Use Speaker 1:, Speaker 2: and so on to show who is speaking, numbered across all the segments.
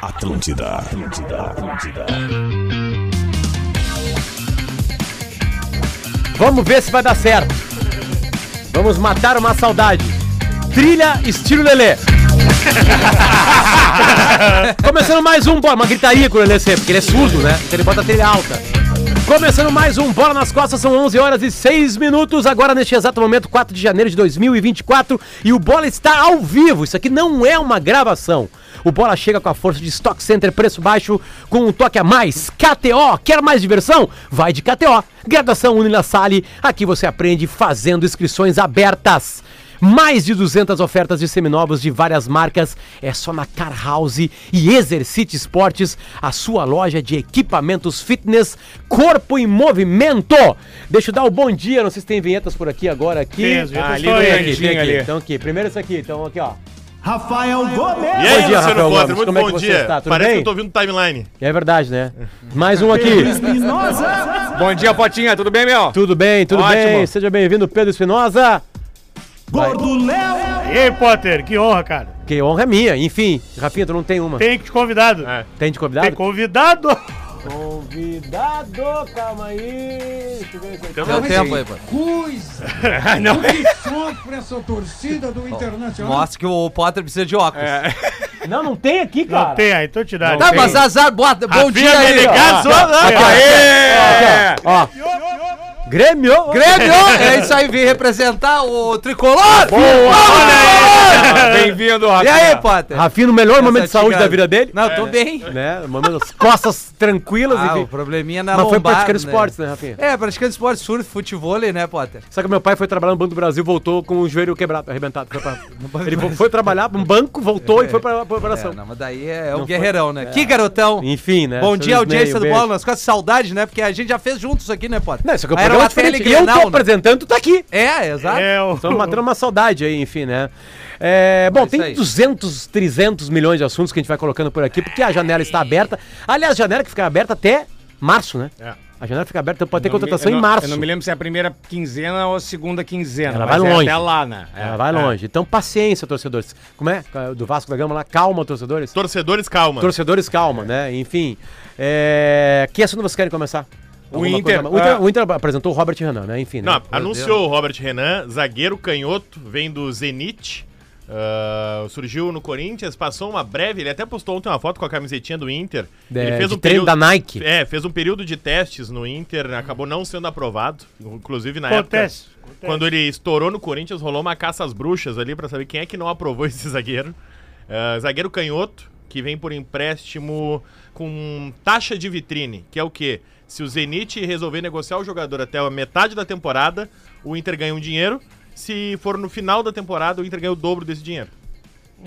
Speaker 1: Atlântida, Atlântida, Atlântida.
Speaker 2: Vamos ver se vai dar certo. Vamos matar uma saudade. Trilha estilo Lelê. Começando mais um, bora, uma gritaria com o Lelê sempre, porque ele é surdo, né? Então ele bota a trilha alta. Começando mais um Bola nas Costas, são 11 horas e 6 minutos, agora neste exato momento, 4 de janeiro de 2024, e o Bola está ao vivo, isso aqui não é uma gravação. O Bola chega com a força de Stock Center, preço baixo, com um toque a mais. KTO, quer mais diversão? Vai de KTO. Graduação Unisale, aqui você aprende fazendo inscrições abertas. Mais de 200 ofertas de seminovos de várias marcas. É só na Car House e Exercite Esportes, a sua loja de equipamentos fitness, corpo em movimento. Deixa eu dar o bom dia. Não sei se tem vinhetas por aqui agora. Aqui.
Speaker 3: Tem, as vinhetas
Speaker 2: Ah, ali,
Speaker 3: estão aí,
Speaker 2: tem aqui, tem
Speaker 3: bonitinho
Speaker 2: aqui.
Speaker 3: ali.
Speaker 2: Então aqui. Primeiro isso aqui. Então aqui, ó.
Speaker 4: Rafael Gomes.
Speaker 3: E
Speaker 2: Bom
Speaker 3: aí,
Speaker 2: dia,
Speaker 3: Luciano
Speaker 2: Rafael
Speaker 3: Potter,
Speaker 2: Gomes,
Speaker 3: muito
Speaker 2: como é
Speaker 3: bom
Speaker 2: que você
Speaker 3: dia.
Speaker 2: está? Tudo
Speaker 3: Parece
Speaker 2: bem?
Speaker 3: que eu tô ouvindo timeline.
Speaker 2: É verdade, né? Mais um aqui.
Speaker 4: Espinosa.
Speaker 5: Bom dia, Potinha, tudo bem, meu?
Speaker 2: Tudo bem, tudo
Speaker 5: Ótimo.
Speaker 2: bem. Seja bem-vindo, Pedro Espinosa.
Speaker 4: Gordo Léo.
Speaker 3: E aí, Potter, que honra, cara.
Speaker 2: Que honra é minha. Enfim, Rafinha, tu não tem uma.
Speaker 3: Tem que te convidado.
Speaker 2: Tem de
Speaker 3: Tem
Speaker 2: convidado?
Speaker 3: convidado.
Speaker 2: Convidado, calma aí. Deixa eu ver isso aqui.
Speaker 5: Deu É tempo aí, pô.
Speaker 6: Cruz,
Speaker 2: Ah,
Speaker 3: não.
Speaker 6: sofre essa torcida do Internacional.
Speaker 5: Mostra que o Potter precisa de óculos.
Speaker 2: É, Não, não tem aqui, cara.
Speaker 3: Não tem, aí tô tirando.
Speaker 5: Tá, mas azar, bota, bom
Speaker 2: tá
Speaker 5: dia aí.
Speaker 3: Menegasso.
Speaker 2: Aqui, ó. ó. Grêmio!
Speaker 5: Grêmio, é isso aí, vem representar o tricolor.
Speaker 3: Olha aí.
Speaker 5: Bem-vindo, Rafa. E aí, Potter?
Speaker 2: Rafinha, no melhor Ah, um momento de
Speaker 5: Essa
Speaker 2: saúde
Speaker 5: antiga-
Speaker 2: da vida dele.
Speaker 5: Não, tô bem.
Speaker 2: Né? No momento, as costas tranquilas,
Speaker 5: Ah, o
Speaker 2: enfim.
Speaker 5: probleminha na
Speaker 2: Mas foi
Speaker 5: lombar,
Speaker 2: praticando esportes, né, Rafinha?
Speaker 5: É, praticando esporte, surf, futebol, né, Potter?
Speaker 2: Só que meu pai foi trabalhar no Banco do Brasil, voltou com o joelho quebrado, arrebentado. Foi pra-
Speaker 5: Banco
Speaker 2: Ele
Speaker 5: do
Speaker 2: vo- foi trabalhar pra um banco, voltou e foi pra, pra
Speaker 5: É,
Speaker 2: operação.
Speaker 5: não, mas daí é o
Speaker 2: foi-
Speaker 5: guerreirão, né? Que garotão.
Speaker 2: Enfim, né?
Speaker 5: Bom
Speaker 2: seu
Speaker 5: dia,
Speaker 2: Disney,
Speaker 5: audiência
Speaker 2: um
Speaker 5: do
Speaker 2: beijo.
Speaker 5: Bola nas Costas. Saudade, né? Porque a gente já fez juntos aqui, né, Potter?
Speaker 2: Não, isso aqui é o
Speaker 5: Aí era
Speaker 2: programa
Speaker 5: uma tele
Speaker 2: diferente. E eu
Speaker 5: Grenal,
Speaker 2: tô
Speaker 5: né?
Speaker 2: apresentando, tu tá aqui.
Speaker 5: É, exato.
Speaker 3: É o...
Speaker 2: Estamos matando Então, uma saudade aí, enfim, né? É, bom,
Speaker 5: isso
Speaker 2: tem
Speaker 5: aí.
Speaker 2: 200, 300 milhões de assuntos que a gente vai colocando por aqui, porque a janela está aberta. Aliás, a janela que fica aberta até março, né?
Speaker 3: É.
Speaker 2: A janela fica aberta, então pode ter
Speaker 7: Eu não
Speaker 2: contratação
Speaker 7: me- eu
Speaker 2: em
Speaker 7: não-
Speaker 2: março.
Speaker 7: Eu não me lembro se é a primeira quinzena ou a segunda quinzena.
Speaker 2: Ela
Speaker 7: mas
Speaker 2: vai
Speaker 7: é
Speaker 2: longe.
Speaker 7: Até lá, né? É,
Speaker 2: Ela vai
Speaker 7: é.
Speaker 2: longe. Então, paciência, torcedores. Como é? Do Vasco da Gama lá, calma, torcedores.
Speaker 3: Torcedores, calma.
Speaker 2: Torcedores, calma, né? Enfim. É... Que assunto vocês querem começar?
Speaker 7: O
Speaker 2: Alguma
Speaker 7: Inter,
Speaker 2: coisa- O Inter,
Speaker 7: ah.
Speaker 2: o Inter apresentou o Robert Renan, né? Enfim, né?
Speaker 3: Não, anunciou o Robert Renan, zagueiro canhoto, vem do Zenit. ah, surgiu no Corinthians, passou uma breve. Ele até postou ontem uma foto com a camisetinha do Inter.
Speaker 2: De-
Speaker 3: ele um
Speaker 2: de treino da Nike.
Speaker 3: É, fez um período de testes no Inter, né? acabou não sendo aprovado. Inclusive na Acontece. época.
Speaker 7: É.
Speaker 3: Quando ele estourou no Corinthians, rolou uma caça às bruxas ali pra saber quem é que não aprovou esse zagueiro. Ah, zagueiro canhoto, que vem por empréstimo com taxa de vitrine, que é o quê? Se o Zenit resolver negociar o jogador até a metade da temporada, o Inter ganha um dinheiro. Se for no final da temporada, o Inter ganha o dobro desse dinheiro.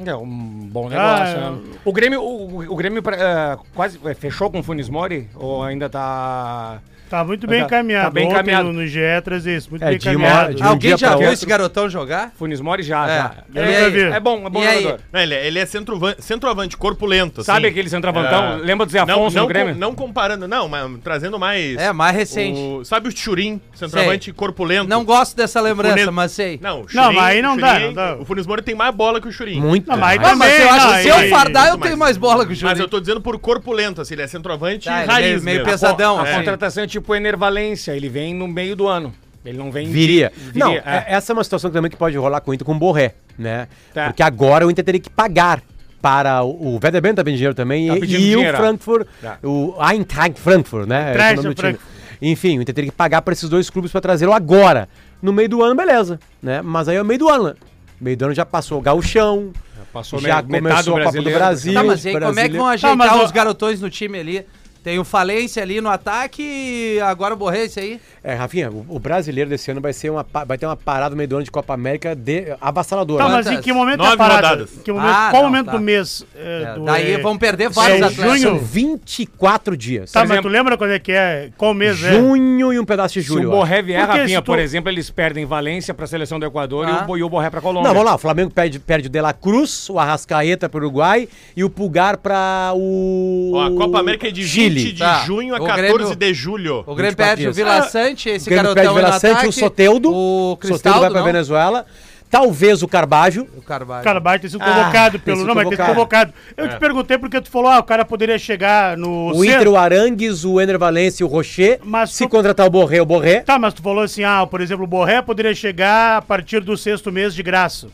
Speaker 7: É um bom negócio.
Speaker 3: Ah,
Speaker 7: né? O Grêmio, o, o Grêmio pra- ah, quase eh, fechou com o Funes Mori? Ou ainda tá.
Speaker 3: Tá muito
Speaker 7: bem Tá- tá encaminhado. bem Ontem encaminhado. no-
Speaker 3: GE trazer isso. Muito
Speaker 2: É, bem de uma-
Speaker 4: Ah,
Speaker 2: encaminhado. de um
Speaker 5: Alguém
Speaker 2: dia
Speaker 5: já
Speaker 2: pra
Speaker 5: viu
Speaker 2: outro.
Speaker 5: esse garotão jogar?
Speaker 7: Funes Mori já,
Speaker 5: É.
Speaker 7: já.
Speaker 5: Eu nunca vi.
Speaker 7: é bom, é bom
Speaker 5: E aí?
Speaker 7: jogador.
Speaker 3: ele, é- ele é centroavante, centroavante corpulento.
Speaker 7: Sabe
Speaker 3: assim.
Speaker 7: aquele centroavantão?
Speaker 3: É.
Speaker 7: Lembra do Zé
Speaker 3: Não,
Speaker 7: Afonso
Speaker 3: não,
Speaker 7: no Grêmio?
Speaker 3: com- não comparando, não, mas trazendo mais.
Speaker 5: É, mais recente.
Speaker 3: o- sabe o Churin, centroavante corpulento?
Speaker 5: Não gosto dessa lembrança,
Speaker 3: Funes-
Speaker 5: mas sei.
Speaker 3: Um Não, o Churin-
Speaker 4: mas aí não
Speaker 3: o
Speaker 4: dá,
Speaker 3: Churin-
Speaker 4: não dá.
Speaker 3: O Funes Mori tem mais bola que o Churin.
Speaker 2: Muito.
Speaker 3: Não,
Speaker 2: mais.
Speaker 7: tá
Speaker 5: Ah, mas
Speaker 4: Também,
Speaker 5: eu acho
Speaker 4: não,
Speaker 5: que se eu
Speaker 4: aí-
Speaker 5: fardar, eu
Speaker 3: muito
Speaker 5: tenho mais
Speaker 3: mais.
Speaker 5: bola que o
Speaker 3: Mas
Speaker 5: Juninho.
Speaker 3: eu tô dizendo por corpulento, assim, ele é centroavante
Speaker 5: Tá, ele é
Speaker 3: raiz.
Speaker 5: meio- meio
Speaker 3: mesmo.
Speaker 5: pesadão,
Speaker 7: A
Speaker 5: assim.
Speaker 7: contratação é tipo Enervalência, ele vem no meio do ano. Ele não vem. de-
Speaker 2: Viria. Não,
Speaker 7: viria, ah.
Speaker 2: é- essa é uma situação também que pode rolar com o Inter com o Borré, né?
Speaker 7: Tá.
Speaker 2: Porque agora o Inter teria que pagar para o, o Werder Bremen tá pedindo dinheiro também
Speaker 7: Tá
Speaker 2: e-
Speaker 7: pedindo
Speaker 2: e, o
Speaker 7: dinheiro, é.
Speaker 2: Frankfurt,
Speaker 7: Tá.
Speaker 2: o Eintracht Frankfurt, né?
Speaker 3: Eintracht
Speaker 2: o nome do time.
Speaker 3: Frankfurt.
Speaker 2: Enfim, o Inter teria que pagar para esses dois clubes para trazê-lo agora. No meio do ano, beleza, né? Mas aí é o meio do ano, né? Meio do ano já passou o gauchão,
Speaker 7: Passou
Speaker 2: já
Speaker 7: me- metade
Speaker 2: começou a Copa do
Speaker 7: brasileiro.
Speaker 2: Brasil.
Speaker 5: Tá, mas e aí, como é que
Speaker 2: brasileiro-
Speaker 5: vão ajeitar
Speaker 3: Tá, mas
Speaker 5: os
Speaker 3: o-
Speaker 5: garotões no time ali? Tem o Falência ali no ataque e agora o Borré, esse aí.
Speaker 2: É, Rafinha, o, o brasileiro desse ano vai, ser uma, pa- vai ter uma parada no meio do ano de Copa América de, avassaladora.
Speaker 4: Tá,
Speaker 2: Né?
Speaker 4: mas em que momento é
Speaker 3: Nove
Speaker 4: a parada?
Speaker 3: rodadas.
Speaker 4: Que momento,
Speaker 5: Ah,
Speaker 4: qual
Speaker 5: não,
Speaker 4: momento
Speaker 5: tá.
Speaker 4: do mês? é,
Speaker 5: É,
Speaker 4: do,
Speaker 5: daí
Speaker 4: é,
Speaker 5: vão perder
Speaker 4: são
Speaker 3: Tá
Speaker 5: vários atletas.
Speaker 2: São
Speaker 4: junho?
Speaker 2: 24 dias.
Speaker 4: Tá, mas
Speaker 7: Por
Speaker 4: tu
Speaker 7: exemplo-
Speaker 4: lembra quando é que é? Qual
Speaker 5: Tá
Speaker 4: mês é?
Speaker 2: Junho e um pedaço de
Speaker 7: Se o
Speaker 2: julho. eu acho.
Speaker 7: Borré vier,
Speaker 4: Porque se
Speaker 7: Rafinha,
Speaker 4: tu-
Speaker 7: por exemplo, eles perdem Valência pra seleção do Equador e
Speaker 5: Ah.
Speaker 7: o Bo- e o Borré pra Colômbia.
Speaker 2: Não, vamos lá. O Flamengo perde, perde o De La Cruz, o Arrascaeta para o Uruguai e o Pulgar para o.
Speaker 3: Ó, a Copa América é de
Speaker 2: Chile.
Speaker 3: 20 de
Speaker 5: Tá.
Speaker 3: junho a
Speaker 5: O
Speaker 3: 14
Speaker 5: Grêmio-
Speaker 3: de julho.
Speaker 5: O Grêmio
Speaker 2: 24
Speaker 5: perde o
Speaker 2: dias. Ah,
Speaker 5: Vila Sante,
Speaker 2: O
Speaker 5: esse
Speaker 2: Grêmio
Speaker 5: garotão
Speaker 2: perde o
Speaker 5: aí no
Speaker 2: Vela Sante,
Speaker 5: ataque.
Speaker 2: o Soteudo. Soteudo
Speaker 5: O
Speaker 2: vai
Speaker 5: Cristaldo,
Speaker 2: para
Speaker 5: não?
Speaker 2: Venezuela. talvez o Carbajo.
Speaker 5: O Carvalho.
Speaker 4: Cara, vai ter sido
Speaker 2: Ah,
Speaker 4: convocado
Speaker 2: tem
Speaker 4: pelo.
Speaker 2: sido
Speaker 4: Não, mas ter sido
Speaker 2: convocado. É.
Speaker 4: convocado. Eu te perguntei porque tu falou, ah, o cara poderia chegar no.
Speaker 2: O Inter,
Speaker 4: centro.
Speaker 2: o Arangues, o Ener Valencia e o Rocher.
Speaker 4: Mas
Speaker 2: se
Speaker 4: tu-
Speaker 2: contratar o Borré, o Borré.
Speaker 4: Tá, mas tu falou assim, ah, por exemplo, o Borré poderia chegar a partir do sexto mês de graça.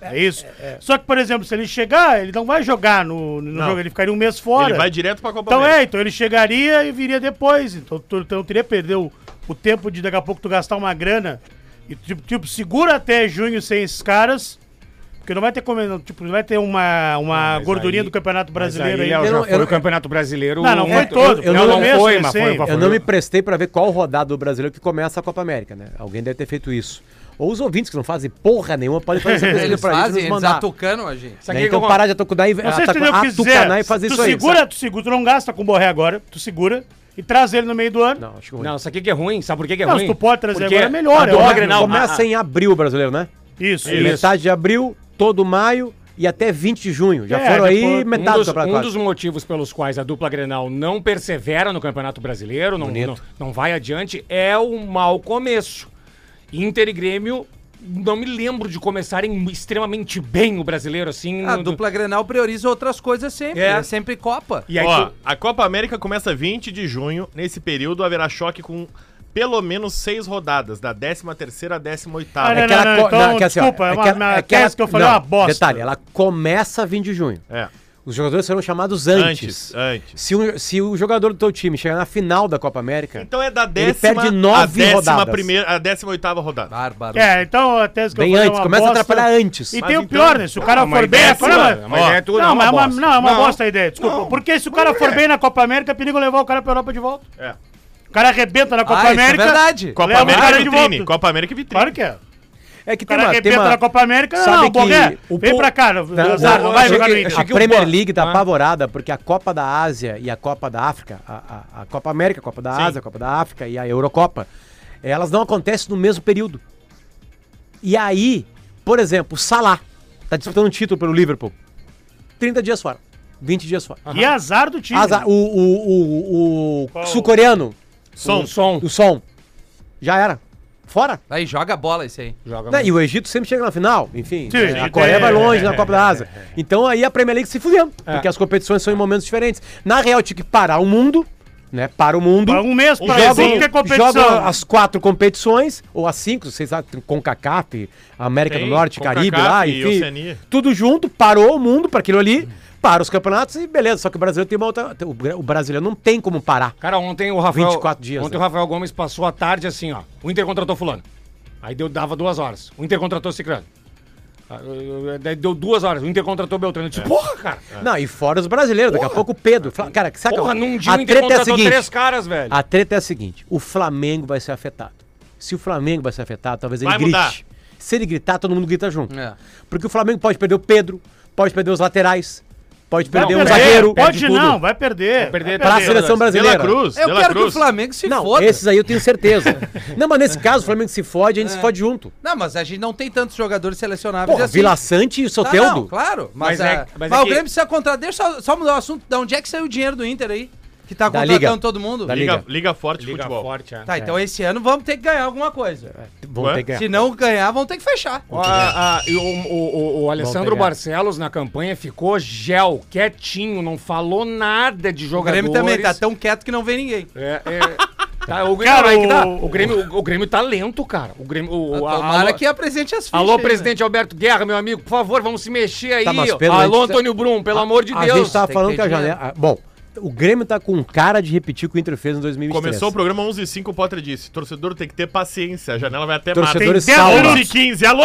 Speaker 4: É isso? Só que, por exemplo, se ele chegar, ele não vai jogar no, no
Speaker 3: Não.
Speaker 4: jogo, ele ficaria um mês fora.
Speaker 3: Ele vai direto pra Copa
Speaker 4: Então
Speaker 3: América.
Speaker 4: é, então ele chegaria e viria depois. Então tu então, teria que perder o, o tempo de daqui a pouco tu gastar uma grana. E tipo, tipo, segura até junho sem esses caras. Porque não vai ter como. não, Tipo, não vai ter uma, uma
Speaker 7: mas
Speaker 4: gordurinha
Speaker 7: aí-
Speaker 4: do Campeonato Brasileiro
Speaker 7: Brasileiro
Speaker 4: aí.
Speaker 7: aí, Léo,
Speaker 2: Eu
Speaker 7: já
Speaker 2: não- eu
Speaker 7: foi
Speaker 2: não-
Speaker 7: o Campeonato Brasileiro.
Speaker 4: Não, não
Speaker 7: um-
Speaker 4: foi todo.
Speaker 2: eu
Speaker 7: Não,
Speaker 2: não
Speaker 7: não
Speaker 4: começo,
Speaker 7: foi,
Speaker 4: eu
Speaker 7: mas
Speaker 4: sei.
Speaker 7: foi. mas
Speaker 2: Eu
Speaker 7: foi.
Speaker 2: não me prestei pra ver qual rodada do brasileiro que começa a Copa América, né? Alguém deve ter feito isso. Ou os ouvintes que não fazem porra nenhuma podem fazer essa pesquisa
Speaker 5: Eles
Speaker 2: pra gente e
Speaker 5: fazem,
Speaker 2: nos
Speaker 5: eles
Speaker 2: mandar.
Speaker 5: atucando a gente.
Speaker 7: Sabe
Speaker 2: Né?
Speaker 7: o que
Speaker 2: Então
Speaker 7: que eu-
Speaker 2: parar de atucudar e
Speaker 4: Não sei se tu entendeu o que
Speaker 2: atucanar
Speaker 4: quiser.
Speaker 2: e né, fazer
Speaker 4: tu
Speaker 2: isso
Speaker 4: segura,
Speaker 2: aí. sabe?
Speaker 4: Tu segura, tu não gasta com o Borré agora, tu segura e traz ele no meio do ano.
Speaker 2: Não, acho que
Speaker 7: Não, isso aqui que é ruim. Sabe por que que é
Speaker 4: Não,
Speaker 7: ruim?
Speaker 4: se tu pode trazer
Speaker 7: Porque
Speaker 4: agora, é melhor,
Speaker 7: a
Speaker 4: é
Speaker 7: dupla
Speaker 4: óbvio.
Speaker 7: Grenal-
Speaker 2: Tá, então Começa
Speaker 7: a-
Speaker 2: em abril o brasileiro, né?
Speaker 4: Isso,
Speaker 7: Isso.
Speaker 4: isso.
Speaker 2: Metade de abril, todo maio e até 20 de junho. Já
Speaker 4: É,
Speaker 2: foram aí
Speaker 4: depois-
Speaker 2: metade
Speaker 7: Um
Speaker 2: do
Speaker 7: dos,
Speaker 2: campeonato.
Speaker 7: um
Speaker 2: quase.
Speaker 7: dos motivos pelos quais a dupla Grenal não persevera no Campeonato Brasileiro, não,
Speaker 2: Bonito.
Speaker 7: não, não vai adiante, é o mau começo. Inter e Grêmio, não me lembro de começarem extremamente bem o brasileiro, assim.
Speaker 5: A
Speaker 7: no-
Speaker 5: dupla Grenal prioriza outras coisas sempre.
Speaker 7: É.
Speaker 5: É, sempre Copa.
Speaker 7: E aí,
Speaker 3: Ó,
Speaker 7: tu-
Speaker 3: a Copa América começa 20 de junho. Nesse período haverá choque com pelo menos seis rodadas, da 13ª à 18ª.
Speaker 4: Ah, não,
Speaker 2: É que ela
Speaker 4: não,
Speaker 2: co-
Speaker 4: então,
Speaker 2: não, é que assim, ó,
Speaker 4: desculpa,
Speaker 2: é
Speaker 4: uma-
Speaker 2: que ela-
Speaker 4: uma
Speaker 2: é que ela-
Speaker 4: tese que eu falei é
Speaker 2: não,
Speaker 4: uma bosta.
Speaker 2: Detalhe, ela começa 20 de junho.
Speaker 3: É.
Speaker 2: Os jogadores serão chamados antes.
Speaker 3: Antes, antes.
Speaker 2: Se, um- se o jogador do teu time chegar na final da Copa América,
Speaker 3: Então é da
Speaker 2: Ele
Speaker 3: décima
Speaker 2: perde nove
Speaker 3: à décima
Speaker 2: rodadas.
Speaker 3: primeira, à 18ª rodada.
Speaker 5: Bárbaro.
Speaker 4: É, então a tese que
Speaker 2: Bem
Speaker 4: eu falei é
Speaker 2: antes,
Speaker 4: uma
Speaker 2: começa a
Speaker 4: bosta.
Speaker 2: atrapalhar antes.
Speaker 4: E
Speaker 2: Mas
Speaker 4: tem o
Speaker 3: então-
Speaker 4: pior, né? Se o cara
Speaker 7: Ah, mas
Speaker 4: for bem,
Speaker 7: ideia
Speaker 4: é
Speaker 7: sua,
Speaker 4: problema.
Speaker 7: uma ideia tua,
Speaker 4: Não,
Speaker 7: não,
Speaker 4: mas é
Speaker 7: uma
Speaker 4: uma,
Speaker 7: bosta.
Speaker 4: não, é uma
Speaker 7: Não.
Speaker 4: bosta a ideia, desculpa. Porque se o cara for bem na Copa América, é perigo levar o cara pra Europa de volta.
Speaker 3: É.
Speaker 4: O cara arrebenta
Speaker 2: Ah,
Speaker 4: na Copa
Speaker 5: isso é
Speaker 4: América.
Speaker 5: verdade.
Speaker 3: Copa
Speaker 4: Leva o
Speaker 3: América
Speaker 4: cara
Speaker 3: e
Speaker 4: de
Speaker 3: vitrine.
Speaker 4: volta.
Speaker 3: Copa América e vitrine.
Speaker 4: Claro que é.
Speaker 2: é que
Speaker 4: O
Speaker 2: tem
Speaker 4: cara
Speaker 2: uma, tem
Speaker 4: arrebenta
Speaker 2: uma
Speaker 4: na Copa América,
Speaker 2: Sabe
Speaker 4: não,
Speaker 2: que
Speaker 4: Borré,
Speaker 2: o
Speaker 4: vem
Speaker 2: po-
Speaker 4: pra cá,
Speaker 2: Não,
Speaker 4: azar,
Speaker 2: o-
Speaker 4: não vai
Speaker 7: achei
Speaker 4: jogar no
Speaker 7: que-
Speaker 4: Inter.
Speaker 2: A
Speaker 7: achei que o
Speaker 2: Premier
Speaker 7: Bo-
Speaker 2: League tá
Speaker 7: Ah.
Speaker 2: apavorada porque a Copa da Ásia e a Copa da África, a, a- a Copa América, a Copa da Ásia, a Copa da África e a Eurocopa, elas não acontecem no mesmo período. E aí, por exemplo, o Salah tá disputando um título pelo Liverpool. 30 dias fora, 20 dias fora.
Speaker 4: E azar do time.
Speaker 2: Azar, o o, o, o
Speaker 4: Ah, Qual?
Speaker 2: sul-coreano,
Speaker 3: Som.
Speaker 7: o som.
Speaker 2: o Som, já era. Fora.
Speaker 5: Aí joga a bola esse aí.
Speaker 7: Joga
Speaker 2: Né, E o Egito sempre chega na final, enfim.
Speaker 4: Sim,
Speaker 2: né,
Speaker 4: o Egito
Speaker 2: a Coreia
Speaker 4: é-
Speaker 2: vai longe na Copa da Ásia. Então aí a Premier League se fudendo, porque as competições são em momentos diferentes. Na real, tinha que parar o mundo, né? Para o mundo.
Speaker 4: Pra um mês, pra
Speaker 2: joga,
Speaker 4: qualquer competição.
Speaker 2: joga as quatro competições, ou as cinco, vocês sabem, com CACAP, América
Speaker 3: Tem,
Speaker 2: do Norte,
Speaker 3: CONCACAF
Speaker 2: Caribe lá,
Speaker 3: e
Speaker 2: enfim.
Speaker 3: Oceania.
Speaker 2: Tudo junto, parou o mundo para aquilo ali, para os campeonatos e beleza. Só que o brasileiro tem uma outra. O bra- o brasileiro não tem como parar.
Speaker 7: Cara, ontem o Rafael.
Speaker 2: 24 dias,
Speaker 7: Ontem
Speaker 2: né?
Speaker 7: o Rafael Gomes passou a tarde assim, ó. O Inter contratou fulano. Aí deu, dava duas horas. O Inter contratou Cicrano. Ah, eh, eh, Daí deu duas horas. O Inter contratou Beltrano. Eu disse, porra, cara.
Speaker 2: Não, e fora os brasileiros, daqui a pouco o Pedro. Fala- Cara, saca?
Speaker 7: Porra, num dia
Speaker 2: a
Speaker 7: o
Speaker 2: treta
Speaker 7: Inter
Speaker 2: é a
Speaker 7: contratou
Speaker 2: seguinte.
Speaker 7: três caras, velho.
Speaker 2: A treta é a seguinte: o Flamengo vai ser afetado. Se o Flamengo vai ser afetado, talvez ele
Speaker 3: Vai
Speaker 2: grite.
Speaker 3: mudar.
Speaker 2: Se ele gritar, todo mundo grita junto.
Speaker 5: É.
Speaker 2: Porque o Flamengo pode perder o Pedro, pode perder os laterais, pode
Speaker 7: Vai
Speaker 2: perder o
Speaker 7: perder,
Speaker 2: um zagueiro.
Speaker 4: Pode
Speaker 2: perde
Speaker 4: não,
Speaker 2: tudo.
Speaker 4: vai perder. Vai
Speaker 7: perder
Speaker 2: Pra seleção
Speaker 3: De
Speaker 2: brasileira.
Speaker 3: La Cruz.
Speaker 5: Eu
Speaker 3: De La
Speaker 5: quero que o
Speaker 3: Cruz.
Speaker 5: Flamengo se
Speaker 2: Não,
Speaker 5: foda.
Speaker 2: esses aí eu tenho certeza. não, mas nesse caso, o Flamengo se fode, a gente se fode junto.
Speaker 5: Não, mas a gente não tem tantos jogadores selecionáveis
Speaker 2: Porra,
Speaker 5: É. assim.
Speaker 2: Vila Sante e o
Speaker 5: Ah, não,
Speaker 2: Soteldo.
Speaker 5: claro. Mas,
Speaker 7: Mas é-
Speaker 5: ah,
Speaker 7: mas é
Speaker 5: mas o
Speaker 7: que-
Speaker 5: Grêmio precisa contratar. Deixa eu só, só mudar o assunto. Da onde é que saiu o dinheiro do Inter aí? Que tá
Speaker 2: Da
Speaker 5: contratando
Speaker 2: Liga.
Speaker 5: todo mundo?
Speaker 2: Da
Speaker 3: Liga,
Speaker 2: Liga.
Speaker 3: Liga Forte de
Speaker 7: Liga
Speaker 3: Futebol.
Speaker 7: forte, é.
Speaker 5: Tá, então esse ano vamos ter que ganhar alguma coisa.
Speaker 2: Vão
Speaker 3: Ué?
Speaker 2: ter que ganhar.
Speaker 5: Se não ganhar, vão ter que fechar.
Speaker 7: Ó, a- a- e o, o- o- o Alessandro
Speaker 2: pegar.
Speaker 7: Barcelos na campanha ficou gel, quietinho, não falou nada de
Speaker 5: O
Speaker 7: jogadores.
Speaker 5: Grêmio também tá tão quieto que não vem ninguém.
Speaker 7: É, é. Tá, o, Grêmio,
Speaker 4: Cara,
Speaker 7: aí que tá.
Speaker 4: o-
Speaker 7: o Grêmio, o, o Grêmio tá lento, cara. O Grêmio, o, a-
Speaker 5: Tomara
Speaker 7: alô,
Speaker 5: que apresente as fichas.
Speaker 7: alô
Speaker 5: aí, né?
Speaker 7: presidente Alberto Guerra, meu amigo, por favor, vamos se mexer aí.
Speaker 2: Tá, mas
Speaker 7: ó.
Speaker 2: Pedro, a
Speaker 7: alô,
Speaker 2: gente tá-
Speaker 7: Antônio Brum, pelo amor de
Speaker 2: a
Speaker 7: Deus.
Speaker 2: gente tá tava
Speaker 5: tem que
Speaker 2: falando
Speaker 5: ter
Speaker 2: que a
Speaker 5: dinheiro.
Speaker 2: janela. ah, Bom, o Grêmio tá com cara de repetir o que o Inter fez em 2023.
Speaker 3: Começou o programa 11 h 05 o Potter disse, torcedor tem que ter paciência, a janela vai até
Speaker 2: Torcedores
Speaker 3: março. Tem 10
Speaker 2: salva.
Speaker 3: 11 e 15 alô,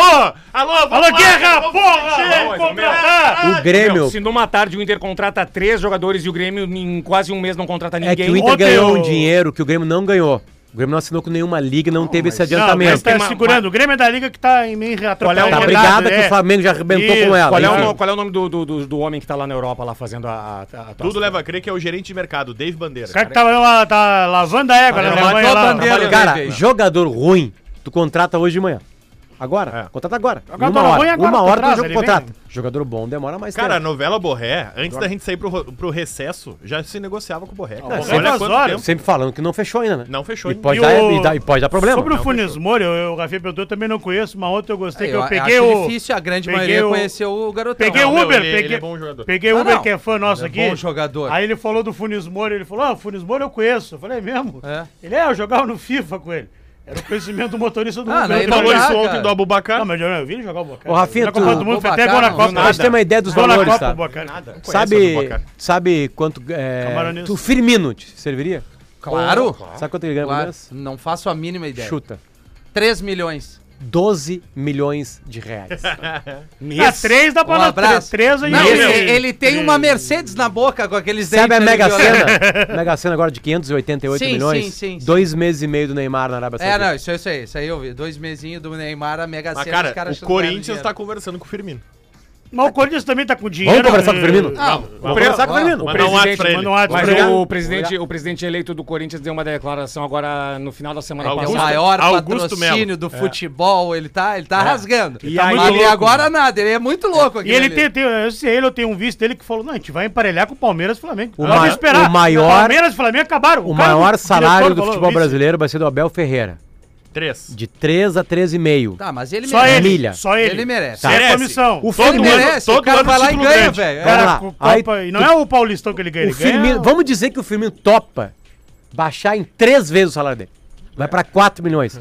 Speaker 3: alô, vamos
Speaker 4: Alô, Guerra,
Speaker 3: vamos
Speaker 4: porra!
Speaker 3: mexer,
Speaker 4: Vamos
Speaker 3: contratar.
Speaker 2: O Grêmio.
Speaker 7: Meu, se numa tarde o Inter contrata três jogadores e o Grêmio em quase um mês não contrata
Speaker 2: É
Speaker 7: ninguém.
Speaker 2: que o Inter
Speaker 4: Ontem
Speaker 2: ganhou um
Speaker 4: eu-
Speaker 2: dinheiro que o Grêmio não ganhou. O Grêmio não assinou com nenhuma liga, e não teve esse
Speaker 4: Não, mas
Speaker 2: adiantamento.
Speaker 4: tá
Speaker 7: uma-
Speaker 4: segurando. O Grêmio é da Liga que tá em meio
Speaker 7: é
Speaker 4: atrapalhado.
Speaker 7: uma
Speaker 2: Tá brigada que o Flamengo já arrebentou
Speaker 4: Isso,
Speaker 2: com ela.
Speaker 7: Qual é,
Speaker 2: enfim.
Speaker 7: o, qual é o nome do, do, do, do homem que tá lá na Europa, lá fazendo a. a, a- a
Speaker 3: Tudo leva a crer que é o gerente de mercado, Dave Bandeira.
Speaker 4: O cara que tá, lá- tá lavando a égua na
Speaker 7: Matou
Speaker 4: Alemanha lá.
Speaker 5: bandeira.
Speaker 7: Trabalhando,
Speaker 2: Cara,
Speaker 7: né, gente?
Speaker 2: jogador ruim, tu contrata hoje de manhã. Agora, contrata agora.
Speaker 4: Agora,
Speaker 2: uma hora,
Speaker 4: ruim agora,
Speaker 2: uma
Speaker 4: tu
Speaker 2: hora tu
Speaker 4: traz,
Speaker 2: jogo
Speaker 4: ele
Speaker 2: contrata.
Speaker 4: vem.
Speaker 2: Jogador bom demora mais
Speaker 3: Cara, a
Speaker 2: tempo.
Speaker 3: novela Borré, antes da gente sair pro, ro- pro recesso, já se negociava com o Borré.
Speaker 2: É,
Speaker 3: Olha
Speaker 2: sempre
Speaker 4: às
Speaker 3: quanto
Speaker 4: horas.
Speaker 3: tempo.
Speaker 2: Sempre falando que não fechou ainda, né?
Speaker 3: Não fechou
Speaker 2: E
Speaker 3: ainda.
Speaker 2: pode,
Speaker 4: E
Speaker 2: dar,
Speaker 4: o-
Speaker 2: e dá- e pode dar problema.
Speaker 4: Sobre o
Speaker 3: Não,
Speaker 4: Funes Mori, eu, eu, o Rafinha perguntou, eu também não conheço, mas ontem eu gostei que eu, peguei
Speaker 5: acho
Speaker 4: o...
Speaker 5: difícil, a grande
Speaker 4: peguei
Speaker 5: maioria
Speaker 4: o-
Speaker 5: conheceu o garotão.
Speaker 4: Peguei o
Speaker 3: meu,
Speaker 4: Uber,
Speaker 3: ele- ele
Speaker 4: peguei,
Speaker 3: é bom jogador.
Speaker 4: peguei
Speaker 5: Ah,
Speaker 4: o Uber
Speaker 5: não.
Speaker 4: que é fã nosso
Speaker 5: Ele é
Speaker 4: aqui.
Speaker 5: bom jogador.
Speaker 4: Aí ele falou do Funes Mori, ele falou, ah, o Funes Mori eu conheço. Eu falei, é mesmo?
Speaker 5: É.
Speaker 4: Ele é, eu jogava no FIFA com ele. Era o conhecimento do motorista do
Speaker 5: Ah,
Speaker 4: Uber.
Speaker 5: daí
Speaker 4: Eu
Speaker 5: não
Speaker 3: Falou
Speaker 5: dá,
Speaker 3: isso
Speaker 5: cara.
Speaker 3: ontem do Abubacar.
Speaker 4: Não, "Ah, mas eu eu vi ele jogar o Boca.
Speaker 2: Ô, Rafinha,
Speaker 4: na
Speaker 2: tu-
Speaker 4: Copa do Mundo, foi até
Speaker 5: Boca
Speaker 4: gol na
Speaker 5: não,
Speaker 4: Copa.
Speaker 5: não
Speaker 2: Pra gente ter uma ideia dos
Speaker 4: Gol na
Speaker 2: valores,
Speaker 4: Copa,
Speaker 2: tá?
Speaker 4: o Boca. Nada.
Speaker 2: Sabe,
Speaker 3: Conhece o Abubacar.
Speaker 2: sabe quanto é,
Speaker 4: Camaronês.
Speaker 2: tu Firmino te serviria?
Speaker 5: Claro,
Speaker 2: Sabe quanto ele ganha por
Speaker 5: claro.
Speaker 2: mês?
Speaker 5: Não faço a mínima ideia.
Speaker 2: Chuta.
Speaker 5: 3 milhões.
Speaker 2: 12 milhões de reais.
Speaker 7: Tá
Speaker 4: Ah, três dá pra
Speaker 5: Um
Speaker 4: nós.
Speaker 5: abraço.
Speaker 4: Três, três aí.
Speaker 5: Não,
Speaker 4: Três.
Speaker 5: ele, ele tem uma Mercedes na boca com aqueles
Speaker 2: Sabe a
Speaker 5: dentes
Speaker 2: Mega
Speaker 5: violeta.
Speaker 2: Sena? Mega Sena agora de 588
Speaker 5: Sim,
Speaker 2: milhões.
Speaker 5: sim, sim, sim.
Speaker 2: Dois meses e meio do Neymar na Arábia
Speaker 5: É,
Speaker 2: Saudita.
Speaker 5: não, isso, isso aí, isso aí eu vi. Dois mesinhos do Neymar, a Mega
Speaker 3: Mas,
Speaker 5: Sena,
Speaker 3: cara,
Speaker 5: os caras
Speaker 3: o
Speaker 5: chantaram
Speaker 3: Corinthians
Speaker 5: dinheiro.
Speaker 3: tá conversando com o Firmino.
Speaker 4: Mas o Corinthians também tá com dinheiro.
Speaker 2: conversar com o Firmino?
Speaker 4: Ah,
Speaker 5: é
Speaker 3: Vamos
Speaker 2: conversar com o Firmino.
Speaker 3: Manda um WhatsApp
Speaker 7: presidente,
Speaker 3: pra ele.
Speaker 4: manda um WhatsApp
Speaker 7: Mas
Speaker 4: pra ele.
Speaker 7: o presidente, o presidente eleito do Corinthians deu uma declaração agora no final da semana
Speaker 5: É
Speaker 3: Augusto-
Speaker 5: o
Speaker 7: passada.
Speaker 5: maior
Speaker 3: Augusto
Speaker 5: patrocínio
Speaker 3: Melo. É.
Speaker 5: do futebol, ele tá, ele tá rasgando.
Speaker 7: E
Speaker 5: Tá
Speaker 7: aí-
Speaker 5: muito
Speaker 7: ele-
Speaker 5: louco, agora nada, ele é muito louco aqui.
Speaker 4: E ele tem, tem eu sei ele, eu tenho um vice dele que falou, não, a gente vai emparelhar com o Palmeiras e Flamengo.
Speaker 2: O
Speaker 4: Nós vamos
Speaker 2: ma- o maior-
Speaker 4: Palmeiras e Flamengo acabaram.
Speaker 2: O
Speaker 4: cara
Speaker 2: maior
Speaker 4: diretor
Speaker 2: salário do
Speaker 4: falou,
Speaker 2: futebol
Speaker 4: vice.
Speaker 2: brasileiro vai ser do Abel Ferreira.
Speaker 3: Três.
Speaker 2: De 3 a 13,5.
Speaker 5: Tá, mas ele
Speaker 4: Só
Speaker 5: merece.
Speaker 4: ele,
Speaker 2: Milha.
Speaker 4: só ele.
Speaker 5: Ele merece.
Speaker 4: Sem
Speaker 3: Merece.
Speaker 4: comissão.
Speaker 2: O
Speaker 4: O
Speaker 5: Ele
Speaker 2: Firmino,
Speaker 5: merece,
Speaker 3: todo
Speaker 5: o cara
Speaker 3: ano é
Speaker 5: vai lá e
Speaker 3: título
Speaker 5: ganha,
Speaker 3: grande.
Speaker 5: velho.
Speaker 2: Cara,
Speaker 5: É.
Speaker 2: lá,
Speaker 4: cara, com Copa,
Speaker 2: aí-
Speaker 4: e não é o Paulistão que ele ganha,
Speaker 2: o
Speaker 4: ele ganha- um.
Speaker 2: Firmino, vamos dizer que o Firmino topa baixar em três vezes o salário dele. Vai pra 4 milhões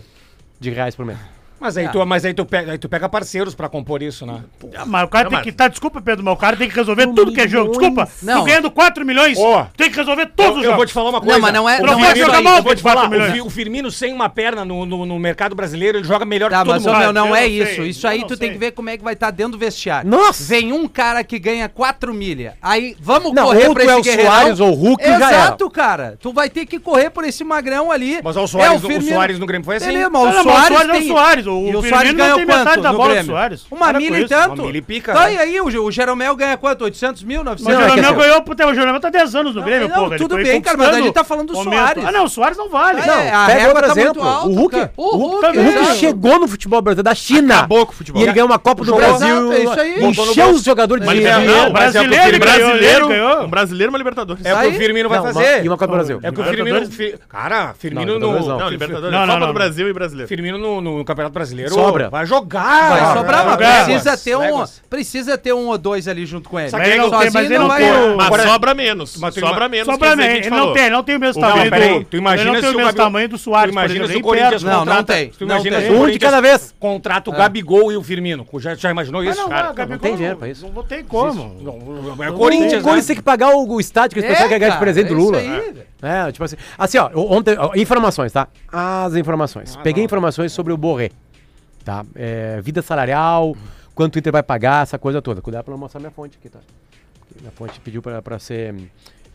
Speaker 2: de reais por mês.
Speaker 7: Mas, aí tu, mas aí, tu pega, aí tu pega parceiros pra compor isso, né?
Speaker 4: Ah, mas o cara
Speaker 3: Não,
Speaker 4: tem
Speaker 3: mas-
Speaker 4: que tá, desculpa, Pedro, mas o cara tem que resolver tudo que é jogo. Desculpa,
Speaker 5: Não.
Speaker 4: tu ganhando 4 milhões,
Speaker 7: Ó.
Speaker 4: tem que resolver todos os
Speaker 7: Eu,
Speaker 4: jogos.
Speaker 7: eu vou te falar uma coisa.
Speaker 5: mas não é-
Speaker 7: O
Speaker 5: não é
Speaker 7: Firmino-
Speaker 5: só
Speaker 7: eu
Speaker 5: isso.
Speaker 7: vou te falar.
Speaker 4: 4
Speaker 7: O,
Speaker 4: milhões.
Speaker 7: Fi- o Firmino sem uma perna no, no, no mercado brasileiro, ele joga melhor
Speaker 5: Tá,
Speaker 7: que todo
Speaker 5: mas ô,
Speaker 7: mundo.
Speaker 5: meu, não
Speaker 4: Eu
Speaker 5: é
Speaker 4: não
Speaker 5: isso.
Speaker 4: sei,
Speaker 5: isso
Speaker 4: eu
Speaker 5: aí
Speaker 4: não
Speaker 5: tu
Speaker 4: sei.
Speaker 5: tem que ver como é que vai estar dentro do vestiário.
Speaker 2: Nossa!
Speaker 5: Vem um cara que ganha 4 milha. Aí vamos
Speaker 2: Não,
Speaker 5: correr
Speaker 2: ou
Speaker 5: pra
Speaker 2: tu é
Speaker 5: esse
Speaker 2: o Suárez ou o Hulk e já era.
Speaker 5: Exato, cara. Tu vai ter que correr por esse magrão ali.
Speaker 7: Mas ó, o Suárez, o,
Speaker 5: Firmino.
Speaker 7: Suárez no Grêmio foi assim.
Speaker 5: Beleza,
Speaker 4: Não,
Speaker 5: mas o
Speaker 4: não, mas o
Speaker 5: Suárez
Speaker 4: Suárez é o
Speaker 5: tem-
Speaker 4: Suárez, o
Speaker 5: e
Speaker 4: Firmino não tem
Speaker 5: quanto
Speaker 4: metade da
Speaker 5: no
Speaker 4: bola do
Speaker 5: Grêmio?
Speaker 4: Suárez.
Speaker 5: Uma
Speaker 4: Para com
Speaker 5: milha e
Speaker 4: isso.
Speaker 5: tanto.
Speaker 7: Uma milha e pica,
Speaker 5: Tá,
Speaker 7: né?
Speaker 5: e aí, o, o Jeromel ganha quanto? 800 mil, 900
Speaker 4: Mas
Speaker 2: Não,
Speaker 4: o
Speaker 2: é que
Speaker 4: Jeromel
Speaker 2: assim,
Speaker 4: ganhou, puta, o Jeromel tá 10 anos no
Speaker 5: Não,
Speaker 4: Grêmio,
Speaker 5: não,
Speaker 4: porra. ele
Speaker 5: tudo
Speaker 4: foi
Speaker 5: bem, cara, mas
Speaker 4: conquistando
Speaker 5: a gente tá falando do
Speaker 4: momento.
Speaker 5: Suárez.
Speaker 4: Ah, não, o Soares não vale.
Speaker 5: É,
Speaker 4: Não,
Speaker 2: Pega
Speaker 5: a régua
Speaker 2: outro
Speaker 5: tá muito
Speaker 2: exemplo,
Speaker 5: alta,
Speaker 2: o Hulk.
Speaker 5: cara. O
Speaker 2: O
Speaker 5: Hulk,
Speaker 2: Hulk
Speaker 5: exato.
Speaker 2: chegou no futebol brasileiro da China.
Speaker 3: Acabou com o futebol.
Speaker 2: E ele ganhou uma Copa do
Speaker 5: Jogou.
Speaker 2: Brasil.
Speaker 5: Exato, é isso aí.
Speaker 3: Botou no
Speaker 2: Encheu
Speaker 3: bolso.
Speaker 2: os jogadores
Speaker 3: Mas
Speaker 2: de
Speaker 3: é,
Speaker 2: dinheiro.
Speaker 3: não, mas é o que
Speaker 4: Brasileiro,
Speaker 3: o
Speaker 4: ele ganhou,
Speaker 3: brasileiro,
Speaker 4: ele ganhou.
Speaker 3: um brasileiro, uma Libertadores.
Speaker 7: É o que o
Speaker 5: Aí-
Speaker 7: Firmino vai
Speaker 2: Não,
Speaker 7: fazer.
Speaker 2: uma- E uma Copa do Brasil.
Speaker 7: É o que o Firmino.
Speaker 4: Libertadores-
Speaker 7: Fi- Cara,
Speaker 2: Não,
Speaker 7: Firmino
Speaker 2: Libertadores
Speaker 7: no.
Speaker 2: não.
Speaker 3: Não,
Speaker 7: Fi-
Speaker 3: Libertadores,
Speaker 4: Não, não,
Speaker 3: Copa
Speaker 4: não,
Speaker 3: do
Speaker 4: não.
Speaker 3: Brasil e brasileiro.
Speaker 7: Firmino no, no Campeonato Brasileiro
Speaker 2: Sobra.
Speaker 7: vai jogar.
Speaker 5: Vai sobrar,
Speaker 7: é
Speaker 5: mas
Speaker 4: Léguas,
Speaker 5: precisa ter, um,
Speaker 7: Léguas.
Speaker 5: precisa ter um ou dois ali junto com ele.
Speaker 4: Mas ele não tem,
Speaker 5: Sozinho
Speaker 4: mas ele não
Speaker 3: é
Speaker 5: vai-
Speaker 4: tem o-
Speaker 3: Mas
Speaker 7: Agora-
Speaker 3: sobra menos.
Speaker 7: Mas tu
Speaker 3: sobra
Speaker 7: ima-
Speaker 3: menos.
Speaker 4: Só pra mim,
Speaker 3: que a gente
Speaker 4: ele
Speaker 3: falou.
Speaker 4: não tem, ele não tem o mesmo
Speaker 7: Não,
Speaker 4: tamanho
Speaker 7: peraí,
Speaker 4: do.
Speaker 7: tu imagina
Speaker 4: ele não
Speaker 7: se
Speaker 4: tem
Speaker 7: o
Speaker 4: o mesmo
Speaker 7: Gabriel-
Speaker 4: tamanho do Soares,
Speaker 7: Tu imagina
Speaker 4: por
Speaker 7: se o
Speaker 4: exemplo,
Speaker 7: Corinthians
Speaker 5: Não, não
Speaker 7: contrata-
Speaker 5: tem.
Speaker 7: Tu imagina
Speaker 5: Não
Speaker 7: se
Speaker 5: tem.
Speaker 7: o
Speaker 2: Um de cada vez.
Speaker 7: Contrata o Gabigol e o Firmino. Já, já imaginou isso?
Speaker 4: não,
Speaker 7: Cara,
Speaker 4: não,
Speaker 3: É
Speaker 4: Gabigol,
Speaker 2: tem dinheiro pra isso.
Speaker 4: Não tem como.
Speaker 7: não, é o
Speaker 2: O
Speaker 7: Corinthians, né?
Speaker 2: Corinthians tem que pagar o, o estádio que eles
Speaker 5: É,
Speaker 2: preferem que ganhar de
Speaker 5: cara,
Speaker 2: presente do
Speaker 5: é isso
Speaker 2: Lula.
Speaker 5: aí, velho.
Speaker 2: É, tipo assim. Assim, ó, ontem. ó, informações, tá? As informações.
Speaker 5: Ah,
Speaker 2: Peguei informações sobre o Borré. Tá? É, vida salarial, quanto o Inter vai pagar, essa coisa toda. Cuidado pra não mostrar minha fonte aqui, tá? Porque Minha fonte pediu pra, pra ser.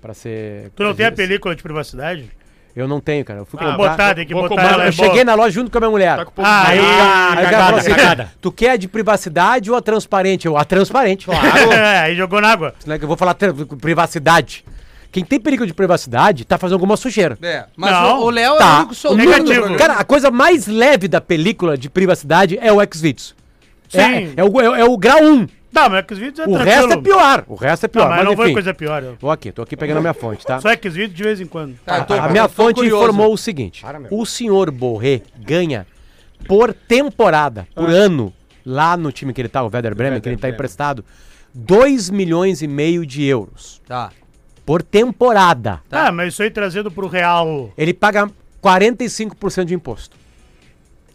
Speaker 2: Pra ser.
Speaker 4: Tu não tem a película de privacidade?
Speaker 2: Eu não tenho, cara. Eu fui
Speaker 3: Ah,
Speaker 2: comprar.
Speaker 4: Botar, tem que
Speaker 3: vou
Speaker 4: botar
Speaker 3: comprar,
Speaker 4: ela
Speaker 2: eu
Speaker 4: é boa.
Speaker 2: cheguei na loja junto com a minha mulher.
Speaker 3: Tá com pouco
Speaker 4: Aí,
Speaker 3: dinheiro.
Speaker 2: Aí o cara
Speaker 7: cagada,
Speaker 2: falou assim,
Speaker 7: cagada.
Speaker 2: Tu quer a de privacidade ou a transparente? Eu, a transparente. Claro.
Speaker 4: É, aí jogou na água.
Speaker 2: né, que eu vou falar tra- privacidade. Quem tem perigo de privacidade tá fazendo alguma sujeira.
Speaker 5: É, mas
Speaker 4: Não.
Speaker 5: o o Léo é o
Speaker 2: Tá.
Speaker 5: único
Speaker 2: O
Speaker 5: solteiro do
Speaker 4: negativo.
Speaker 5: programa.
Speaker 2: Cara, a coisa mais leve da película de privacidade é o Xvideos. É,
Speaker 4: Sim.
Speaker 2: é, o, é, é o grau 1.
Speaker 4: Tá, mas que os vídeos é
Speaker 2: O resto é pior. O resto é pior.
Speaker 4: Não, mas
Speaker 2: mas
Speaker 4: não foi
Speaker 2: enfim.
Speaker 4: coisa pior. eu-
Speaker 2: Tô aqui, tô aqui pegando a minha fonte, tá?
Speaker 4: Só que os vídeos de vez em quando.
Speaker 5: Tá, eu tô-
Speaker 2: A minha
Speaker 5: eu tô
Speaker 2: fonte
Speaker 5: curioso.
Speaker 2: informou o seguinte:
Speaker 7: meu.
Speaker 2: o senhor Borré ganha por temporada, por
Speaker 4: Ah.
Speaker 2: ano, lá no time que ele tá, o Werder Bremen, que ele tá emprestado, 2 milhões e meio de euros.
Speaker 5: Tá.
Speaker 2: Por temporada.
Speaker 4: Tá, mas isso aí trazendo pro real.
Speaker 2: Ele paga 45% de imposto.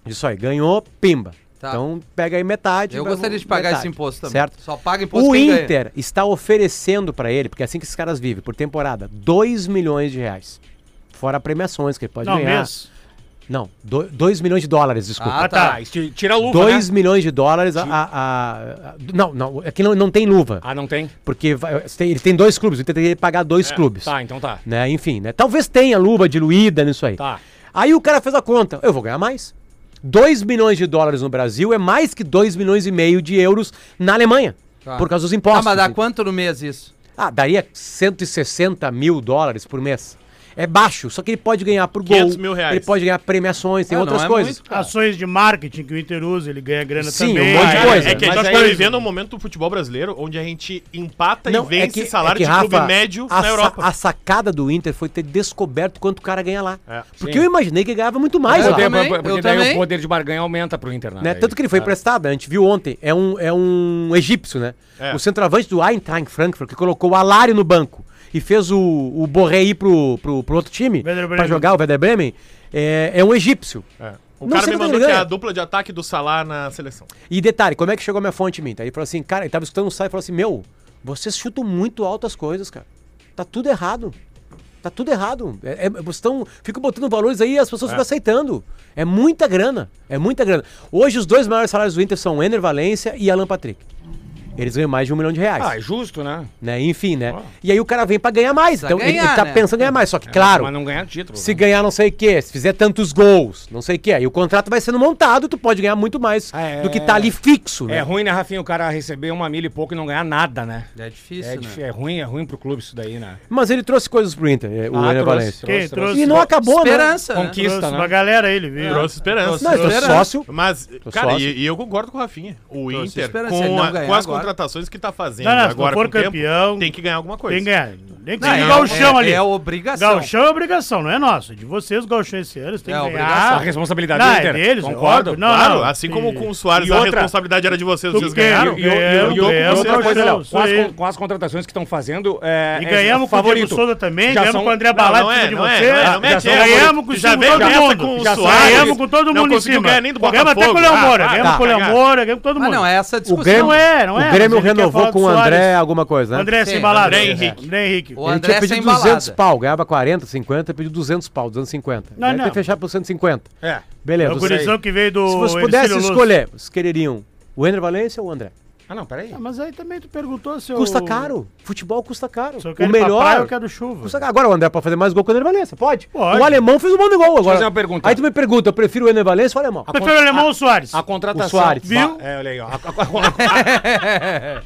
Speaker 2: Isso aí, ganhou, pimba.
Speaker 5: Tá.
Speaker 2: Então pega aí metade.
Speaker 5: Eu
Speaker 2: vai-
Speaker 5: gostaria de pagar
Speaker 2: metade,
Speaker 5: esse imposto também.
Speaker 2: Certo?
Speaker 5: Só paga imposto
Speaker 2: O
Speaker 5: quem ganha.
Speaker 2: Inter está oferecendo para ele, porque é assim que esses caras vivem, por temporada, 2 milhões de reais. Fora premiações que ele pode
Speaker 4: Não,
Speaker 2: ganhar.
Speaker 4: mês.
Speaker 2: Não, 2 milhões de dólares, desculpa.
Speaker 5: Ah,
Speaker 4: Ah,
Speaker 5: tá.
Speaker 4: tá.
Speaker 7: Ah, isso tira a luva,
Speaker 2: 2
Speaker 7: né?
Speaker 2: milhões de dólares. A, a- a- não, não, aqui não, não tem luva.
Speaker 7: Ah, não tem?
Speaker 2: Porque vai- tem- ele tem dois clubes, o Inter teria que pagar dois clubes.
Speaker 7: Tá, então tá.
Speaker 2: Né? Enfim, né? Talvez tenha luva diluída nisso aí.
Speaker 7: Tá.
Speaker 2: Aí o cara fez a conta. Eu vou ganhar mais. 2 milhões de dólares no Brasil é mais que 2 milhões e meio de euros na Alemanha.
Speaker 5: Tá.
Speaker 2: Por causa dos
Speaker 5: Ah,
Speaker 2: impostos.
Speaker 5: mas dá quanto no mês isso?
Speaker 2: Ah, daria 160 mil dólares por mês. é baixo, só que ele pode ganhar por gol.
Speaker 3: 500 mil reais.
Speaker 2: Ele pode ganhar premiações, tem
Speaker 5: Ah, não
Speaker 2: outras
Speaker 5: é
Speaker 2: coisas.
Speaker 5: muito, cara.
Speaker 4: Ações de marketing que o Inter usa, ele ganha grana
Speaker 2: Sim,
Speaker 4: também.
Speaker 2: um monte de
Speaker 4: Ah, é.
Speaker 2: coisa.
Speaker 3: É que a
Speaker 7: mas
Speaker 3: gente
Speaker 7: aí-
Speaker 3: tá vivendo um momento do futebol brasileiro onde a gente empata
Speaker 2: é
Speaker 3: e vence salário de clube médio
Speaker 2: a,
Speaker 3: na
Speaker 2: sa-
Speaker 3: Europa.
Speaker 2: a sacada do Inter foi ter descoberto quanto o cara ganha lá.
Speaker 3: É.
Speaker 2: Porque
Speaker 7: Sim.
Speaker 2: eu imaginei que ele ganhava muito mais
Speaker 5: Eu
Speaker 2: lá.
Speaker 5: também,
Speaker 7: porque
Speaker 5: eu
Speaker 7: daí
Speaker 5: também.
Speaker 7: o poder de barganha aumenta pro Inter, né?
Speaker 3: é
Speaker 2: né?
Speaker 7: Daí,
Speaker 2: Tanto que ele foi
Speaker 7: claro.
Speaker 2: emprestado, né? a gente viu ontem, é um, é um egípcio, né?
Speaker 3: É.
Speaker 2: O centroavante do Eintracht Frankfurt, que colocou o Alário no banco e fez o, o Borré ir pro, pro, pro outro time
Speaker 4: Werder
Speaker 2: pra
Speaker 4: Bremen.
Speaker 2: jogar, o Werder Bremen, é, é um egípcio.
Speaker 3: É. O
Speaker 2: Não
Speaker 3: cara
Speaker 2: sei
Speaker 3: me
Speaker 2: quanto
Speaker 3: mandou
Speaker 2: ele
Speaker 3: que é
Speaker 2: ganha.
Speaker 3: a dupla de ataque do Salah na seleção.
Speaker 2: E detalhe, como é que chegou a minha fonte em mim? Tá? Ele falou assim, cara, ele tava escutando o site e falou assim, meu, vocês chutam muito alto as coisas, cara. Tá tudo errado. Tá tudo errado. É, é, vocês estão. Ficam botando valores aí e as pessoas ficam aceitando. É muita grana. É muita grana. Hoje os dois maiores salários do Inter são Ener Valência e Alan Patrick. Eles ganham mais de um milhão de reais.
Speaker 7: Ah, é justo, né?
Speaker 2: né? Enfim, né? E aí o cara vem pra ganhar mais.
Speaker 5: Precisa
Speaker 2: Então ele, ele
Speaker 5: ganhar,
Speaker 2: tá
Speaker 5: né?
Speaker 2: pensando em ganhar mais. Só que, claro,
Speaker 7: É, Mas não né? ganhar título.
Speaker 2: se ganhar não sei o quê, se fizer tantos gols, não sei o quê, aí o contrato vai sendo montado, tu pode ganhar muito mais
Speaker 7: Ah, é.
Speaker 2: do que tá ali fixo, né?
Speaker 7: É ruim, né, Rafinha? O cara receber uma milha e pouco e não ganhar nada, né?
Speaker 5: É difícil,
Speaker 7: é,
Speaker 5: né?
Speaker 7: dif- é ruim, é ruim pro clube isso daí, né?
Speaker 2: Mas ele trouxe coisas pro Inter, é, o
Speaker 7: Ah,
Speaker 2: Ener
Speaker 7: trouxe,
Speaker 2: Valencia.
Speaker 4: Quem trouxe?
Speaker 2: E não acabou,
Speaker 5: Esperança, né?
Speaker 7: Conquista.
Speaker 4: Trouxe
Speaker 7: Pista, né?
Speaker 4: uma galera ele, viu?
Speaker 3: Trouxe esperança.
Speaker 2: né? Não, ele é
Speaker 5: Esperança.
Speaker 2: sócio.
Speaker 3: Mas, cara,
Speaker 2: sócio.
Speaker 3: e, e eu concordo com o Rafinha. O Inter,
Speaker 5: esperança, ele
Speaker 3: com,
Speaker 5: não
Speaker 3: a-
Speaker 5: ganhar
Speaker 3: com as
Speaker 5: agora.
Speaker 3: contratações que tá fazendo
Speaker 4: Não, não, se
Speaker 3: agora
Speaker 4: não for
Speaker 3: com o tempo,
Speaker 4: campeão,
Speaker 3: tem que ganhar alguma coisa.
Speaker 4: Tem que ganhar. Nem que
Speaker 5: Não,
Speaker 4: seja
Speaker 5: é,
Speaker 4: o galchão
Speaker 5: é,
Speaker 4: ali.
Speaker 5: É obrigação.
Speaker 4: Galchão é obrigação, não é nosso. É De vocês, galchão esse ano, vocês têm
Speaker 5: É
Speaker 4: que
Speaker 5: obrigação.
Speaker 4: ganhar.
Speaker 7: A responsabilidade
Speaker 4: não,
Speaker 7: do
Speaker 4: é
Speaker 7: Inter.
Speaker 4: deles, é
Speaker 7: Concordo.
Speaker 4: óbvio.
Speaker 3: Claro,
Speaker 4: não.
Speaker 3: assim como
Speaker 4: E-
Speaker 3: com o Soares,
Speaker 4: e
Speaker 3: a
Speaker 4: outra-
Speaker 3: responsabilidade era de vocês,
Speaker 4: Tu
Speaker 3: vocês
Speaker 4: ganha,
Speaker 3: ganharam.
Speaker 4: E- ganhamos,
Speaker 7: e- e- e
Speaker 4: ganhamos,
Speaker 7: outra coisa,
Speaker 4: ganhamos,
Speaker 7: Léo, com, as,
Speaker 4: isso aí.
Speaker 7: con- com as contratações que estão fazendo. É,
Speaker 4: E
Speaker 7: é-
Speaker 4: ganhamos com o Diego Souza também,
Speaker 7: Já
Speaker 4: ganhamos
Speaker 7: são-
Speaker 4: com o André
Speaker 3: Não,
Speaker 4: Balado
Speaker 3: não
Speaker 4: em
Speaker 3: é,
Speaker 4: cima de
Speaker 3: não é,
Speaker 4: você.
Speaker 3: não é,
Speaker 4: Já
Speaker 3: mete essa,
Speaker 4: Ganhamos com o
Speaker 3: já
Speaker 4: time
Speaker 3: vem
Speaker 4: todo
Speaker 3: com essa
Speaker 4: mundo.
Speaker 3: com o
Speaker 4: Já
Speaker 3: Soares.
Speaker 4: Ganhamos com todo
Speaker 3: Não
Speaker 4: mundo em
Speaker 3: conseguiu
Speaker 4: cima.
Speaker 3: ganhar nem do
Speaker 4: Ganhamos até com o
Speaker 3: Botafogo.
Speaker 4: Léo
Speaker 3: Ah,
Speaker 4: Moura,
Speaker 3: tá,
Speaker 4: ganhamos com o Léo
Speaker 3: cagar.
Speaker 4: Moura, ganhamos com todo
Speaker 5: Mas
Speaker 4: mundo.
Speaker 5: não é essa a discussão.
Speaker 2: O Grêmio,
Speaker 4: Não é, não é,
Speaker 2: O Grêmio
Speaker 4: mas ele quer falar
Speaker 2: renovou
Speaker 4: do
Speaker 2: com o
Speaker 4: Soares.
Speaker 2: André alguma coisa, né?
Speaker 4: André
Speaker 5: Sim,
Speaker 4: sem balada.
Speaker 3: André Henrique.
Speaker 4: André Henrique.
Speaker 5: O
Speaker 2: Ele
Speaker 5: André
Speaker 2: tinha
Speaker 5: sem
Speaker 2: pedido 200
Speaker 5: balada.
Speaker 2: pau, ganhava 40, 50, pediu 200 pau, 250.
Speaker 4: Não,
Speaker 2: Deve ter
Speaker 4: não.
Speaker 2: fechado por 150.
Speaker 7: É.
Speaker 4: É
Speaker 2: Beleza.
Speaker 4: o
Speaker 2: eu sei.
Speaker 4: gurizão que veio do.
Speaker 2: Se vocês
Speaker 4: Ercílio
Speaker 2: pudessem
Speaker 4: Luz.
Speaker 2: escolher, vocês quereriam o Ener Valência ou o André?
Speaker 7: Ah, não, peraí.
Speaker 4: Ah, Mas aí também tu perguntou se eu.
Speaker 2: Custa caro. Futebol custa caro.
Speaker 4: Se eu
Speaker 2: O
Speaker 4: quero melhor. Papai,
Speaker 2: melhor...
Speaker 4: eu quero chuva.
Speaker 2: Custa caro. Agora o André pode fazer mais gol que o Ener Valência, pode.
Speaker 4: Pode.
Speaker 2: O alemão fez um monte de gol agora.
Speaker 7: fazer uma pergunta.
Speaker 2: Aí tu me pergunta, eu prefiro o Ener Valência ou o alemão?
Speaker 4: Prefiro o alemão ou o Soares? Ah,
Speaker 7: A contratação.
Speaker 2: O Suárez.
Speaker 4: Viu?
Speaker 7: É, olha aí, ó. A- a- a-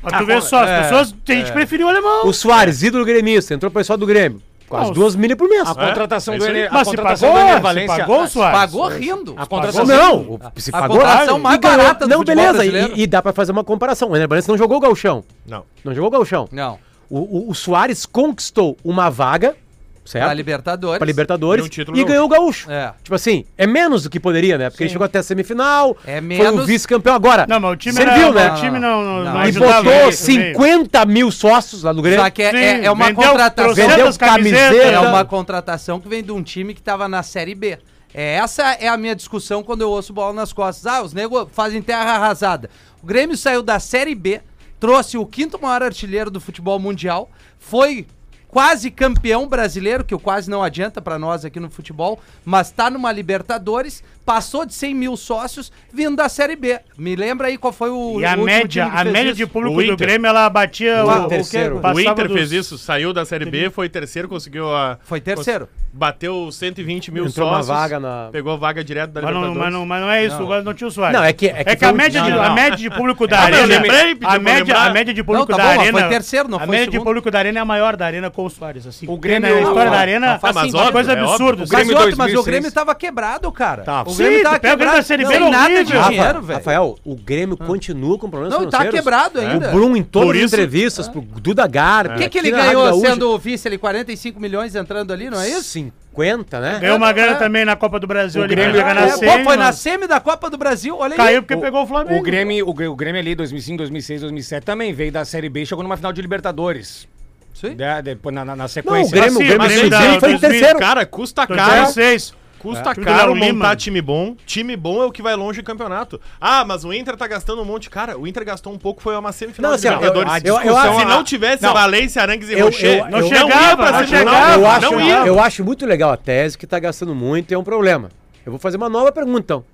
Speaker 4: Pra tu ver só,
Speaker 2: é,
Speaker 4: as pessoas. Tem gente que preferiu o alemão.
Speaker 2: O Soares, ídolo gremista, entrou o pessoal do Grêmio. Com as
Speaker 4: Não,
Speaker 2: duas milhas por mês.
Speaker 7: a contratação
Speaker 3: é
Speaker 7: do
Speaker 3: isso aí.
Speaker 7: Ener. A
Speaker 4: Mas se
Speaker 7: contratação
Speaker 4: pagou,
Speaker 7: do Ah, Ener
Speaker 4: se
Speaker 7: Valencia.
Speaker 4: pagou, Soares?
Speaker 5: Pagou rindo.
Speaker 7: A contratação.
Speaker 2: Não, o- se
Speaker 5: A
Speaker 2: pagou.
Speaker 5: contratação
Speaker 2: ah,
Speaker 5: mais
Speaker 2: e ganhou.
Speaker 5: barata do
Speaker 2: Não,
Speaker 5: futebol
Speaker 2: beleza.
Speaker 5: brasileiro.
Speaker 2: E, e dá pra fazer uma comparação. O Ener Valencia não jogou o Galchão.
Speaker 3: Não.
Speaker 2: Não jogou o Galchão.
Speaker 5: Não.
Speaker 2: O, o, o Soares conquistou uma vaga, certo?
Speaker 5: Pra
Speaker 2: Pra,
Speaker 5: Libertadores.
Speaker 2: Libertadores
Speaker 3: E um título
Speaker 2: e,
Speaker 3: gaúcho.
Speaker 2: ganhou o Gaúcho.
Speaker 5: É.
Speaker 2: Tipo assim, é menos do que poderia, né? Porque ele chegou até a semifinal,
Speaker 5: É
Speaker 2: foi o
Speaker 5: menos.
Speaker 2: vice-campeão agora.
Speaker 4: Não, mas o time
Speaker 2: Serviu,
Speaker 4: era,
Speaker 2: né?
Speaker 4: O time não, não,
Speaker 5: Não.
Speaker 4: não,
Speaker 5: E
Speaker 2: E
Speaker 4: ajudava.
Speaker 2: botou
Speaker 4: isso, né?
Speaker 2: 50 mil sócios lá no Grêmio.
Speaker 5: Só que é,
Speaker 4: Sim,
Speaker 5: é- é uma
Speaker 4: vendeu,
Speaker 5: contratação.
Speaker 4: trouxe
Speaker 2: Vendeu
Speaker 4: tantas camisetas,
Speaker 2: camiseta.
Speaker 5: É uma contratação que vem de um time que tava na Série B. É, essa é a minha discussão quando eu ouço bola nas costas. Ah, os nego fazem terra arrasada. O Grêmio saiu da Série B, trouxe o quinto maior artilheiro do futebol mundial, foi quase campeão brasileiro, que o quase não adianta pra nós aqui no futebol, mas tá numa Libertadores, passou de 100 mil sócios vindo da Série B. Me lembra aí qual foi o
Speaker 4: E a
Speaker 5: o último
Speaker 4: média,
Speaker 5: time que
Speaker 4: a
Speaker 5: fez
Speaker 4: média
Speaker 5: isso.
Speaker 4: de público
Speaker 3: O
Speaker 4: do
Speaker 3: Inter.
Speaker 4: Grêmio, ela batia o,
Speaker 5: Ah, o terceiro.
Speaker 4: o
Speaker 3: O Inter
Speaker 4: dos-
Speaker 3: fez isso, saiu da Série B, foi terceiro, conseguiu a...
Speaker 5: Foi terceiro.
Speaker 3: cons- Bateu 120 mil
Speaker 2: Entrou uma
Speaker 3: sócios.
Speaker 2: vaga na-
Speaker 3: Pegou vaga direto da
Speaker 4: Mas não,
Speaker 3: Libertadores.
Speaker 4: mas, não, mas não é isso, agora não tinha o Soares.
Speaker 2: Não, é que- é que foi
Speaker 4: a,
Speaker 2: o-
Speaker 4: média de,
Speaker 2: não,
Speaker 4: a
Speaker 2: não.
Speaker 4: média de público da
Speaker 3: Ah, mas eu
Speaker 4: arena.
Speaker 3: lembrei, pediu
Speaker 4: a,
Speaker 3: pra
Speaker 4: média,
Speaker 3: lembrar.
Speaker 4: a média de público
Speaker 5: Não, tá
Speaker 4: da
Speaker 5: bom, mas
Speaker 4: arena.
Speaker 5: foi terceiro, não
Speaker 4: a
Speaker 5: foi
Speaker 4: média de
Speaker 5: segundo.
Speaker 4: público da arena é a maior da arena com o Soares. Assim,
Speaker 7: O Grêmio-
Speaker 4: A história
Speaker 7: não,
Speaker 4: da arena.
Speaker 5: não faz
Speaker 4: uma
Speaker 5: sentido.
Speaker 4: coisa
Speaker 3: É óbvio.
Speaker 4: absurda.
Speaker 7: O Grêmio
Speaker 5: mas, outro, mas o
Speaker 7: 2006.
Speaker 5: Grêmio tava quebrado, cara.
Speaker 7: Tava.
Speaker 5: O Grêmio
Speaker 4: Sim,
Speaker 5: tava
Speaker 4: tu pega o Grêmio
Speaker 5: quebrado.
Speaker 4: da Série B,
Speaker 5: Não,
Speaker 4: é
Speaker 5: tem nada de
Speaker 4: horrível.
Speaker 5: dinheiro,
Speaker 2: Rafa,
Speaker 5: velho.
Speaker 2: Rafael, o Grêmio continua com problemas
Speaker 5: Não, e tá
Speaker 2: financeiros.
Speaker 5: quebrado ainda.
Speaker 2: Né? O É. Bruno É. em todas
Speaker 3: Por
Speaker 2: as
Speaker 3: isso-
Speaker 2: entrevistas, pro Duda Garbi.
Speaker 5: O que, que ele
Speaker 2: aqui na Rádio
Speaker 5: ganhou
Speaker 2: Gaúcha,
Speaker 5: sendo vice ali? 45 milhões entrando ali, não é isso?
Speaker 2: 50, né?
Speaker 4: Ganhou uma grana
Speaker 5: É.
Speaker 4: também na Copa do Brasil. ali,
Speaker 7: Grêmio
Speaker 4: pra jogar
Speaker 7: ganhou-
Speaker 4: na
Speaker 5: É,
Speaker 4: semi,
Speaker 5: pô, foi na
Speaker 4: mas
Speaker 5: semi da Copa do Brasil, olha aí.
Speaker 4: Caiu porque pegou o Flamengo.
Speaker 7: O Grêmio, o, Grê- o Grêmio ali, 2005, 2006, 2007, também veio da Série B e chegou numa final de Libertadores.
Speaker 5: Isso aí.
Speaker 7: Da- depois, na, na- na
Speaker 2: Não, o
Speaker 7: sequência.
Speaker 2: Grêmio, o
Speaker 4: Mas
Speaker 2: Grêmio,
Speaker 3: mas
Speaker 2: inclusive,
Speaker 4: ainda-
Speaker 2: foi em
Speaker 4: 2000,
Speaker 2: terceiro.
Speaker 3: Cara, custa caro.
Speaker 4: 2006.
Speaker 3: Custa
Speaker 4: Tudo
Speaker 3: caro
Speaker 4: Léo Lima.
Speaker 3: montar time bom. Time bom é o que vai longe em campeonato. Ah, mas o Inter tá gastando um monte. Cara, o Inter gastou um pouco, foi uma semifinal
Speaker 2: Não, assim,
Speaker 3: de
Speaker 2: ó,
Speaker 3: Libertadores.
Speaker 2: eu-
Speaker 3: A
Speaker 2: eu- eu
Speaker 3: discussão,
Speaker 2: acho-
Speaker 3: se não tivesse
Speaker 7: não.
Speaker 3: Valencia, Arangues e
Speaker 2: Eu- eu-
Speaker 3: Rocher, Ah,
Speaker 2: eu-
Speaker 3: não
Speaker 2: não
Speaker 3: ia pra
Speaker 4: chegava,
Speaker 3: semifinal.
Speaker 4: não chegava.
Speaker 2: eu, acho,
Speaker 3: não ia.
Speaker 2: eu acho muito legal a tese que tá gastando muito e é um problema. Eu vou fazer uma nova pergunta, então.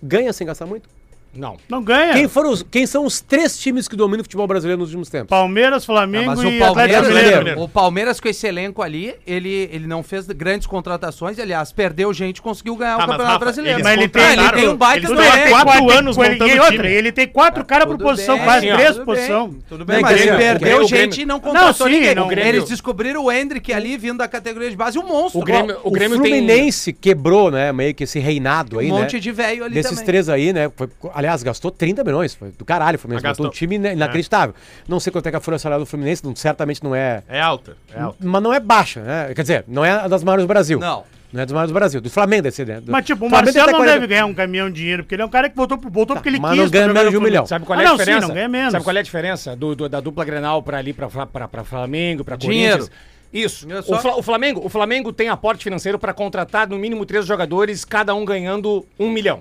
Speaker 2: Ganha sem gastar muito?
Speaker 7: Não.
Speaker 4: Não ganha.
Speaker 2: Quem, foram os- quem são os três times que dominam o futebol brasileiro nos últimos tempos?
Speaker 4: Palmeiras, Flamengo
Speaker 5: mas
Speaker 4: e
Speaker 5: o
Speaker 4: Atlético
Speaker 5: Palmeiras,
Speaker 4: Mineiro.
Speaker 3: Mineiro.
Speaker 5: o Palmeiras com esse elenco ali, ele, ele não fez grandes contratações, aliás, perdeu gente e conseguiu ganhar o
Speaker 3: Ah, mas,
Speaker 5: Campeonato
Speaker 3: Rafa,
Speaker 5: Brasileiro.
Speaker 3: eles
Speaker 5: Ah, ele
Speaker 3: contrataram-
Speaker 5: tem um baita
Speaker 3: eles
Speaker 5: do
Speaker 4: Tudo bem,
Speaker 3: contrataram
Speaker 4: tem
Speaker 5: elenco.
Speaker 3: quatro
Speaker 4: tem-
Speaker 3: anos
Speaker 4: ele-
Speaker 3: montando
Speaker 4: e
Speaker 3: o
Speaker 4: outra,
Speaker 3: time.
Speaker 4: Ele tem quatro caras por
Speaker 5: Tudo
Speaker 4: posição,
Speaker 5: bem,
Speaker 4: quase
Speaker 5: tudo
Speaker 4: três por
Speaker 5: bem,
Speaker 4: posição.
Speaker 5: Tudo bem,
Speaker 2: Não,
Speaker 5: mas
Speaker 2: o
Speaker 5: ele
Speaker 2: Grêmio-
Speaker 5: perdeu
Speaker 7: o Grêmio-
Speaker 5: gente e não contratou
Speaker 4: Não, sim,
Speaker 5: ninguém.
Speaker 4: não, o
Speaker 7: Grêmio-
Speaker 5: Eles descobriram o Hendrick ali, vindo da categoria de base, um monstro.
Speaker 7: O Grêmio, o
Speaker 2: O,
Speaker 7: Grêmio tem.
Speaker 2: Fluminense quebrou, né? Meio que esse reinado aí,
Speaker 5: um
Speaker 2: né?
Speaker 5: monte de velho ali
Speaker 2: Desses
Speaker 5: também.
Speaker 2: três aí, né? foi- aliás, gastou 30 milhões. Foi do caralho, o Fluminense.
Speaker 3: Ah,
Speaker 2: Gastou um
Speaker 3: gastou.
Speaker 2: time
Speaker 4: É.
Speaker 2: né, inacreditável. Não sei quanto é que a folha salarial do Fluminense, não- certamente não é.
Speaker 3: É alta, é alta.
Speaker 2: Mas não é baixa, né? Quer dizer, não é a das maiores do Brasil.
Speaker 5: Não.
Speaker 2: Não é das maiores do Brasil. Do Flamengo deve ser, né? Do-
Speaker 4: Mas, tipo, o
Speaker 2: Flamengo tem
Speaker 4: Marcelo
Speaker 2: até
Speaker 4: não
Speaker 2: 40
Speaker 4: deve ganhar um caminhão de dinheiro, porque ele é um cara que voltou, pro-
Speaker 7: Tá,
Speaker 4: voltou porque ele
Speaker 2: mas
Speaker 4: quis.
Speaker 2: não ganha
Speaker 4: pra
Speaker 2: menos
Speaker 4: jogar
Speaker 2: de um
Speaker 4: no
Speaker 2: milhão.
Speaker 7: Sabe qual é
Speaker 4: Ah,
Speaker 7: a
Speaker 4: não, sim,
Speaker 7: diferença?
Speaker 4: não ganha menos.
Speaker 7: Sabe qual é a diferença do, do- da dupla Grenal pra ali pra, pra, pra, pra Flamengo, pra
Speaker 5: Dinheiro.
Speaker 7: Corinthians? Isso.
Speaker 5: Dinheiro só.
Speaker 7: O, Fla- o Flamengo, o Flamengo tem aporte financeiro pra contratar no mínimo três jogadores, cada um ganhando um milhão.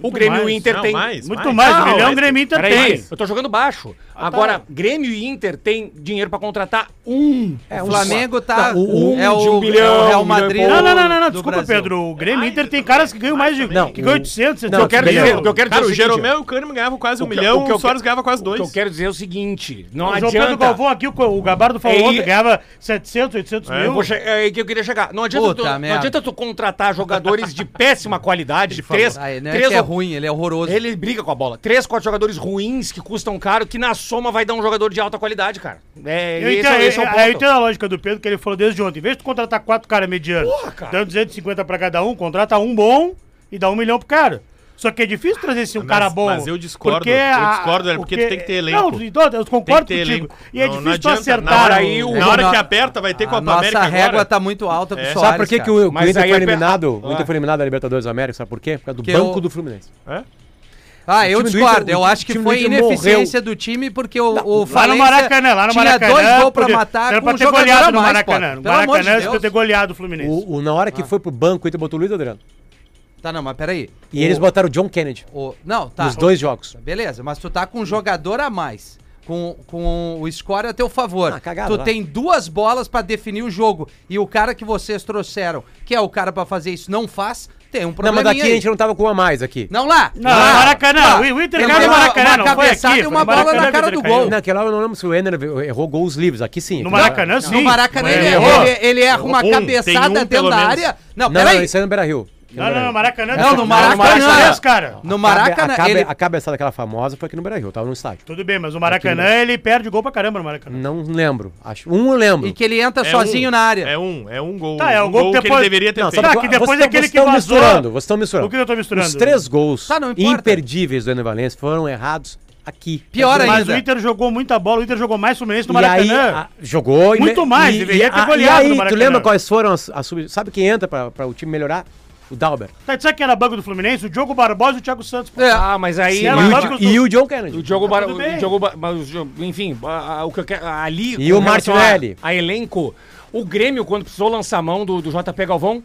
Speaker 7: o Grêmio e o
Speaker 4: mais.
Speaker 7: Inter
Speaker 3: Não,
Speaker 7: tem
Speaker 3: mais.
Speaker 4: Muito mais,
Speaker 7: Não,
Speaker 4: o milhão
Speaker 7: Ah, mas-
Speaker 4: o Grêmio Inter
Speaker 7: Peraí, Ah, tá.
Speaker 4: tem.
Speaker 7: Então eu tô jogando baixo. Agora, Grêmio e Inter tem dinheiro pra contratar um.
Speaker 5: O Flamengo tá.
Speaker 7: Não, um
Speaker 5: é, o,
Speaker 7: de um
Speaker 5: é o
Speaker 7: bilhão,
Speaker 5: Real
Speaker 7: um
Speaker 5: Madrid.
Speaker 7: milhão
Speaker 4: Não,
Speaker 7: e
Speaker 4: não, não,
Speaker 5: do-
Speaker 4: não, não,
Speaker 5: do
Speaker 4: desculpa,
Speaker 5: Brasil.
Speaker 4: Pedro. O Grêmio
Speaker 3: Ah,
Speaker 4: Inter
Speaker 3: isso
Speaker 4: tem
Speaker 3: também.
Speaker 4: caras que ganham mais de.
Speaker 2: Não,
Speaker 4: que ganham 800,
Speaker 2: não,
Speaker 4: 700.
Speaker 7: Eu quero
Speaker 2: Beleza.
Speaker 7: dizer, o que eu quero dizer
Speaker 3: Cara,
Speaker 7: é
Speaker 3: o
Speaker 7: seguinte,
Speaker 3: Jeromel e o Kahneman ganhavam quase um
Speaker 7: o que-
Speaker 3: milhão,
Speaker 7: o que eu
Speaker 3: o Soares
Speaker 7: quero-
Speaker 3: ganhava quase
Speaker 7: O que
Speaker 3: dois.
Speaker 7: eu quero dizer é o seguinte, não
Speaker 4: O João Pedro
Speaker 7: adianta...
Speaker 4: Galvão aqui, o, o Gabardo falou
Speaker 7: E-
Speaker 4: ontem, ganhava 700, 800
Speaker 7: Eu
Speaker 4: mil.
Speaker 7: vou che- é aí que eu queria chegar. Não adianta,
Speaker 5: Puta
Speaker 7: tu, não
Speaker 5: merda.
Speaker 7: adianta tu contratar jogadores de péssima qualidade, três,
Speaker 5: Ah, ele não é,
Speaker 7: três
Speaker 5: que é
Speaker 7: ou-
Speaker 5: ruim, ele é horroroso.
Speaker 7: Ele briga com a bola. Três, quatro jogadores ruins que custam caro, que na soma vai dar um jogador de alta qualidade, cara. É,
Speaker 4: Eu
Speaker 7: esse,
Speaker 4: entendo,
Speaker 7: é- esse é o
Speaker 4: eu-
Speaker 7: ponto.
Speaker 4: eu entendo a lógica do Pedro, que ele falou desde ontem. Em vez de tu contratar quatro caras medianos,
Speaker 7: Porra, cara.
Speaker 4: dando 250 pra cada um, contrata um bom e dá um milhão pro cara. Só que é difícil trazer esse um
Speaker 3: Mas-
Speaker 4: cara bom.
Speaker 3: mas eu discordo,
Speaker 4: porque
Speaker 3: eu
Speaker 4: a-
Speaker 3: discordo, é porque tu tem que ter elenco.
Speaker 4: Não, então, eu concordo
Speaker 3: Tem que ter
Speaker 4: contigo.
Speaker 3: elenco.
Speaker 4: E é
Speaker 3: Não- não
Speaker 4: difícil tu
Speaker 3: adianta.
Speaker 4: acertar.
Speaker 7: Na hora aí,
Speaker 4: o-
Speaker 7: o-
Speaker 3: Na hora
Speaker 5: Não.
Speaker 3: que aperta, vai ter
Speaker 5: a
Speaker 3: Copa
Speaker 5: Ah, nossa
Speaker 3: América agora.
Speaker 5: régua tá muito alta pro
Speaker 3: É.
Speaker 5: Soares.
Speaker 2: Sabe por que, que o, que o
Speaker 7: Mas
Speaker 2: Inter
Speaker 7: aí
Speaker 2: foi
Speaker 7: é pe-
Speaker 2: eliminado? O Inter
Speaker 7: Ah.
Speaker 2: foi eliminado da Libertadores da América, sabe por quê? Por causa do
Speaker 5: Porque
Speaker 2: banco
Speaker 5: o-
Speaker 2: do Fluminense.
Speaker 5: Ah,
Speaker 2: O
Speaker 5: eu
Speaker 2: time do
Speaker 5: discordo.
Speaker 2: Inter-
Speaker 5: eu
Speaker 2: o
Speaker 5: acho que
Speaker 2: time do
Speaker 5: foi
Speaker 2: Inter morreu.
Speaker 5: ineficiência do time, porque o, o
Speaker 4: Lá no
Speaker 5: Valência
Speaker 4: Maracanã, lá no Maracanã.
Speaker 5: tinha dois gols pra
Speaker 4: podia-
Speaker 5: matar
Speaker 4: Era
Speaker 5: com
Speaker 4: pra
Speaker 5: um
Speaker 4: ter
Speaker 5: jogador
Speaker 4: goleado
Speaker 5: a
Speaker 4: no
Speaker 5: mais,
Speaker 4: Maracanã.
Speaker 5: pô.
Speaker 4: No
Speaker 5: Pelo amor de
Speaker 4: Maracanã, se
Speaker 5: Deus.
Speaker 4: eu ter goleado o Fluminense.
Speaker 2: O, o- na hora
Speaker 5: Ah.
Speaker 2: que foi pro banco, o Inter botou o Luiz Adriano.
Speaker 5: Tá, não, mas peraí.
Speaker 2: E eles botaram o John Kennedy
Speaker 5: O- Não, tá.
Speaker 2: nos dois jogos.
Speaker 5: Beleza, mas tu tá com um jogador a mais. Com, com o score a teu favor.
Speaker 2: Ah, cagada
Speaker 5: tu
Speaker 2: lá.
Speaker 5: tem duas bolas pra definir o jogo. E o cara que vocês trouxeram, que é o cara pra fazer isso, não faz, tem um
Speaker 2: Não,
Speaker 5: problema.
Speaker 2: mas daqui a gente não tava com uma mais aqui.
Speaker 5: Não lá!
Speaker 4: Não, no Maracanã. O Inter
Speaker 5: Tem
Speaker 4: ganhou no
Speaker 5: uma-
Speaker 4: Maracanã,
Speaker 5: Uma
Speaker 4: não foi
Speaker 5: cabeçada
Speaker 4: aqui,
Speaker 5: e
Speaker 4: foi
Speaker 5: uma
Speaker 4: no
Speaker 5: bola na
Speaker 4: Maracanã
Speaker 5: cara
Speaker 4: que
Speaker 5: do
Speaker 4: ele caiu.
Speaker 5: gol.
Speaker 2: Naquela hora eu não lembro se o Enner errou gols livres. Aqui sim.
Speaker 4: No
Speaker 2: aqui na-
Speaker 4: Maracanã, sim.
Speaker 5: No Maracanã ele,
Speaker 3: é
Speaker 4: Mas-
Speaker 5: errou, ele, ele erra uma
Speaker 3: Um, tem um,
Speaker 5: cabeçada dentro
Speaker 3: pelo
Speaker 5: da
Speaker 3: menos.
Speaker 5: área. Não,
Speaker 2: Não, não,
Speaker 5: peraí.
Speaker 2: isso é no Beira Rio.
Speaker 4: Ah, Não, não, no Maracanã.
Speaker 5: Não, no Maracanã.
Speaker 4: Três, cara.
Speaker 5: No Maracanã,
Speaker 4: né?
Speaker 2: a, cabe,
Speaker 5: ele...
Speaker 2: a cabeçada daquela famosa foi aqui no Beira Rio, tava no estádio.
Speaker 4: Tudo bem, mas o Maracanã, ele perde gol pra caramba no Maracanã.
Speaker 2: Não lembro. Acho, um eu lembro.
Speaker 5: E que ele entra
Speaker 3: É
Speaker 5: sozinho
Speaker 3: um,
Speaker 5: na área.
Speaker 3: É um, é um gol.
Speaker 4: Tá, é o
Speaker 3: um
Speaker 4: gol que
Speaker 3: que
Speaker 4: depois-
Speaker 3: ele deveria ter
Speaker 2: Não,
Speaker 3: feito.
Speaker 2: sabe qual-
Speaker 4: Tá, que depois
Speaker 2: vocês-
Speaker 4: aquele
Speaker 2: vocês
Speaker 4: que
Speaker 2: estão
Speaker 4: vazou.
Speaker 2: misturando, vocês estão misturando.
Speaker 4: O que eu tô misturando?
Speaker 2: Os três gols
Speaker 5: Tá, não importa.
Speaker 2: imperdíveis do Ener Valencia foram errados aqui.
Speaker 5: Pior
Speaker 4: Mas
Speaker 5: ainda.
Speaker 4: o Inter jogou muita bola, o Inter jogou mais Fluminense no
Speaker 2: E aí,
Speaker 4: Maracanã.
Speaker 2: a- jogou e
Speaker 4: Muito
Speaker 2: me-
Speaker 4: mais,
Speaker 2: e,
Speaker 4: deveria
Speaker 2: e,
Speaker 4: ter
Speaker 2: a-
Speaker 4: goleado no
Speaker 2: E aí, tu
Speaker 4: Maracanã.
Speaker 2: lembra quais foram as, as sub- Sabe quem entra pra, pra o time melhorar? O Dalber.
Speaker 4: Tá, tu sabe quem era banco do Fluminense? O Diogo Barbosa e o Thiago Santos. pô.
Speaker 5: É.
Speaker 7: Ah, mas aí...
Speaker 2: E,
Speaker 4: era
Speaker 7: mas-
Speaker 4: lá
Speaker 2: o,
Speaker 4: pro-
Speaker 2: Di- e o John Kennedy.
Speaker 7: O Diogo
Speaker 4: Tá
Speaker 7: Bar...
Speaker 4: tudo bem.
Speaker 7: O Diogo Bar... mas o Diogo- Enfim, a- a- o que eu quero... Ali...
Speaker 2: E o
Speaker 7: com relação a-
Speaker 2: Martinelli.
Speaker 7: A, elenco. O Grêmio, quando precisou lançar a mão do, do JP Galvão,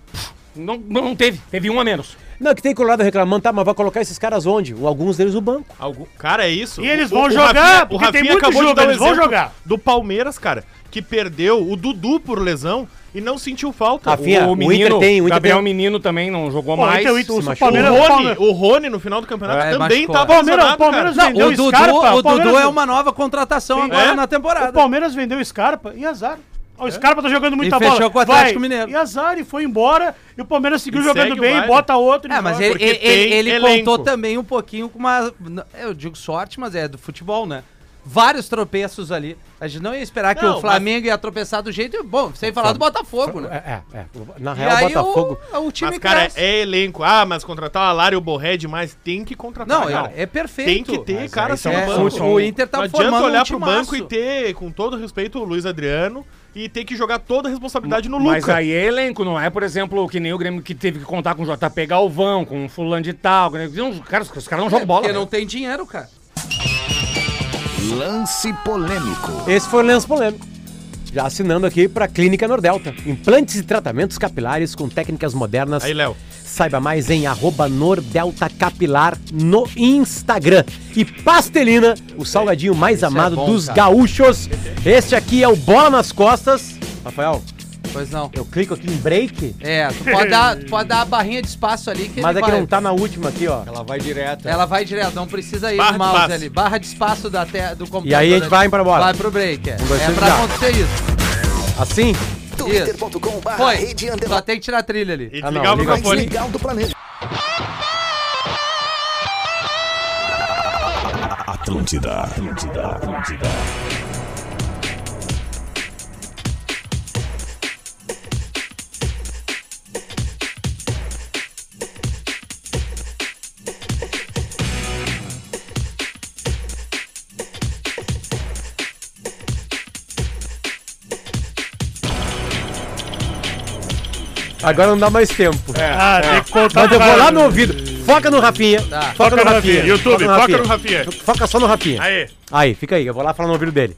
Speaker 7: não, não teve. Teve um a menos.
Speaker 2: Não, que tem Colorado reclamando, tá, mas vai colocar esses caras onde? O- Alguns deles no banco.
Speaker 3: Algum- Cara, é isso.
Speaker 4: E eles vão jogar,
Speaker 3: o
Speaker 4: porque tem
Speaker 3: Rafinha
Speaker 4: muito
Speaker 3: acabou
Speaker 4: jogo,
Speaker 3: de dar um
Speaker 4: eles vão
Speaker 3: exemplo
Speaker 4: jogar.
Speaker 3: do Palmeiras, cara, que perdeu o Dudu por lesão e não sentiu falta.
Speaker 2: Rafinha, o Inter tem, o Inter
Speaker 7: Gabriel
Speaker 2: tem-
Speaker 7: Menino também não jogou
Speaker 4: Pô, o
Speaker 7: mais.
Speaker 4: Inter- é o Inter-
Speaker 2: se
Speaker 4: o
Speaker 2: machucou.
Speaker 3: O
Speaker 4: Palmeiras...
Speaker 3: Rony, o Rony no final do campeonato
Speaker 5: É,
Speaker 3: também
Speaker 5: machucou.
Speaker 3: tava
Speaker 4: Palmeiras-
Speaker 3: lesionado,
Speaker 4: Palmeiras
Speaker 3: cara.
Speaker 4: não- Vendeu
Speaker 5: o Dudu,
Speaker 4: Scarpa,
Speaker 5: o
Speaker 4: Palmeiras
Speaker 5: Dudu é
Speaker 4: não-
Speaker 5: uma nova contratação
Speaker 4: Sim.
Speaker 5: agora
Speaker 3: É?
Speaker 5: na temporada.
Speaker 4: O Palmeiras vendeu o Scarpa e azar. O Scarpa tá jogando muita
Speaker 5: E
Speaker 4: bola.
Speaker 5: fechou com o
Speaker 4: Vai,
Speaker 5: Atlético Mineiro.
Speaker 4: E azar, e foi embora. E o Palmeiras seguiu
Speaker 3: E
Speaker 4: jogando
Speaker 3: segue o
Speaker 4: bem,
Speaker 3: baile.
Speaker 4: bota outro. e
Speaker 5: É, mas
Speaker 4: joga.
Speaker 5: ele,
Speaker 3: Porque
Speaker 5: ele,
Speaker 3: tem
Speaker 5: ele
Speaker 3: elenco.
Speaker 5: contou também um pouquinho com uma. n- Eu digo sorte, mas é do futebol, né? Vários tropeços ali. A gente não ia esperar que
Speaker 3: Não,
Speaker 5: o Flamengo ia tropeçar do jeito. Bom, sem falar do Botafogo, né?
Speaker 2: É, é. é. Na
Speaker 5: E
Speaker 2: real, o
Speaker 5: aí
Speaker 2: Botafogo.
Speaker 5: o, o time
Speaker 3: Mas, cara,
Speaker 5: cresce.
Speaker 3: é elenco. Ah, mas contratar o Alário e o Borré é demais. Tem que contratar.
Speaker 5: Não,
Speaker 3: cara.
Speaker 5: é, é perfeito.
Speaker 3: Tem que ter, cara, assim
Speaker 5: É,
Speaker 3: são
Speaker 5: o, o Inter tá
Speaker 3: não adianta
Speaker 5: formando
Speaker 3: olhar
Speaker 5: um
Speaker 3: pro
Speaker 5: timaço.
Speaker 3: banco e ter, com todo respeito, o Luiz Adriano e ter que jogar toda a responsabilidade no
Speaker 7: Mas
Speaker 3: Lucas.
Speaker 7: aí é elenco, não é, por exemplo, que nem o Grêmio que teve que contar com o JP Galvão, com o fulano de tal. né? Os caras, os caras não jogam bola.
Speaker 5: Porque
Speaker 7: né?
Speaker 5: não tem dinheiro, cara.
Speaker 1: Lance polêmico.
Speaker 2: Esse foi o lance polêmico. Já assinando aqui para Clínica Nordelta. Implantes e tratamentos capilares com técnicas modernas.
Speaker 3: Aí, Léo.
Speaker 2: Saiba mais em arroba Nordelta Capilar no Instagram. E Pastelina, o salgadinho mais amado
Speaker 5: bom,
Speaker 2: dos
Speaker 5: cara.
Speaker 2: gaúchos. Este aqui é o Bola nas Costas. Rafael,
Speaker 5: Pois não.
Speaker 2: Eu clico aqui em break,
Speaker 5: É, tu pode dar, tu pode dar a barrinha de espaço ali que
Speaker 2: mas
Speaker 5: ele
Speaker 2: é que
Speaker 5: vai-
Speaker 2: não tá na última aqui, ó.
Speaker 7: Ela vai direto.
Speaker 5: Ela vai direto, não precisa ir
Speaker 3: Barra
Speaker 5: no
Speaker 3: de
Speaker 5: mouse
Speaker 3: espaço.
Speaker 5: ali. Barra de espaço da te- do computador.
Speaker 2: E aí a gente
Speaker 5: ali.
Speaker 2: vai pra bola.
Speaker 5: Vai pro break, é.
Speaker 2: dois,
Speaker 5: é
Speaker 2: três,
Speaker 5: pra
Speaker 2: já.
Speaker 5: acontecer isso.
Speaker 2: Assim?
Speaker 8: twitter.com barra
Speaker 5: Foi.
Speaker 8: rede
Speaker 5: Só
Speaker 8: underline
Speaker 5: tem que tirar a trilha ali.
Speaker 3: E
Speaker 2: Ah, não,
Speaker 3: desligar o
Speaker 2: liga.
Speaker 8: mais
Speaker 3: microfone.
Speaker 8: legal do planeta.
Speaker 1: Atlântida, Atlântida, Atlântida.
Speaker 2: Agora não dá mais tempo.
Speaker 4: Ah, tem que contar
Speaker 2: Mas eu
Speaker 4: pra-
Speaker 2: vou lá no ouvido. Foca no Rafinha.
Speaker 5: Tá.
Speaker 2: Foca no Rafinha.
Speaker 3: YouTube, foca no
Speaker 2: Rafinha.
Speaker 3: Rafinha.
Speaker 2: Foca só no Rafinha.
Speaker 3: Aí.
Speaker 2: Aí, fica aí. Eu vou lá falar no ouvido dele.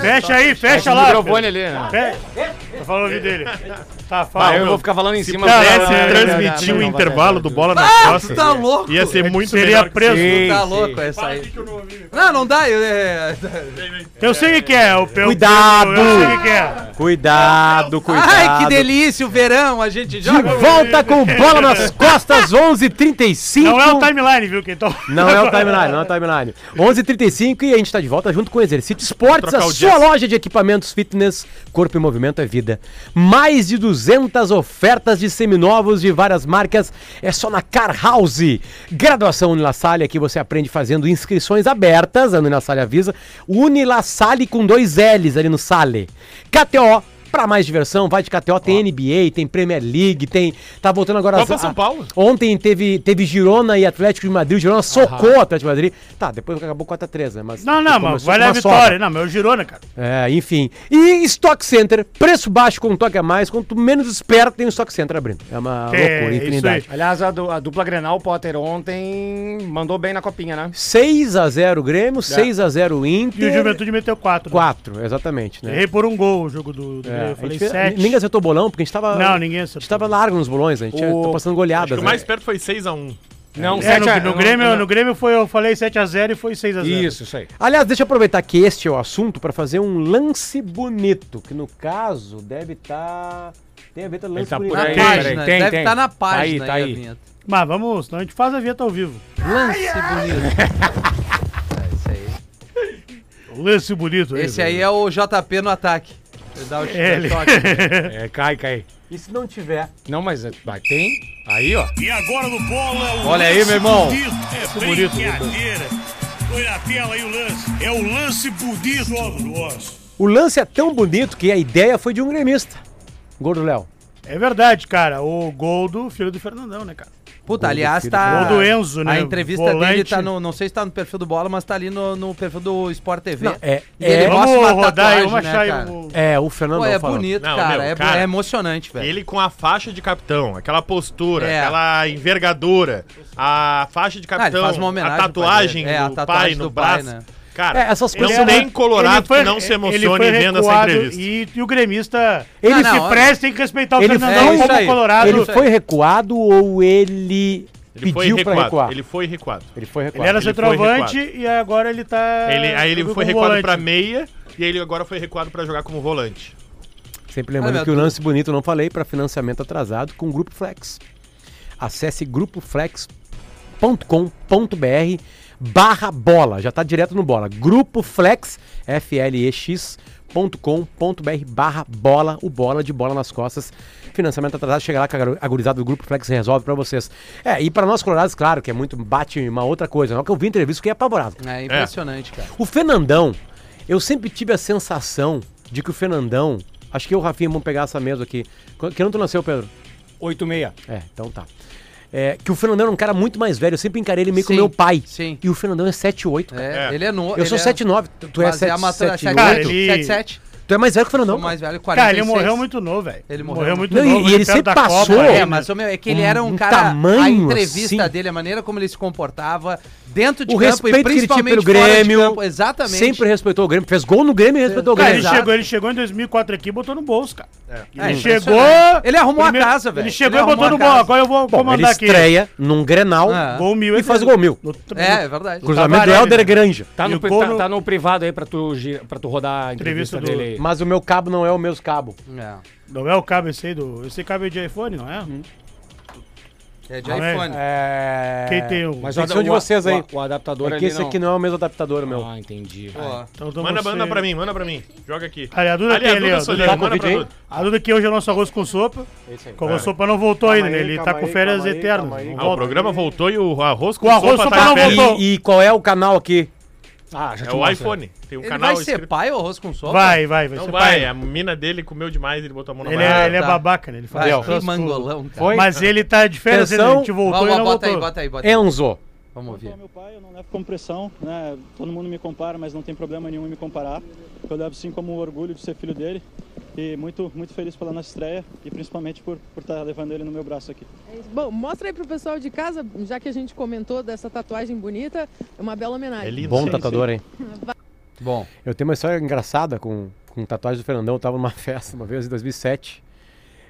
Speaker 4: Fecha aí, fecha
Speaker 7: o
Speaker 4: lá.
Speaker 7: microfone ali, né?
Speaker 4: Fe- Tá falando ali dele. Tá,
Speaker 7: Ah,
Speaker 4: fala.
Speaker 7: eu vou ficar falando em cima.
Speaker 4: Não,
Speaker 3: pudesse
Speaker 4: não, não,
Speaker 3: transmitir
Speaker 7: não,
Speaker 3: o
Speaker 7: não, não,
Speaker 3: intervalo
Speaker 7: não,
Speaker 3: do
Speaker 7: não.
Speaker 3: bola nas
Speaker 5: Ah, tu
Speaker 3: costas,
Speaker 5: tá louco?
Speaker 3: ia ser muito
Speaker 4: É, Seria
Speaker 3: melhor. que
Speaker 4: preso.
Speaker 7: Sim.
Speaker 5: Tá louco essa aí. Não, não dá. Eu, é...
Speaker 4: Eu sei o que é. O Pel-
Speaker 2: Cuidado!
Speaker 4: Eu sei o que é.
Speaker 2: Cuidado, cuidado.
Speaker 5: Ai, que delícia, o verão, a
Speaker 2: De
Speaker 5: gente joga.
Speaker 2: volta com bola nas costas, 11h35.
Speaker 4: Não é o timeline, viu? Quem tá-
Speaker 2: Não é o timeline, não é o timeline. 11h35 e a gente está de volta junto com o Exercite Esportes, a
Speaker 3: Trocar o
Speaker 2: sua
Speaker 3: jazz.
Speaker 2: loja de equipamentos fitness, corpo e movimento é vida. Mais de 200 ofertas de seminovos de várias marcas, é só na Car House. Graduação Unilassalle, aqui você aprende fazendo inscrições abertas, a Unilassalle avisa, Unilassalle com dois L's ali no Sale. KTO, pra mais diversão, vai de KTO, tem NBA, tem Premier League, tem... Tá voltando agora...
Speaker 3: Copa
Speaker 2: as-
Speaker 3: São Paulo.
Speaker 2: Ontem teve, teve Girona e Atlético de Madrid. O Girona socou o Atlético de Madrid. Tá, depois acabou 4x3, né? Mas
Speaker 4: Não, não, mas
Speaker 2: começou
Speaker 4: vai
Speaker 2: com
Speaker 4: lá a
Speaker 2: uma sobra.
Speaker 4: vitória. Não, mas é o Girona, cara.
Speaker 2: É, enfim. E Stock Center, preço baixo com um toque a mais. Quanto menos espera, tem o Stock Center abrindo. É uma
Speaker 4: É,
Speaker 2: loucura,
Speaker 4: isso
Speaker 2: infinidade.
Speaker 7: Aliás, a, du- a dupla Grenal Potter ontem mandou bem na copinha, né?
Speaker 2: 6x0 Grêmio, 6x0
Speaker 4: É. E o
Speaker 2: Inter.
Speaker 4: Juventude meteu 4.
Speaker 2: 4, exatamente, né?
Speaker 4: Errei por um gol o jogo do. do
Speaker 2: É,
Speaker 4: eu
Speaker 2: a
Speaker 4: falei
Speaker 2: gente fez-
Speaker 4: 7.
Speaker 2: ninguém Tá acertou bolão, porque a gente tava.
Speaker 4: Não, ninguém
Speaker 2: A gente
Speaker 4: acertou.
Speaker 2: tava largo nos bolões, a gente
Speaker 7: O-
Speaker 2: tá passando goleadas. né?
Speaker 3: O mais perto foi 6x1.
Speaker 7: Não,
Speaker 4: É,
Speaker 7: sete a-
Speaker 4: no, no,
Speaker 7: não-
Speaker 4: Grêmio,
Speaker 7: não-
Speaker 4: no Grêmio foi, eu falei 7x0 e foi 6x0.
Speaker 7: Isso, isso aí.
Speaker 2: Aliás, deixa eu aproveitar que este é o assunto para fazer um lance bonito, que no caso deve estar. Tem a ver com lance
Speaker 7: Ele tá
Speaker 2: bonito.
Speaker 7: por aí.
Speaker 2: Na página.
Speaker 7: peraí, tem,
Speaker 5: deve
Speaker 7: tem.
Speaker 5: estar na
Speaker 7: Tá aí,
Speaker 5: página
Speaker 7: tá
Speaker 5: aí, a
Speaker 7: aí.
Speaker 5: vinheta.
Speaker 4: Mas vamos, senão a gente faz a vinheta ao vivo.
Speaker 5: Lance bonito. É, isso aí.
Speaker 4: Lance bonito.
Speaker 5: Esse aí é o JP no ataque. Ele dá o
Speaker 4: Ele.
Speaker 5: toque.
Speaker 7: É, cai, cai.
Speaker 2: E se não tiver?
Speaker 7: Não, mas é- mas tem. Aí, ó.
Speaker 9: E agora no bola, o
Speaker 5: Olha aí, meu irmão.
Speaker 9: bonito. É brincadeira. Foi na tela aí o lance. É o lance bonito. Jogo nosso.
Speaker 2: O lance é tão bonito que a ideia foi de um gremista. Gordo Léo.
Speaker 4: É verdade, cara. O gol do filho do Fernandão, né, cara?
Speaker 5: Puta, aliás,
Speaker 2: filho
Speaker 5: tá.
Speaker 4: do- Gol do Enzo,
Speaker 5: A
Speaker 4: né?
Speaker 5: entrevista
Speaker 4: Volante.
Speaker 5: dele tá no. Não sei se tá no perfil do bola, mas tá ali no, no perfil do Sport TV.
Speaker 2: Não, é-
Speaker 5: E
Speaker 2: é-
Speaker 5: ele
Speaker 4: Vamos
Speaker 5: mostra uma
Speaker 4: rodar aí,
Speaker 5: tatuagem,
Speaker 4: vamos achar
Speaker 5: né,
Speaker 4: aí
Speaker 5: cara?
Speaker 4: o.
Speaker 2: É, o Fernando.
Speaker 5: Pô, é
Speaker 2: falando.
Speaker 5: bonito,
Speaker 3: Não,
Speaker 5: cara,
Speaker 3: meu,
Speaker 5: é,
Speaker 3: cara,
Speaker 5: é emocionante, velho.
Speaker 3: Ele com a faixa de capitão, aquela postura,
Speaker 5: É.
Speaker 3: aquela envergadura, a faixa de
Speaker 5: Ah, ele
Speaker 3: capitão,
Speaker 5: faz uma homenagem
Speaker 3: a
Speaker 5: pro pai
Speaker 3: tatuagem,
Speaker 5: dele. É, a
Speaker 3: do
Speaker 5: tatuagem
Speaker 3: pai no
Speaker 5: do pai,
Speaker 3: braço.
Speaker 5: né?
Speaker 3: Cara,
Speaker 2: É, essas
Speaker 3: não
Speaker 2: coisas-
Speaker 3: sou nem colorado
Speaker 4: ele foi-
Speaker 3: que não se
Speaker 4: ele foi
Speaker 3: emocione vendo essa
Speaker 4: recuado
Speaker 3: entrevista.
Speaker 4: E, e o gremista.
Speaker 2: Ele
Speaker 4: se
Speaker 5: não, olha.
Speaker 4: presta, tem que respeitar o
Speaker 2: Ele
Speaker 4: Fernandão
Speaker 2: foi-
Speaker 4: como
Speaker 5: é isso aí.
Speaker 4: colorado.
Speaker 2: Ele
Speaker 4: Ele,
Speaker 5: Isso aí.
Speaker 2: foi recuado ou ele,
Speaker 3: Ele foi
Speaker 2: pediu pra
Speaker 3: recuado.
Speaker 2: recuar?
Speaker 3: Ele
Speaker 2: Ele,
Speaker 3: foi recuado.
Speaker 2: foi recuado.
Speaker 4: era
Speaker 3: ele foi
Speaker 4: centroavante e agora ele tá.
Speaker 3: Ele- aí ele
Speaker 4: jogando
Speaker 3: foi
Speaker 4: como
Speaker 3: recuado
Speaker 4: volante.
Speaker 3: pra meia e ele agora foi recuado pra jogar como volante.
Speaker 2: Sempre lembrando
Speaker 5: Ah, meu,
Speaker 2: que o
Speaker 5: tu-
Speaker 2: lance bonito eu não falei para financiamento atrasado com o Grupo Flex. Acesse grupoflex.com.br barra bola, já tá direto no bola. Grupo Flex, flexcombr barra bola, o bola de bola nas costas. Financiamento atrasado, chega lá que a garo- a gurizada do Grupo Flex resolve para vocês. É, e para nós colorados, claro, que é muito, bate uma outra coisa. Na hora que eu vi a entrevista, eu fiquei apavorado.
Speaker 5: É impressionante, cara.
Speaker 2: O Fernandão, eu sempre tive a sensação de que o Fernandão. Acho que eu e o Rafinha vamos pegar essa mesa aqui. Qu- Que ano tu nasceu, Pedro?
Speaker 7: 8,6.
Speaker 2: É, então tá. É, que o Fernandão era um cara muito mais velho. Eu sempre encarei ele meio que o
Speaker 5: Sim,
Speaker 2: meu pai.
Speaker 5: sim.
Speaker 2: E o Fernandão é 7'8, cara.
Speaker 5: É,
Speaker 3: É.
Speaker 5: ele é novo.
Speaker 2: Eu sou 7'9. Tu, tu é
Speaker 5: Mas é amateur-
Speaker 2: 7'8.
Speaker 4: Cara,
Speaker 5: 78,
Speaker 4: ele-
Speaker 5: 77.
Speaker 2: Tu é mais velho que o Fernandão.
Speaker 5: Sou mais velho, 46.
Speaker 4: Cara, ele morreu muito novo, velho.
Speaker 5: Ele morreu
Speaker 4: muito
Speaker 2: Não, e-
Speaker 4: novo.
Speaker 2: e ele
Speaker 4: saiu
Speaker 2: sempre
Speaker 4: da Copa né?
Speaker 2: passou.
Speaker 4: ainda.
Speaker 5: É, mas o meu, é que ele
Speaker 2: Um-
Speaker 5: era um,
Speaker 2: um
Speaker 5: cara. a
Speaker 2: tamanho,
Speaker 5: entrevista
Speaker 2: assim.
Speaker 5: dele, a maneira como ele se comportava dentro de
Speaker 2: O
Speaker 5: campo
Speaker 2: respeito que ele tinha pelo Grêmio.
Speaker 5: Exatamente.
Speaker 2: Sempre respeitou o Grêmio. Fez gol no Grêmio e respeitou o
Speaker 4: Cara, ele
Speaker 2: Grêmio.
Speaker 5: Exato.
Speaker 4: chegou, ele chegou em 2004 aqui e botou no bolso, cara.
Speaker 5: É,
Speaker 4: Ele
Speaker 5: impressionante.
Speaker 4: chegou.
Speaker 5: Ele arrumou
Speaker 4: primeiro-
Speaker 5: a casa, velho.
Speaker 4: Ele chegou e
Speaker 5: arrumou
Speaker 4: botou
Speaker 5: a
Speaker 4: no
Speaker 5: casa.
Speaker 4: bolso. Agora eu vou
Speaker 2: Bom, ele
Speaker 4: comandar aqui.
Speaker 2: estreia num Grenal.
Speaker 5: Ah.
Speaker 4: Gol mil
Speaker 2: E faz gol mil.
Speaker 4: No-
Speaker 5: É, é verdade.
Speaker 2: Cruzamento de
Speaker 4: Tavarelli,
Speaker 2: Helder
Speaker 4: né?
Speaker 2: Granja.
Speaker 7: Tá
Speaker 4: E
Speaker 7: no,
Speaker 4: o
Speaker 7: pri-
Speaker 4: gol
Speaker 7: tá,
Speaker 4: no-
Speaker 7: tá no privado aí pra tu, gi- pra tu rodar a entrevista,
Speaker 4: Entrevista do-
Speaker 7: dele aí. aí.
Speaker 2: Mas o meu cabo não é o mesmo cabo.
Speaker 4: Não é o cabo esse aí do. Esse cabo é de iPhone, não é?
Speaker 5: Uhum. É, é de
Speaker 4: Não é?
Speaker 5: iPhone.
Speaker 7: É...
Speaker 4: Quem tem o.
Speaker 7: Mas
Speaker 2: Tem
Speaker 7: o
Speaker 2: que ser um de
Speaker 7: o-
Speaker 2: vocês aí.
Speaker 7: O, o adaptador
Speaker 2: Porque
Speaker 7: ali
Speaker 2: esse aqui não é o mesmo adaptador, meu.
Speaker 7: Ah, entendi.
Speaker 5: Ó,
Speaker 4: Então, então
Speaker 3: Manda,
Speaker 4: você-
Speaker 3: manda pra mim, manda pra mim. Joga aqui.
Speaker 4: Ali, a Duda
Speaker 3: Ali,
Speaker 4: tem
Speaker 3: a
Speaker 4: ali,
Speaker 3: Duda
Speaker 4: ó,
Speaker 3: Soleil,
Speaker 4: Duda.
Speaker 2: Tá com
Speaker 3: manda pra
Speaker 2: vídeo aí?
Speaker 3: Duda.
Speaker 4: A Duda que hoje é nosso arroz com sopa.
Speaker 10: É
Speaker 2: Esse aí.
Speaker 4: Com arroz sopa não voltou ainda,
Speaker 10: aí,
Speaker 4: né? Ele tá
Speaker 10: calma
Speaker 4: com
Speaker 10: aí,
Speaker 4: férias
Speaker 10: calma aí,
Speaker 4: eternas.
Speaker 10: calma aí.
Speaker 4: Não
Speaker 3: Ah, o
Speaker 4: volta.
Speaker 3: programa voltou e o arroz com
Speaker 4: O arroz sopa
Speaker 3: tá
Speaker 4: não
Speaker 3: em pé.
Speaker 4: voltou.
Speaker 2: E, e qual é o canal aqui?
Speaker 7: Ah, já
Speaker 3: É
Speaker 7: te
Speaker 3: o
Speaker 7: mostro,
Speaker 3: iPhone. Tem um
Speaker 5: Ele
Speaker 3: canal
Speaker 5: vai ser
Speaker 3: escrito.
Speaker 5: pai ou rosto com sopa?
Speaker 4: Vai, vai, vai
Speaker 3: Não
Speaker 4: ser
Speaker 3: Então vai, é,
Speaker 4: pai.
Speaker 3: a mina dele comeu demais, ele botou a mão na
Speaker 4: Ele, é, ele é
Speaker 5: tá.
Speaker 4: babaca, né? Ele faz
Speaker 5: Vai,
Speaker 4: essas
Speaker 5: que
Speaker 4: coisas
Speaker 5: mangolão, cara.
Speaker 4: tudo. Mas ele tá de férias, ainda, a gente
Speaker 2: Atenção.
Speaker 4: voltou
Speaker 5: Vamos,
Speaker 4: e não
Speaker 5: bota aí,
Speaker 4: voltou.
Speaker 5: bota aí, bota aí.
Speaker 2: Enzo.
Speaker 5: Vamos ouvir.
Speaker 10: Meu pai, eu não levo como pressão, né? Todo mundo me compara, mas não tem problema nenhum em me comparar. Eu levo sim como um orgulho de ser filho dele e muito, muito feliz pela nossa estreia e principalmente por por estar levando ele no meu braço aqui.
Speaker 11: Bom, mostra aí pro pessoal de casa, já que a gente comentou dessa tatuagem bonita, é uma bela homenagem.
Speaker 3: É lindo.
Speaker 2: Bom
Speaker 3: sim,
Speaker 2: tatuador, hein?
Speaker 5: Bom,
Speaker 2: Eu tenho uma história engraçada com, com tatuagem do Fernandão. Eu tava numa festa uma vez em 2007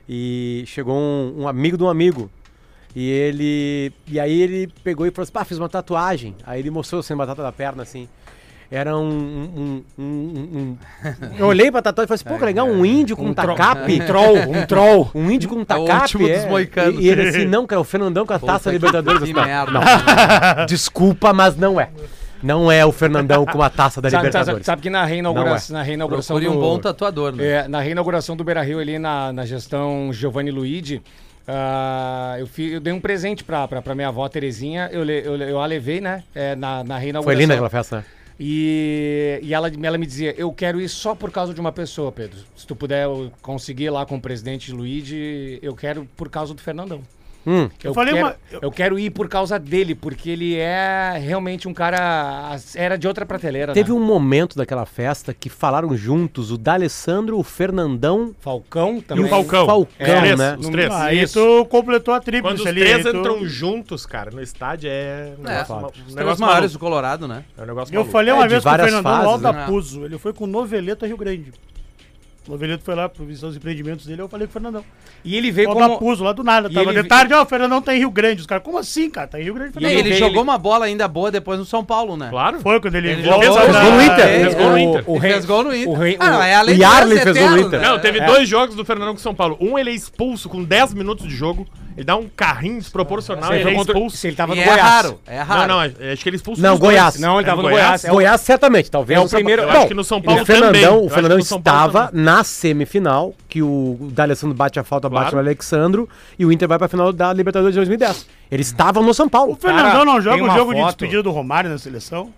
Speaker 2: e chegou um, um amigo de um amigo. E ele. E aí ele pegou e falou assim: pá, fiz uma tatuagem. Aí ele mostrou sem batata da perna assim. Era um. um- um- um- um- Eu olhei pra tatuagem e falei assim: pô, que legal, um índio com um tacape. Um troll, um troll. Um índio com um tacape.
Speaker 5: último dos moicanos.
Speaker 2: E, e ele assim: não, cara, o Fernandão com a taça
Speaker 5: Puta que-
Speaker 2: Libertadores.
Speaker 5: que
Speaker 2: Eu falei,
Speaker 5: merda.
Speaker 2: Não, não, desculpa, mas não é. Não é o Fernandão com a taça da
Speaker 7: Sabe, sabe,
Speaker 2: Libertadores.
Speaker 7: sabe que na reinaugura-
Speaker 2: Não
Speaker 7: na reinauguração.
Speaker 5: procure
Speaker 7: do-
Speaker 5: um bom tatuador, né?
Speaker 7: É, na reinauguração do Beira Rio ali na, na gestão Giovanni Luigi, ah, eu, fi- eu dei um presente pra, pra, pra minha avó Terezinha, eu, le- eu, le- eu a levei, né? é, na, na reinauguração.
Speaker 2: Foi linda aquela festa, né?
Speaker 7: E, e ela, ela me dizia: Eu quero ir só por causa de uma pessoa, Pedro. Se tu puder eu conseguir lá com o presidente Luigi, eu quero por causa do Fernandão.
Speaker 2: Hum.
Speaker 7: eu,
Speaker 4: falei
Speaker 7: quero,
Speaker 4: uma-
Speaker 7: eu quero ir por causa dele, porque ele é realmente um cara. Era de outra prateleira.
Speaker 2: Teve
Speaker 7: né?
Speaker 2: um momento daquela festa que falaram juntos o D'Alessandro, o
Speaker 5: um-
Speaker 2: Fernandão
Speaker 7: Falcão
Speaker 3: E
Speaker 7: também.
Speaker 3: o Falcão.
Speaker 2: Falcão,
Speaker 3: Os três,
Speaker 2: né?
Speaker 3: Os três.
Speaker 4: Aí
Speaker 7: Isso.
Speaker 4: tu completou a
Speaker 3: Quando os
Speaker 4: tríplice Ah, ali.
Speaker 3: três
Speaker 4: aí tu-
Speaker 3: entram juntos, cara, no estádio é um negócio, ma- um
Speaker 5: Os três
Speaker 3: negócio
Speaker 5: maiores
Speaker 3: maluco.
Speaker 5: do Colorado, né?
Speaker 3: É um negócio
Speaker 4: Eu
Speaker 3: maluco.
Speaker 4: falei
Speaker 2: É,
Speaker 4: uma
Speaker 2: de
Speaker 4: vez com o
Speaker 2: várias
Speaker 4: Fernandão
Speaker 2: fases,
Speaker 4: Alda
Speaker 5: né?
Speaker 4: Puso, ele foi com o Noveleta Rio Grande. O Noveleta foi lá pro visitar os empreendimentos dele, eu falei com o Fernandão.
Speaker 7: E ele veio
Speaker 4: O Alda
Speaker 7: como.
Speaker 4: Puso lá do nada,
Speaker 7: E
Speaker 4: tava
Speaker 7: ele-
Speaker 4: de tarde, ó, o Fernandão tá em Rio Grande. Os caras, como assim, cara? Tá em Rio Grande,
Speaker 5: E
Speaker 7: E
Speaker 4: Fernandão.
Speaker 7: ele
Speaker 5: ele,
Speaker 7: veio-
Speaker 5: jogou uma bola ainda boa depois no São Paulo, né?
Speaker 3: Claro.
Speaker 4: Foi quando ele,
Speaker 5: Ele
Speaker 4: volta
Speaker 5: jogou-
Speaker 4: pra-
Speaker 5: Fez gol no
Speaker 2: Inter.
Speaker 5: É,
Speaker 3: Fez gol no Inter.
Speaker 7: o
Speaker 5: Ele fez gol no Inter.
Speaker 7: O rei,
Speaker 5: ah, não,
Speaker 7: o-
Speaker 5: é a lei
Speaker 2: o
Speaker 5: de
Speaker 2: Yarley
Speaker 5: Deus
Speaker 2: fez gol no
Speaker 5: eterno,
Speaker 2: Inter.
Speaker 5: né?
Speaker 3: Não, teve dois jogos do Fernandão com São Paulo. Um ele é expulso com 10 minutos de jogo. Ele dá um carrinho desproporcional e
Speaker 7: Ele
Speaker 3: ele é
Speaker 7: foi contra-
Speaker 3: expulso.
Speaker 7: se ele tava
Speaker 5: E
Speaker 7: no
Speaker 5: é
Speaker 7: Goiás.
Speaker 5: raro, é
Speaker 3: Não,
Speaker 5: raro.
Speaker 3: não, acho que ele expulso
Speaker 2: Não,
Speaker 3: os dois.
Speaker 2: Goiás.
Speaker 7: Não, ele
Speaker 3: É
Speaker 7: tava
Speaker 3: no
Speaker 7: no
Speaker 3: Goiás?
Speaker 7: Goiás.
Speaker 3: É
Speaker 7: o-
Speaker 2: Goiás certamente, talvez.
Speaker 7: É o
Speaker 2: no São
Speaker 7: primeiro-
Speaker 2: Paulo.
Speaker 7: eu acho
Speaker 2: Bom,
Speaker 3: que no São Paulo
Speaker 2: o Fernandão,
Speaker 3: também. Eu
Speaker 2: O
Speaker 3: acho
Speaker 2: Fernandão
Speaker 3: que no São Paulo
Speaker 2: estava na semifinal, que o D'Alessandro bate a falta, bate
Speaker 3: Claro.
Speaker 2: no Alexandro, e o Inter vai pra final da Libertadores de 2010. Ele estava no São Paulo.
Speaker 4: O Fernandão não joga
Speaker 7: tem
Speaker 4: o
Speaker 7: uma
Speaker 4: jogo de
Speaker 7: foto.
Speaker 4: despedida do Romário na seleção?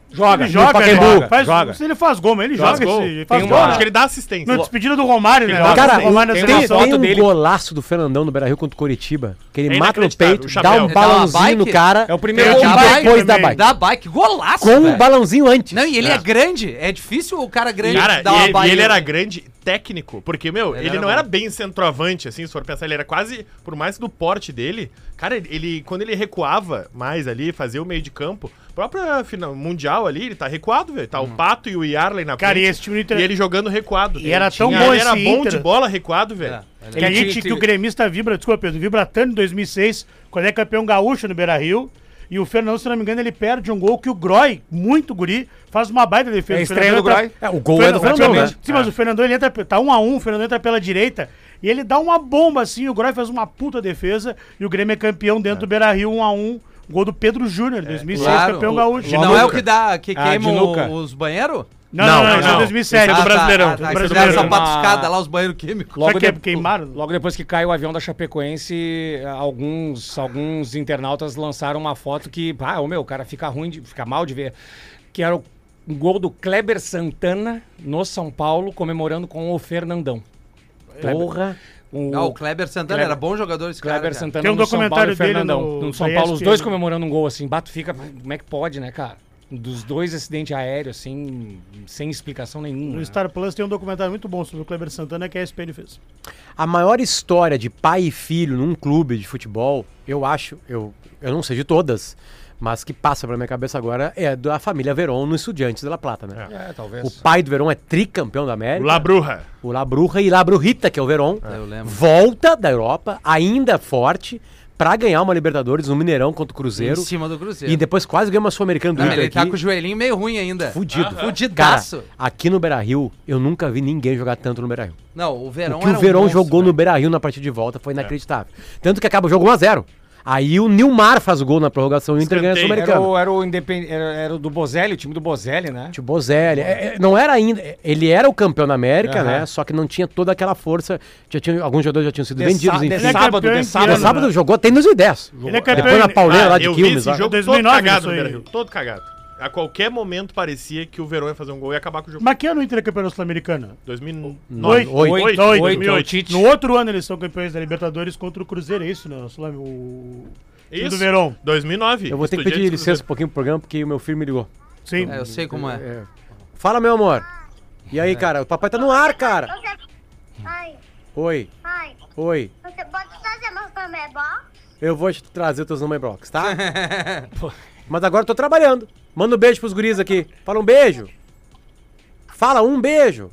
Speaker 4: ele
Speaker 7: Joga, no
Speaker 4: joga,
Speaker 7: Pacaembu.
Speaker 4: ele
Speaker 7: Joga,
Speaker 4: Faz,
Speaker 7: joga.
Speaker 4: Se ele faz gol, mas ele
Speaker 3: Faz
Speaker 4: joga.
Speaker 3: gol. um
Speaker 4: esse-
Speaker 7: Tem
Speaker 4: faz
Speaker 7: uma-
Speaker 4: gol,
Speaker 3: Acho que
Speaker 4: né?
Speaker 3: ele dá assistência.
Speaker 4: Na despedida do Romário, né?
Speaker 7: Cara,
Speaker 4: Faz
Speaker 2: Cara,
Speaker 4: gol do Romário na
Speaker 2: tem, um
Speaker 7: uma
Speaker 4: seleção.
Speaker 2: tem um
Speaker 7: foto dele.
Speaker 2: golaço do Fernandão no Beira-Rio contra o Coritiba, que ele
Speaker 3: É
Speaker 2: mata no
Speaker 3: inacreditável,
Speaker 2: peito,
Speaker 3: o
Speaker 2: dá um
Speaker 3: chapéu. Dá
Speaker 5: uma
Speaker 2: balãozinho no
Speaker 5: bike?
Speaker 2: cara
Speaker 7: É o
Speaker 2: e
Speaker 7: primeiro
Speaker 5: Tem
Speaker 7: gol
Speaker 5: a
Speaker 7: dele.
Speaker 5: bike
Speaker 2: depois da
Speaker 4: também.
Speaker 2: bike.
Speaker 5: Da bike, golaço,
Speaker 2: Com um
Speaker 5: velho.
Speaker 2: balãozinho antes.
Speaker 5: Não, e ele é. grande. É difícil o cara grande
Speaker 3: Cara,
Speaker 5: dar uma
Speaker 3: e,
Speaker 5: bike.
Speaker 3: e ele era grande técnico, porque, meu,
Speaker 5: Ele
Speaker 3: ele,
Speaker 5: era
Speaker 3: não
Speaker 5: bom.
Speaker 3: era bem centroavante, assim, se for pensar, ele era quase, por mais do porte dele, cara, ele- ele, quando ele recuava mais ali, fazia o meio de campo, própria final, Mundial ali, ele tá recuado, velho, tá o Pato e o Yarley na
Speaker 4: Hum. Cara, e
Speaker 3: frente,
Speaker 4: esse time do
Speaker 3: e
Speaker 4: Inter...
Speaker 3: ele jogando recuado.
Speaker 4: E era tão
Speaker 3: Ele
Speaker 4: bom
Speaker 3: era
Speaker 4: esse
Speaker 3: bom
Speaker 4: Inter.
Speaker 3: de bola recuado, velho.
Speaker 5: É, ele
Speaker 4: Que, a
Speaker 7: Ele
Speaker 4: gente,
Speaker 7: tinha-
Speaker 4: que o gremista vibra, desculpa, Pedro, vibra tanto em 2006, quando é campeão gaúcho no Beira-Rio. E o Fernando, se não me engano, ele perde um gol que o Groy, muito guri, faz uma baita defesa.
Speaker 7: É a
Speaker 4: O
Speaker 7: estreia
Speaker 4: Fernandão
Speaker 7: do
Speaker 4: entra-
Speaker 7: Groy.
Speaker 2: É, o gol é do
Speaker 4: Fernando,
Speaker 2: Fernandão, né?
Speaker 4: Sim, mas o Fernandão ele entra, tá um a um, o Fernandão entra pela direita e ele dá uma bomba assim, o Groy faz uma puta defesa e o Grêmio é campeão dentro do Beira-Rio 1 a 1, gol do Pedro Júnior, 2006,
Speaker 5: É, Claro,
Speaker 4: campeão
Speaker 5: o-
Speaker 4: gaúcho.
Speaker 7: Logo-
Speaker 5: Não é o que dá, que
Speaker 7: Ah,
Speaker 5: queima
Speaker 7: de
Speaker 5: o-
Speaker 7: nuca.
Speaker 5: os banheiros?
Speaker 4: Não, não, não,
Speaker 3: não,
Speaker 4: isso é
Speaker 3: não.
Speaker 4: 2007.
Speaker 3: Esse é do Brasil. Brasileirão,
Speaker 5: Ah, tá,
Speaker 3: do
Speaker 5: que
Speaker 3: Brasileirão.
Speaker 5: fizeram essa patuscada lá, os banheiros químicos.
Speaker 4: Só
Speaker 7: Logo
Speaker 4: que
Speaker 7: de-
Speaker 4: queimaram.
Speaker 7: Logo depois que caiu o avião da Chapecoense, eh, alguns, alguns internautas lançaram uma foto que, ah, ô meu, o cara fica ruim, de, fica mal de ver. Que era o gol do Kleber Santana no São Paulo, comemorando com o Fernandão.
Speaker 2: Porra.
Speaker 7: O
Speaker 5: Ah, o Kleber Santana
Speaker 7: Kleber-
Speaker 5: era bom jogador esse cara.
Speaker 7: Kleber
Speaker 5: cara.
Speaker 7: Santana
Speaker 4: Tem um
Speaker 7: no São Paulo e
Speaker 4: documentário
Speaker 7: o Fernandão.
Speaker 4: dele no-
Speaker 7: No São
Speaker 4: na
Speaker 7: Paulo, os dois
Speaker 4: ESPN.
Speaker 7: comemorando um gol assim, bato fica, como é que pode, né, cara? Dos dois acidentes aéreos, assim, sem explicação nenhuma.
Speaker 4: No
Speaker 7: né?
Speaker 4: Star Plus tem um documentário muito bom sobre o Kleber Santana que é a ESPN fez.
Speaker 2: A maior história de pai e filho num clube de futebol, eu acho, eu, eu não sei de todas, mas que passa pela minha cabeça agora é da família Verón no Estudiantes de La Plata, né?
Speaker 7: É, talvez.
Speaker 2: O pai do Verón é tricampeão da América.
Speaker 3: Labruja.
Speaker 2: O Labruja e Labrujita, que é o Verón,
Speaker 5: Eu lembro.
Speaker 2: volta da Europa, ainda forte, pra ganhar uma Libertadores, um Mineirão contra o Cruzeiro.
Speaker 5: Em cima do Cruzeiro.
Speaker 2: E depois quase ganhou uma Sul-Americana do
Speaker 5: Não,
Speaker 2: Inter
Speaker 5: ele tá
Speaker 2: aqui.
Speaker 5: com o Ah, joelhinho meio ruim ainda.
Speaker 2: Fudido.
Speaker 5: Aham. Fudidaço.
Speaker 2: Cara, aqui no Beira-Rio, eu nunca vi ninguém jogar tanto no Beira-Rio.
Speaker 5: Não, o
Speaker 7: É,
Speaker 5: Verão
Speaker 2: O que o
Speaker 5: era um
Speaker 2: Verão
Speaker 5: monstro,
Speaker 2: jogou
Speaker 7: né?
Speaker 2: no Beira-Rio na partida de volta foi inacreditável. Tanto que acaba o jogo 1x0. Aí o Nilmar faz o gol na prorrogação e o Inter ganha a
Speaker 7: Era
Speaker 2: Sul-Americana.
Speaker 7: o, era, o independ... era, era o do Bozelli, o time do Bozelli, né?
Speaker 2: Tipo, Bozelli. É, é, não era ainda. é, Ele era o campeão da América,
Speaker 7: Aham.
Speaker 2: né? Só que não tinha toda aquela força. Já tinha, alguns jogadores já tinham sido
Speaker 7: De
Speaker 2: vendidos.
Speaker 7: sá- de
Speaker 2: enfim.
Speaker 7: Ele é sábado, campeão de
Speaker 2: de
Speaker 7: sábado,
Speaker 2: sábado.
Speaker 7: né?
Speaker 2: jogou até em 2010.
Speaker 3: Ele é
Speaker 2: Depois na Pauleira lá de
Speaker 3: Ah, eu vi
Speaker 2: Quilmes.
Speaker 3: esse
Speaker 2: lá.
Speaker 3: jogo
Speaker 4: 2009
Speaker 3: todo cagado,
Speaker 4: isso
Speaker 3: no
Speaker 4: aí.
Speaker 3: Beira-Rio, todo cagado. A qualquer momento parecia que o Verão ia fazer um gol e ia acabar com o jogo.
Speaker 4: Mas que ano o Inter é campeão da Sul-Americana?
Speaker 3: 2009.
Speaker 4: Oito,
Speaker 3: Oito.
Speaker 4: oito,
Speaker 3: Oito,
Speaker 4: oito,
Speaker 3: oito,
Speaker 4: mil-
Speaker 3: oito. Tite.
Speaker 4: No outro ano eles são campeões da Libertadores contra o Cruzeiro, é isso, né? O Sul- O time do Verão.
Speaker 3: 2009.
Speaker 2: Eu vou ter que pedir licença um pouquinho pro programa, porque o meu filho me ligou.
Speaker 4: Sim.
Speaker 5: É, eu sei como é.
Speaker 2: Fala, meu amor. E aí, cara? O papai tá no ar, cara.
Speaker 12: Ai,
Speaker 2: Oi,
Speaker 12: ai,
Speaker 2: oi.
Speaker 12: você pode trazer meu tambebó?
Speaker 2: Eu vou te trazer os teus nome blocos, tá? Mas agora eu tô trabalhando. Manda um beijo pros guris aqui. Fala um beijo. Fala um beijo.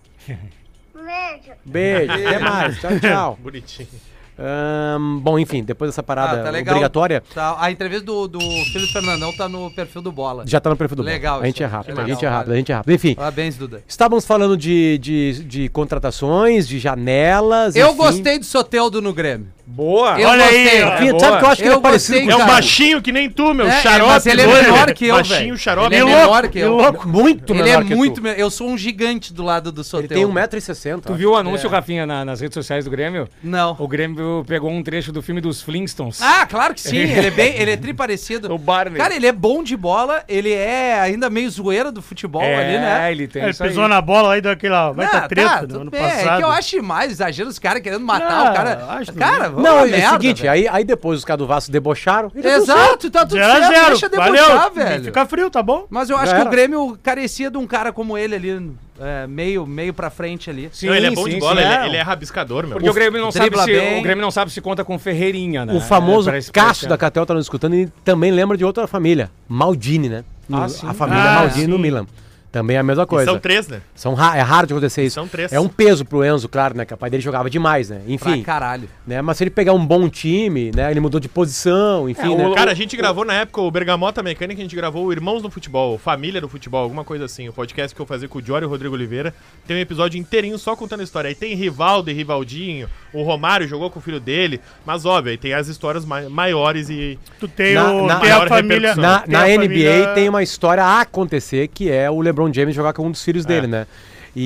Speaker 12: Um Beijo.
Speaker 2: Beijo. Até mais. Tchau, tchau.
Speaker 3: Bonitinho.
Speaker 2: Ahn, bom, enfim, depois dessa parada
Speaker 5: Ah, tá legal.
Speaker 2: obrigatória,
Speaker 5: Tá, a entrevista do, do filho do Fernandão tá no perfil do Bola.
Speaker 2: já tá no perfil do Bola.
Speaker 5: Legal.
Speaker 2: A gente
Speaker 5: isso
Speaker 2: é
Speaker 5: aí.
Speaker 2: rápido, a
Speaker 5: Legal,
Speaker 2: gente é rápido, a
Speaker 5: vale.
Speaker 2: gente é rápido. Enfim,
Speaker 5: Parabéns, Duda.
Speaker 2: estávamos falando de, de, de contratações, de janelas.
Speaker 5: Eu
Speaker 2: enfim.
Speaker 5: gostei do Soteldo no Grêmio.
Speaker 7: Boa!
Speaker 5: Eu
Speaker 2: Olha aí,
Speaker 5: gostei.
Speaker 2: ó. Enfim, sabe que eu acho que ele é parecido
Speaker 5: gostei,
Speaker 2: com o
Speaker 5: cara.
Speaker 3: Baixinho que nem tu, meu.
Speaker 5: É,
Speaker 3: xarope.
Speaker 5: mas ele é
Speaker 3: doido.
Speaker 5: menor que eu,
Speaker 3: Baixinho,
Speaker 5: velho.
Speaker 3: xarope.
Speaker 5: Ele é menor que eu.
Speaker 2: Muito
Speaker 5: Ele é
Speaker 2: menor que tu.
Speaker 5: muito menor. Eu sou um gigante do lado do Soteldo.
Speaker 2: tem 1,60m.
Speaker 7: Tu viu o anúncio, Rafinha, na- nas redes sociais do Grêmio?
Speaker 5: Não.
Speaker 7: O Grêmio pegou um trecho do filme dos Flintstones.
Speaker 5: Ah, claro que sim. Ele é bem, ele é triparecido.
Speaker 7: O Barney.
Speaker 5: Cara, ele é bom de bola, ele é ainda meio zoeira do futebol
Speaker 7: É,
Speaker 5: ali, né?
Speaker 7: ele tem
Speaker 4: Ele
Speaker 7: isso aí.
Speaker 4: pisou na bola aí, deu aquela. Vai
Speaker 5: Ah,
Speaker 4: tá treta
Speaker 5: tá,
Speaker 4: no
Speaker 5: tudo
Speaker 4: ano
Speaker 5: bem.
Speaker 4: passado.
Speaker 5: É que eu acho demais, exagero os caras querendo matar
Speaker 4: Não,
Speaker 5: o cara.
Speaker 4: acho
Speaker 5: cara, vamos
Speaker 2: Não,
Speaker 5: lá,
Speaker 2: é
Speaker 5: merda,
Speaker 2: o seguinte,
Speaker 5: velho.
Speaker 2: aí, aí depois os caras do Vasco debocharam. e já deu certo.
Speaker 5: Exato, tá tudo
Speaker 4: Zero a
Speaker 5: certo,
Speaker 4: zero,
Speaker 5: deixa debochar,
Speaker 4: valeu.
Speaker 5: velho.
Speaker 4: Fica frio, tá bom?
Speaker 5: Mas eu acho
Speaker 2: Já
Speaker 5: que
Speaker 2: era.
Speaker 5: o Grêmio carecia de um cara como ele ali, é, meio, meio pra frente ali.
Speaker 7: Sim,
Speaker 3: Não, ele é bom
Speaker 7: sim,
Speaker 3: de bola,
Speaker 7: sim,
Speaker 3: ele,
Speaker 7: não.
Speaker 3: é, ele é rabiscador, meu.
Speaker 7: Porque o Grêmio, não sabe
Speaker 5: dribla
Speaker 7: se,
Speaker 5: bem.
Speaker 7: o Grêmio não sabe se conta com Ferreirinha, né?
Speaker 2: O famoso
Speaker 7: Pra esse- é. pra
Speaker 2: Cássio
Speaker 7: esse-
Speaker 2: da Catel tá nos escutando e também lembra de outra família, Maldini, né? No-
Speaker 7: Ah, sim.
Speaker 2: a família
Speaker 4: Ah,
Speaker 2: Maldini no
Speaker 4: sim.
Speaker 2: Milan. Também é a mesma
Speaker 3: E
Speaker 2: coisa.
Speaker 3: São três, né?
Speaker 2: São ra- é raro de acontecer isso.
Speaker 3: São três.
Speaker 2: É um peso pro Enzo, claro, né? Que o pai dele jogava demais, né?
Speaker 5: Pra
Speaker 2: Enfim.
Speaker 5: caralho.
Speaker 2: Né? Mas se ele pegar um bom time, né? Ele mudou de posição, enfim, né?
Speaker 3: Cara, a gente gravou na época o Bergamota Mecânica, a gente gravou o Irmãos no Futebol, Família no Futebol, alguma coisa assim. O podcast que eu fazia com o Diório e o Rodrigo Oliveira. Tem um episódio inteirinho só contando a história. Aí tem Rivaldo e Rivaldinho, o Romário jogou com o filho dele. Mas óbvio, aí tem as histórias mai- maiores e.
Speaker 4: Tu tem,
Speaker 2: Na-
Speaker 4: o,
Speaker 2: na-
Speaker 4: tem a
Speaker 3: maior
Speaker 4: família.
Speaker 3: repercussão.
Speaker 2: Na,
Speaker 4: tem
Speaker 2: na
Speaker 4: a
Speaker 2: NBA
Speaker 4: família-
Speaker 2: tem uma história a acontecer que é o LeBron James jogar com um dos filhos
Speaker 4: É.
Speaker 2: dele, né?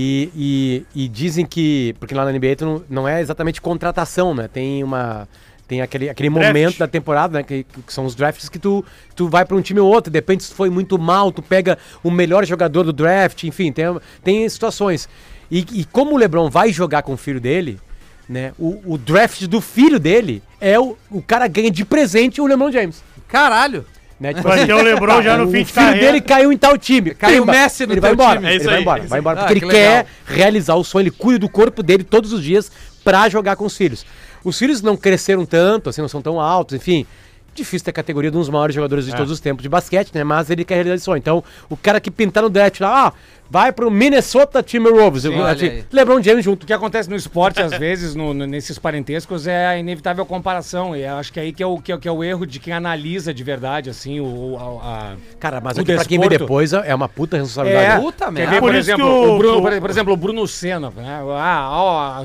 Speaker 2: E, e, e dizem que. Porque lá na NBA tu não, não é exatamente contratação, né? Tem uma. Tem aquele, aquele
Speaker 4: Draft.
Speaker 2: momento da temporada, né? Que, que são os drafts que tu, tu vai pra um time ou outro. Depende se tu foi muito mal, tu pega o melhor jogador do draft, enfim, tem, tem situações. E, e como o Lebron vai jogar com o filho dele, né? O, o draft do filho dele é o, o cara ganha de presente o Lebron James.
Speaker 5: Caralho.
Speaker 2: Né? Tipo
Speaker 4: Vai ter o LeBron já no fim de
Speaker 2: o filho
Speaker 4: carreira.
Speaker 2: dele caiu em tal time.
Speaker 5: Caiu o
Speaker 2: Pimba,
Speaker 5: Messi no
Speaker 2: ele vai
Speaker 5: teu
Speaker 2: embora.
Speaker 5: time.
Speaker 3: É
Speaker 2: Ele
Speaker 3: isso
Speaker 2: vai
Speaker 3: aí,
Speaker 2: embora,
Speaker 3: é isso
Speaker 2: vai
Speaker 3: aí.
Speaker 2: embora.
Speaker 5: Ah,
Speaker 2: Porque
Speaker 5: que
Speaker 2: ele quer
Speaker 5: legal.
Speaker 2: realizar o sonho, ele cuida do corpo dele todos os dias pra jogar com os filhos. Os filhos não cresceram tanto, assim, não são tão altos, enfim. Difícil ter a categoria de um dos maiores jogadores de todos os tempos de basquete, né? Mas ele quer realizar esse sonho. Então, o cara que pintar no draft lá, ah, vai pro Minnesota Timberwolves. Eu-
Speaker 5: olha
Speaker 2: assim,
Speaker 5: aí.
Speaker 2: LeBron James junto.
Speaker 7: O que acontece no esporte, às vezes, no- no- nesses parentescos, é a inevitável comparação. E eu acho que aí que é, o, que, é, que é o erro de quem analisa de verdade, assim, o... o- a- a-
Speaker 2: Cara, mas
Speaker 7: O
Speaker 2: é que pra quem vem
Speaker 7: desporto.
Speaker 2: depois é uma puta
Speaker 7: É,
Speaker 2: responsabilidade.
Speaker 5: Puta
Speaker 7: quer
Speaker 5: merda.
Speaker 7: ver,
Speaker 4: Por
Speaker 7: por,
Speaker 4: isso que
Speaker 7: exemplo,
Speaker 4: o-
Speaker 7: o Bruno,
Speaker 4: o-
Speaker 7: por, por exemplo, o Bruno Senna, né? Ah, ó,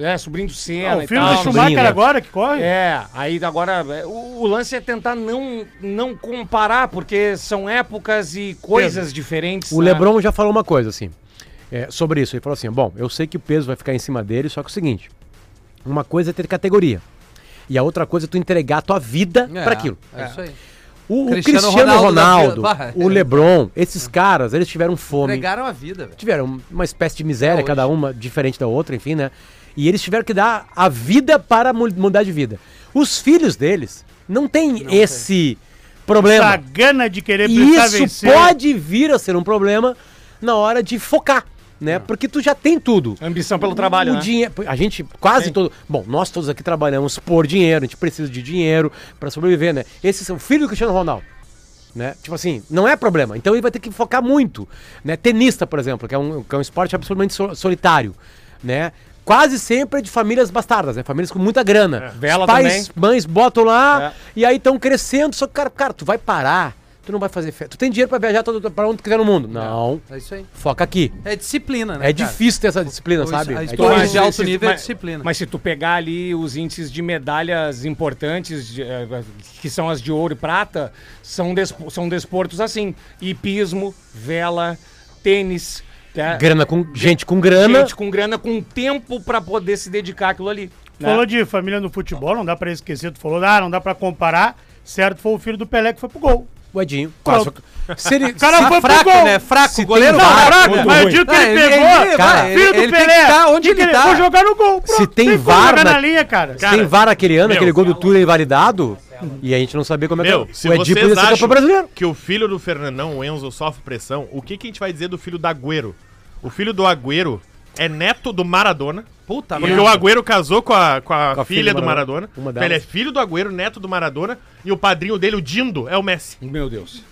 Speaker 7: é, sobrinho do Senna
Speaker 4: Ah, o
Speaker 7: e
Speaker 4: filho
Speaker 7: tal,
Speaker 4: do
Speaker 7: não sei o
Speaker 4: Schumacher
Speaker 2: Bruno, né?
Speaker 4: agora que corre?
Speaker 7: É, aí agora é, o, o lance é tentar não, não comparar, porque são épocas e coisas diferentes.
Speaker 2: O
Speaker 7: né?
Speaker 2: Lebron já falou uma coisa, assim, é, sobre isso. Ele falou assim: bom, eu sei que o peso vai ficar em cima dele, só que é o seguinte: uma coisa é ter categoria. E a outra coisa é tu entregar a tua vida pra aquilo.
Speaker 5: É isso aí.
Speaker 2: O, o
Speaker 5: Cristiano
Speaker 2: Cristiano,
Speaker 5: Ronaldo
Speaker 2: Ronaldo,
Speaker 5: da vida. Bah.
Speaker 2: o Lebron, esses caras, eles tiveram fome,
Speaker 5: Entregaram a vida, velho.
Speaker 2: tiveram uma espécie de miséria,
Speaker 5: Saúde.
Speaker 2: cada uma diferente da outra, enfim, né? E eles tiveram que dar a vida para mu- mudar de vida. Os filhos deles não têm esse problema.
Speaker 4: Essa Tá gana de querer
Speaker 2: E
Speaker 4: precisar
Speaker 2: isso pode vir a ser um problema na hora de focar, né? Porque tu já tem tudo.
Speaker 7: Ambição pelo trabalho,
Speaker 2: o
Speaker 7: né?
Speaker 2: dinhe- A gente quase todo. Bom, nós todos aqui trabalhamos por dinheiro, a gente precisa de dinheiro pra sobreviver, né? Esse é o filho do Cristiano Ronaldo. Né? Tipo assim, não é problema. Então ele vai ter que focar muito. Né? Tenista, por exemplo, que é um, que é um esporte absolutamente so- solitário. Né? quase sempre é de famílias bastardas, né? Famílias com muita grana.
Speaker 7: É. Vela
Speaker 2: Os pais,
Speaker 7: também. É.
Speaker 2: mães botam lá e aí estão crescendo. Só que, cara, cara, tu vai parar, tu não vai fazer festa. Tu tem dinheiro pra viajar todo, pra onde tu quiser no mundo. Não.
Speaker 5: É isso aí.
Speaker 2: Foca aqui.
Speaker 5: É disciplina, né?
Speaker 2: É
Speaker 5: cara?
Speaker 2: difícil ter essa disciplina,
Speaker 5: Pois,
Speaker 2: sabe?
Speaker 5: a
Speaker 2: É
Speaker 5: história
Speaker 2: difícil.
Speaker 5: de alto nível é
Speaker 7: mas-
Speaker 5: disciplina.
Speaker 7: Mas se tu pegar ali os índices de medalhas importantes, de, eh, que são as de ouro e prata, são, despo- são desportos assim: hipismo, vela, tênis. tá?
Speaker 2: Grana com, gente com grana.
Speaker 7: Gente com grana, com tempo pra poder se dedicar àquilo ali.
Speaker 4: Tu
Speaker 7: né?
Speaker 4: Falou de família no futebol, não dá pra esquecer. Tu falou, ah, não dá pra comparar. Certo, foi o filho do Pelé que foi pro gol.
Speaker 2: O Edinho. Quase.
Speaker 4: Se ele,
Speaker 2: O cara foi pro
Speaker 4: fraco,
Speaker 2: gol.
Speaker 4: né? Fraco,
Speaker 2: Se tem
Speaker 4: goleiro
Speaker 2: VAR,
Speaker 4: fraco.
Speaker 2: muito
Speaker 4: mas o
Speaker 2: ruim.
Speaker 4: dia que
Speaker 2: Não,
Speaker 4: ele
Speaker 2: ele-
Speaker 4: pegou,
Speaker 2: ele- cara,
Speaker 4: filho do
Speaker 2: ele tem que
Speaker 4: Pelé.
Speaker 2: tá onde
Speaker 4: que
Speaker 2: ele tá.
Speaker 4: Vou jogar no gol.
Speaker 2: Se
Speaker 4: pronto,
Speaker 2: tem
Speaker 4: como
Speaker 2: VAR.
Speaker 4: jogar na
Speaker 2: na-
Speaker 4: linha, cara.
Speaker 2: Se tem VAR naquele ano, aquele gol do Tura invalidado. E a gente não sabia como é que
Speaker 3: Meu, se
Speaker 2: o Edinho podia
Speaker 3: vocês
Speaker 2: ser campeão
Speaker 3: acham
Speaker 2: brasileiro.
Speaker 3: que o filho do Fernandão, o Enzo, sofre pressão, o que, que a gente vai dizer do filho do Agüero? O filho do Agüero é neto do Maradona.
Speaker 5: Puta
Speaker 3: Porque
Speaker 5: merda.
Speaker 3: o Agüero casou com a, com a,
Speaker 2: Com a
Speaker 3: filha,
Speaker 2: filha
Speaker 3: do
Speaker 2: do
Speaker 3: Maradona.
Speaker 2: Maradona. Uma
Speaker 3: Então ele é
Speaker 2: delas.
Speaker 3: filho do Agüero, neto do Maradona. E o padrinho dele, o Dindo, é o Messi.
Speaker 7: Meu Deus.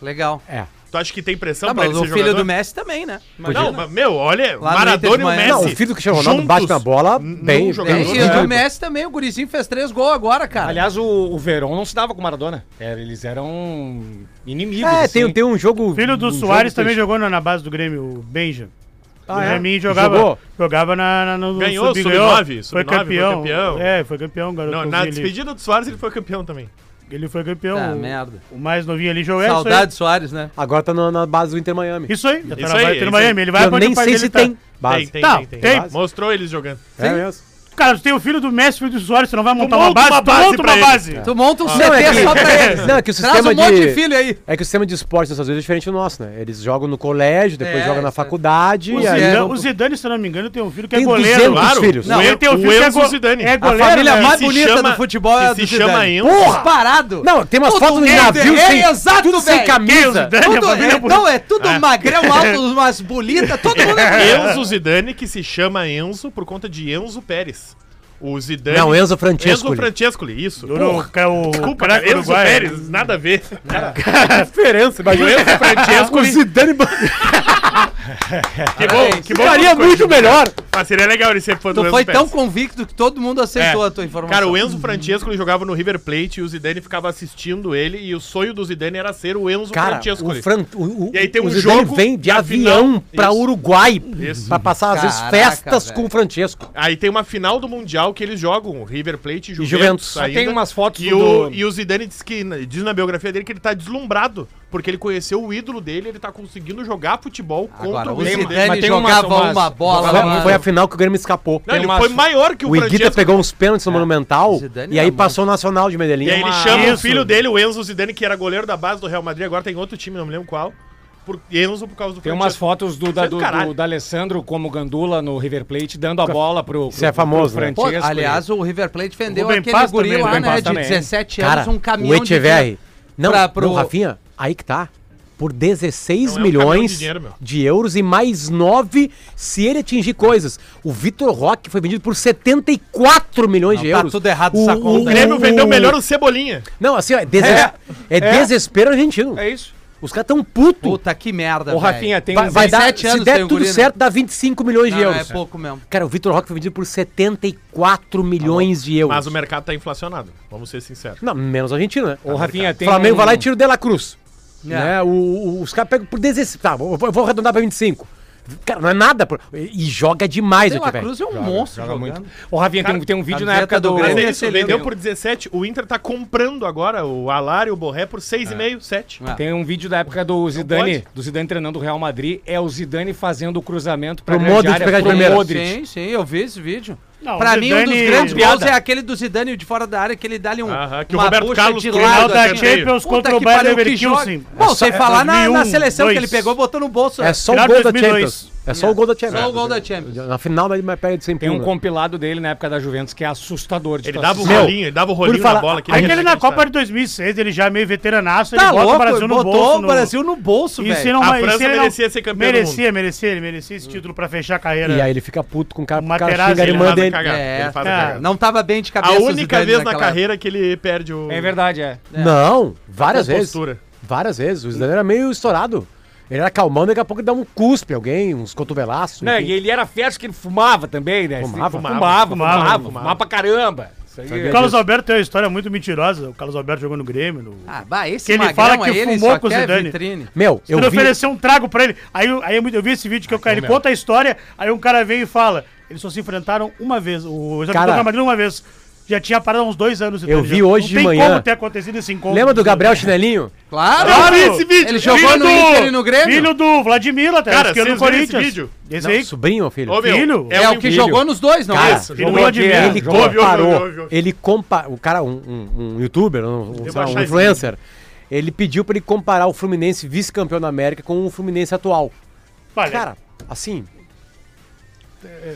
Speaker 5: Legal.
Speaker 2: É.
Speaker 3: Tu acha que tem pressão
Speaker 5: Tá,
Speaker 3: Então pra
Speaker 5: mas
Speaker 3: ele
Speaker 5: o
Speaker 3: ser
Speaker 5: filho
Speaker 3: jogador?
Speaker 5: do Messi também, né?
Speaker 3: Mas
Speaker 5: Imagina.
Speaker 3: Não, mas, meu, olha,
Speaker 5: Lá no Inter
Speaker 3: Maradona
Speaker 5: de
Speaker 3: e o
Speaker 5: Miami.
Speaker 3: Messi.
Speaker 5: Não,
Speaker 2: o filho do Cristiano Ronaldo bate na bola bem- É,
Speaker 3: num jogador.
Speaker 2: bem-
Speaker 5: E, e é o Messi também, o gurizinho fez três gols agora, cara.
Speaker 7: Aliás, o, o Verón não se dava com o Maradona. Era- eles eram inimigos.
Speaker 2: É,
Speaker 7: assim.
Speaker 2: tem, tem um jogo.
Speaker 4: Filho do
Speaker 2: um
Speaker 4: Soares
Speaker 2: jogo
Speaker 4: também
Speaker 2: triste.
Speaker 4: jogou na, na base do Grêmio, o Benja.
Speaker 2: Ah,
Speaker 4: o
Speaker 2: é?
Speaker 4: Benjamin jogava,
Speaker 2: Jogou?
Speaker 4: jogava na, na- no
Speaker 3: Ganhou,
Speaker 4: sub-
Speaker 3: sub-nove,
Speaker 4: Foi
Speaker 3: sub-nove,
Speaker 4: campeão.
Speaker 3: foi campeão.
Speaker 4: É, foi campeão, garoto.
Speaker 3: Não, na despedida do Soares ele foi campeão também.
Speaker 4: Ele foi campeão.
Speaker 2: Ah,
Speaker 5: Tá,
Speaker 4: o,
Speaker 5: merda.
Speaker 4: o mais novinho ali jogou. é isso aí.
Speaker 5: Saudade Soares, né?
Speaker 2: Agora tá na, na base do Inter Miami.
Speaker 4: Isso aí. tá
Speaker 3: Isso aí,
Speaker 4: Ele
Speaker 3: isso
Speaker 4: vai
Speaker 3: aí.
Speaker 4: Miami. Ele vai
Speaker 2: Eu
Speaker 4: pra onde
Speaker 2: nem
Speaker 4: o pai
Speaker 2: sei
Speaker 4: dele
Speaker 2: se
Speaker 4: tá.
Speaker 2: tem. Base.
Speaker 3: Tem, tem,
Speaker 4: Tá,
Speaker 3: tem, tem.
Speaker 4: tem.
Speaker 3: Base. Mostrou eles jogando.
Speaker 2: É mesmo.
Speaker 4: Cara, tu tem o filho do Messi, o filho do Soares, você não vai montar uma
Speaker 3: monta
Speaker 4: base?
Speaker 3: uma
Speaker 4: Tu
Speaker 3: base
Speaker 4: monta
Speaker 3: pra
Speaker 4: uma
Speaker 3: ele.
Speaker 4: base.
Speaker 5: Tu monta um CT
Speaker 2: Não, é que,
Speaker 5: só pra eles.
Speaker 2: não, é que o
Speaker 5: Traz
Speaker 2: sistema
Speaker 5: um monte de
Speaker 2: de.
Speaker 5: filho aí.
Speaker 2: É que o sistema de esporte nos Estados Unidos é diferente do nosso, né? Eles jogam no colégio, depois
Speaker 5: É,
Speaker 2: jogam na
Speaker 5: isso é.
Speaker 2: faculdade.
Speaker 4: O
Speaker 2: e aí
Speaker 4: Zidane,
Speaker 2: vão
Speaker 4: o
Speaker 2: pro-
Speaker 4: Zidane, se eu não me engano, tem um filho que é
Speaker 2: Tem
Speaker 4: goleiro.
Speaker 2: 200 filhos.
Speaker 4: Não,
Speaker 3: O
Speaker 4: ele
Speaker 3: En-
Speaker 4: tem um
Speaker 3: o
Speaker 4: filho que é,
Speaker 3: Enzo
Speaker 4: go
Speaker 3: Zidane.
Speaker 4: é
Speaker 3: A
Speaker 5: A
Speaker 4: goleiro.
Speaker 5: família
Speaker 4: né?
Speaker 5: mais
Speaker 3: se
Speaker 5: bonita
Speaker 3: chama-
Speaker 5: do futebol é a
Speaker 3: que
Speaker 5: do
Speaker 3: se chama
Speaker 5: Zidane.
Speaker 3: Enzo.
Speaker 5: Porra! Parado.
Speaker 2: Não, tem umas
Speaker 5: Tudo
Speaker 2: fotos de
Speaker 5: é,
Speaker 2: navio
Speaker 5: é
Speaker 2: sem,
Speaker 5: exato,
Speaker 2: tudo sem
Speaker 5: velho.
Speaker 2: camisa.
Speaker 4: Quem é o Zidane?
Speaker 5: Tudo,
Speaker 4: A família
Speaker 5: é, não, é tudo magrão, alto, umas bolitas, todo mundo é
Speaker 3: Enzo Zidane, que se chama Enzo por conta de Enzo Pérez. O Zidane.
Speaker 2: Não, Enzo Francesco.
Speaker 3: Enzo Francescoli, isso.
Speaker 4: Duro, que é o
Speaker 3: Desculpa,
Speaker 4: craque
Speaker 3: cara, Enzo
Speaker 4: uruguaio.
Speaker 3: Pérez, nada a ver. Cara, que diferença, mas é o Enzo
Speaker 2: o
Speaker 3: Francescoli.
Speaker 2: Zidane
Speaker 3: que bom, que bom.
Speaker 2: ficaria muito melhor.
Speaker 3: Mas seria legal ele ser fã do
Speaker 5: Tu
Speaker 3: Enzo
Speaker 5: foi
Speaker 3: Pérez.
Speaker 5: tão convicto que todo mundo aceitou
Speaker 3: É.
Speaker 5: a tua informação.
Speaker 3: Cara, o Enzo Francescoli jogava no River Plate e o Zidane ficava assistindo ele e o sonho do Zidane era ser o Enzo
Speaker 2: Cara,
Speaker 3: Francescoli.
Speaker 2: o, Fran, o, o,
Speaker 3: E aí tem um
Speaker 2: o Zidane
Speaker 3: jogo
Speaker 2: vem de
Speaker 3: na
Speaker 2: avião
Speaker 3: final.
Speaker 2: pra
Speaker 3: Isso.
Speaker 2: Uruguai
Speaker 3: Isso.
Speaker 2: pra passar às vezes
Speaker 5: Caraca,
Speaker 2: festas
Speaker 5: velho.
Speaker 2: com o Francesco.
Speaker 3: Aí tem uma final do Mundial que eles jogam, River Plate e Juventus.
Speaker 2: Juventus.
Speaker 3: ainda,
Speaker 7: Mas tem umas fotos
Speaker 3: e
Speaker 7: do-
Speaker 3: o, e o Zidane diz, que, diz na biografia dele que ele tá deslumbrado, porque ele conheceu o ídolo dele, ele tá conseguindo jogar futebol
Speaker 5: Agora,
Speaker 3: contra
Speaker 5: o
Speaker 3: o Zidane.
Speaker 7: Mas
Speaker 5: Zidane
Speaker 7: tem uma-
Speaker 5: jogava uma,
Speaker 7: uma-
Speaker 5: bola.
Speaker 2: Foi-
Speaker 5: mano.
Speaker 2: Foi a final que o Grêmio escapou.
Speaker 3: Não, ele
Speaker 7: tem uma-
Speaker 3: foi maior que o
Speaker 2: O Iguita
Speaker 3: Francesco. É.
Speaker 2: pegou uns pênaltis no Monumental
Speaker 5: Zidane
Speaker 2: e
Speaker 5: era
Speaker 2: aí
Speaker 5: monstro.
Speaker 2: passou o Nacional de Medellín.
Speaker 3: E aí ele
Speaker 7: uma-
Speaker 3: chama o
Speaker 4: Isso.
Speaker 3: filho dele, o Enzo Zidane, que era goleiro da base do Real Madrid, agora tem outro time, não me lembro qual. Por Enzo por causa do
Speaker 7: Tem umas
Speaker 3: Francesco.
Speaker 7: fotos do, da,
Speaker 2: um
Speaker 3: Isso é do
Speaker 7: do,
Speaker 3: caralho.
Speaker 7: do, da Alessandro como gandula no River Plate, dando a bola pro,
Speaker 2: Isso é famoso, né?
Speaker 5: Pô,
Speaker 7: Francesco.
Speaker 5: aliás, o River Plate vendeu
Speaker 4: Rubem
Speaker 5: aquele
Speaker 4: Paz
Speaker 5: guri
Speaker 4: também,
Speaker 5: lá,
Speaker 7: Rubem
Speaker 5: né,
Speaker 7: Paz
Speaker 5: de
Speaker 7: também.
Speaker 5: 17 anos,
Speaker 2: Cara,
Speaker 5: um caminhão
Speaker 2: o Echeverri.
Speaker 5: de...
Speaker 2: Não,
Speaker 5: pra- pro-
Speaker 2: não, Rafinha, aí que tá. Por 16
Speaker 3: Não, é um caminhão
Speaker 2: milhões
Speaker 3: de
Speaker 2: de,
Speaker 3: dinheiro, meu.
Speaker 2: euros e mais 9 se ele atingir coisas. O Vitor Roque foi vendido por 74 milhões
Speaker 5: Não,
Speaker 2: de
Speaker 5: tá
Speaker 2: euros.
Speaker 5: tudo errado essa conta,
Speaker 3: O Grêmio vendeu melhor o Cebolinha.
Speaker 2: Não, assim, ó, é, deses-
Speaker 7: É,
Speaker 2: é
Speaker 7: é.
Speaker 2: desespero argentino.
Speaker 7: É isso.
Speaker 2: Os caras tão putos.
Speaker 5: Puta, que merda,
Speaker 7: Ô,
Speaker 5: velho.
Speaker 7: Rafinha, tem um
Speaker 2: Vai,
Speaker 7: uns
Speaker 2: vai dar,
Speaker 5: 17
Speaker 2: se
Speaker 5: anos
Speaker 2: der
Speaker 5: tem o
Speaker 2: tudo
Speaker 5: guri, né?
Speaker 2: certo, dá 25 milhões
Speaker 5: Não,
Speaker 2: de
Speaker 5: não,
Speaker 2: euros.
Speaker 5: é pouco mesmo.
Speaker 2: Cara, o Vitor Roque foi vendido por 74 milhões de euros.
Speaker 3: Mas o mercado tá inflacionado, vamos ser sinceros.
Speaker 2: Não, menos argentino, né?
Speaker 7: Ô, Rafinha, tem
Speaker 2: Flamengo
Speaker 7: um-
Speaker 2: vai lá e tira o De La Cruz.
Speaker 5: É.
Speaker 2: Né? O- o- os caras pegam por 16. Tá, eu vou, eu vou arredondar pra 25. Cara, não é nada. pô. E, e joga demais
Speaker 5: De
Speaker 2: aqui,
Speaker 5: La
Speaker 2: velho.
Speaker 5: Cruz é um monstro
Speaker 7: Joga
Speaker 5: jogando.
Speaker 7: muito. Ô, Rafinha, tem, tem um vídeo na época
Speaker 5: camiseta do
Speaker 7: do...
Speaker 3: Mas
Speaker 5: Grêmio.
Speaker 3: é
Speaker 5: Esse
Speaker 3: isso,
Speaker 5: ele
Speaker 3: vendeu
Speaker 5: deu.
Speaker 3: por 17. O Inter tá comprando agora o Alário, o Borré por 6,5, 7.
Speaker 5: É.
Speaker 7: Tem um vídeo da época do Zidane,
Speaker 3: pode?
Speaker 7: do Zidane treinando o Real Madrid, é o Zidane fazendo o cruzamento
Speaker 2: Pro
Speaker 7: grande
Speaker 2: Modric
Speaker 7: área,
Speaker 2: pegar de
Speaker 7: pro
Speaker 2: primeira.
Speaker 7: Modric.
Speaker 5: Sim, sim, eu vi esse vídeo.
Speaker 4: Não,
Speaker 5: pra
Speaker 4: Ah, o
Speaker 5: mim, um dos
Speaker 4: Zidane-
Speaker 5: grandes
Speaker 7: piada.
Speaker 5: gols é aquele do Zidane de fora da área, que ele dá-lhe um,
Speaker 3: Aham, que o
Speaker 5: uma
Speaker 3: Roberto
Speaker 5: bucha
Speaker 3: Carlos
Speaker 5: de
Speaker 3: cruzou
Speaker 5: lado.
Speaker 4: da
Speaker 5: assim.
Speaker 4: Champions
Speaker 5: Puta
Speaker 4: é contra
Speaker 5: que
Speaker 4: o Bayer
Speaker 5: pariu, que
Speaker 4: Leverkusen.
Speaker 5: joga. Bom,
Speaker 4: É
Speaker 5: sem
Speaker 4: só- é
Speaker 5: falar na, na
Speaker 4: 2001,
Speaker 5: seleção que ele
Speaker 4: 2002.
Speaker 5: pegou, botou no bolso.
Speaker 2: É
Speaker 5: né?
Speaker 2: só o
Speaker 4: Final de
Speaker 2: gol da
Speaker 4: 2002.
Speaker 2: Champions. É só o gol da Champions.
Speaker 5: Só o gol da Champions.
Speaker 2: Na final, ele perde sempre
Speaker 7: Tem um compilado dele na época da Juventus que é assustador de
Speaker 3: Ele
Speaker 7: tu
Speaker 3: dava um o
Speaker 7: assistir.
Speaker 3: rolinho, ele dava o rolinho
Speaker 2: falar-
Speaker 3: na bola.
Speaker 4: Aí que
Speaker 3: ele
Speaker 4: ele na Copa de 2006, ele já é meio veteranaço, ele
Speaker 5: Tá
Speaker 4: bota
Speaker 5: louco,
Speaker 4: o Brasil no
Speaker 5: botou
Speaker 4: bolso.
Speaker 5: o
Speaker 4: no-
Speaker 5: Brasil no bolso,
Speaker 4: E se
Speaker 5: velho.
Speaker 4: não,
Speaker 3: A
Speaker 4: e se
Speaker 3: França
Speaker 4: ele não-
Speaker 3: merecia ser campeão do
Speaker 4: Merecia, merecia, ele merecia esse título pra fechar a carreira.
Speaker 2: E aí ele fica puto com o
Speaker 5: Um
Speaker 2: cara,
Speaker 4: O
Speaker 2: o cara
Speaker 4: Materazzi,
Speaker 2: xinga a
Speaker 4: ele
Speaker 2: irmã
Speaker 3: manda
Speaker 2: dele.
Speaker 3: cagar.
Speaker 5: É,
Speaker 3: ele faz a
Speaker 4: cara.
Speaker 3: cagada.
Speaker 5: Não tava bem de
Speaker 3: A
Speaker 5: cabeça. o
Speaker 3: única
Speaker 5: Zidane
Speaker 3: vez na
Speaker 5: naquela época.
Speaker 3: carreira que ele perde o.
Speaker 7: É verdade, é.
Speaker 2: Não, várias vezes.
Speaker 5: é
Speaker 3: compostura.
Speaker 2: Várias vezes. O Zidane era meio estourado. Ele era calmão, daqui a pouco ele dá um cuspe a alguém, uns cotovelaços.
Speaker 7: Né,
Speaker 2: enfim.
Speaker 7: e ele era fértil que ele fumava também, né?
Speaker 2: Fumava?
Speaker 7: fumava, fumava, fumava,
Speaker 4: Fumava.
Speaker 7: fumava pra caramba. Isso aí é
Speaker 4: O Carlos Alberto tem uma história muito mentirosa. O Carlos Alberto jogou no Grêmio. No...
Speaker 5: Ah, bah, esse
Speaker 4: Que ele
Speaker 5: magrão
Speaker 4: fala que
Speaker 5: aí, ele
Speaker 4: fumou
Speaker 5: só
Speaker 4: com o
Speaker 5: quer
Speaker 4: Zidane.
Speaker 5: vitrine.
Speaker 2: Meu,
Speaker 4: Se
Speaker 2: eu
Speaker 4: ele
Speaker 2: vi... é
Speaker 4: ofereceu um trago pra ele. Aí, eu- aí eu- eu vi esse vídeo que eu caí. Ele
Speaker 2: meu.
Speaker 4: conta a história, aí um cara veio e fala. Eles só se enfrentaram uma vez. O Exército
Speaker 2: Cara-
Speaker 4: do Madrid uma vez. Já tinha parado há uns dois anos.
Speaker 2: Eu
Speaker 4: Zidane,
Speaker 2: vi
Speaker 4: já.
Speaker 2: hoje de
Speaker 4: Não tem
Speaker 2: manhã.
Speaker 4: como ter acontecido esse encontro.
Speaker 2: Lembra do Gabriel Chinelinho?
Speaker 5: Claro!
Speaker 4: Claro!
Speaker 3: Eu vi esse vídeo.
Speaker 5: Ele jogou
Speaker 4: Filho
Speaker 5: no Inter e no Grêmio?
Speaker 4: Filho do Vladimir, lateral
Speaker 3: Cara,
Speaker 4: esquerdo do
Speaker 3: vocês viram esse
Speaker 4: Corinthians.
Speaker 3: vídeo?
Speaker 4: Esse
Speaker 2: Não,
Speaker 4: aí.
Speaker 2: sobrinho ou filho?
Speaker 3: Ô, meu, um
Speaker 4: Filho?
Speaker 5: É, o que
Speaker 3: filho.
Speaker 5: jogou nos dois, não
Speaker 2: Cara,
Speaker 5: é isso?
Speaker 4: Filho do
Speaker 2: Ele
Speaker 4: Vladimir.
Speaker 2: ele
Speaker 4: Jogou.
Speaker 3: ouve, ouve, ouve,
Speaker 2: comparou,
Speaker 3: ouve.
Speaker 2: ele compa, o cara, um, um- um youtuber, um, um,
Speaker 3: Eu
Speaker 2: sei lá,
Speaker 3: vou
Speaker 2: um
Speaker 3: achar
Speaker 2: influencer, ele pediu pra ele comparar o Fluminense vice-campeão da América com o Fluminense atual.
Speaker 4: Olha,
Speaker 2: Cara, assim,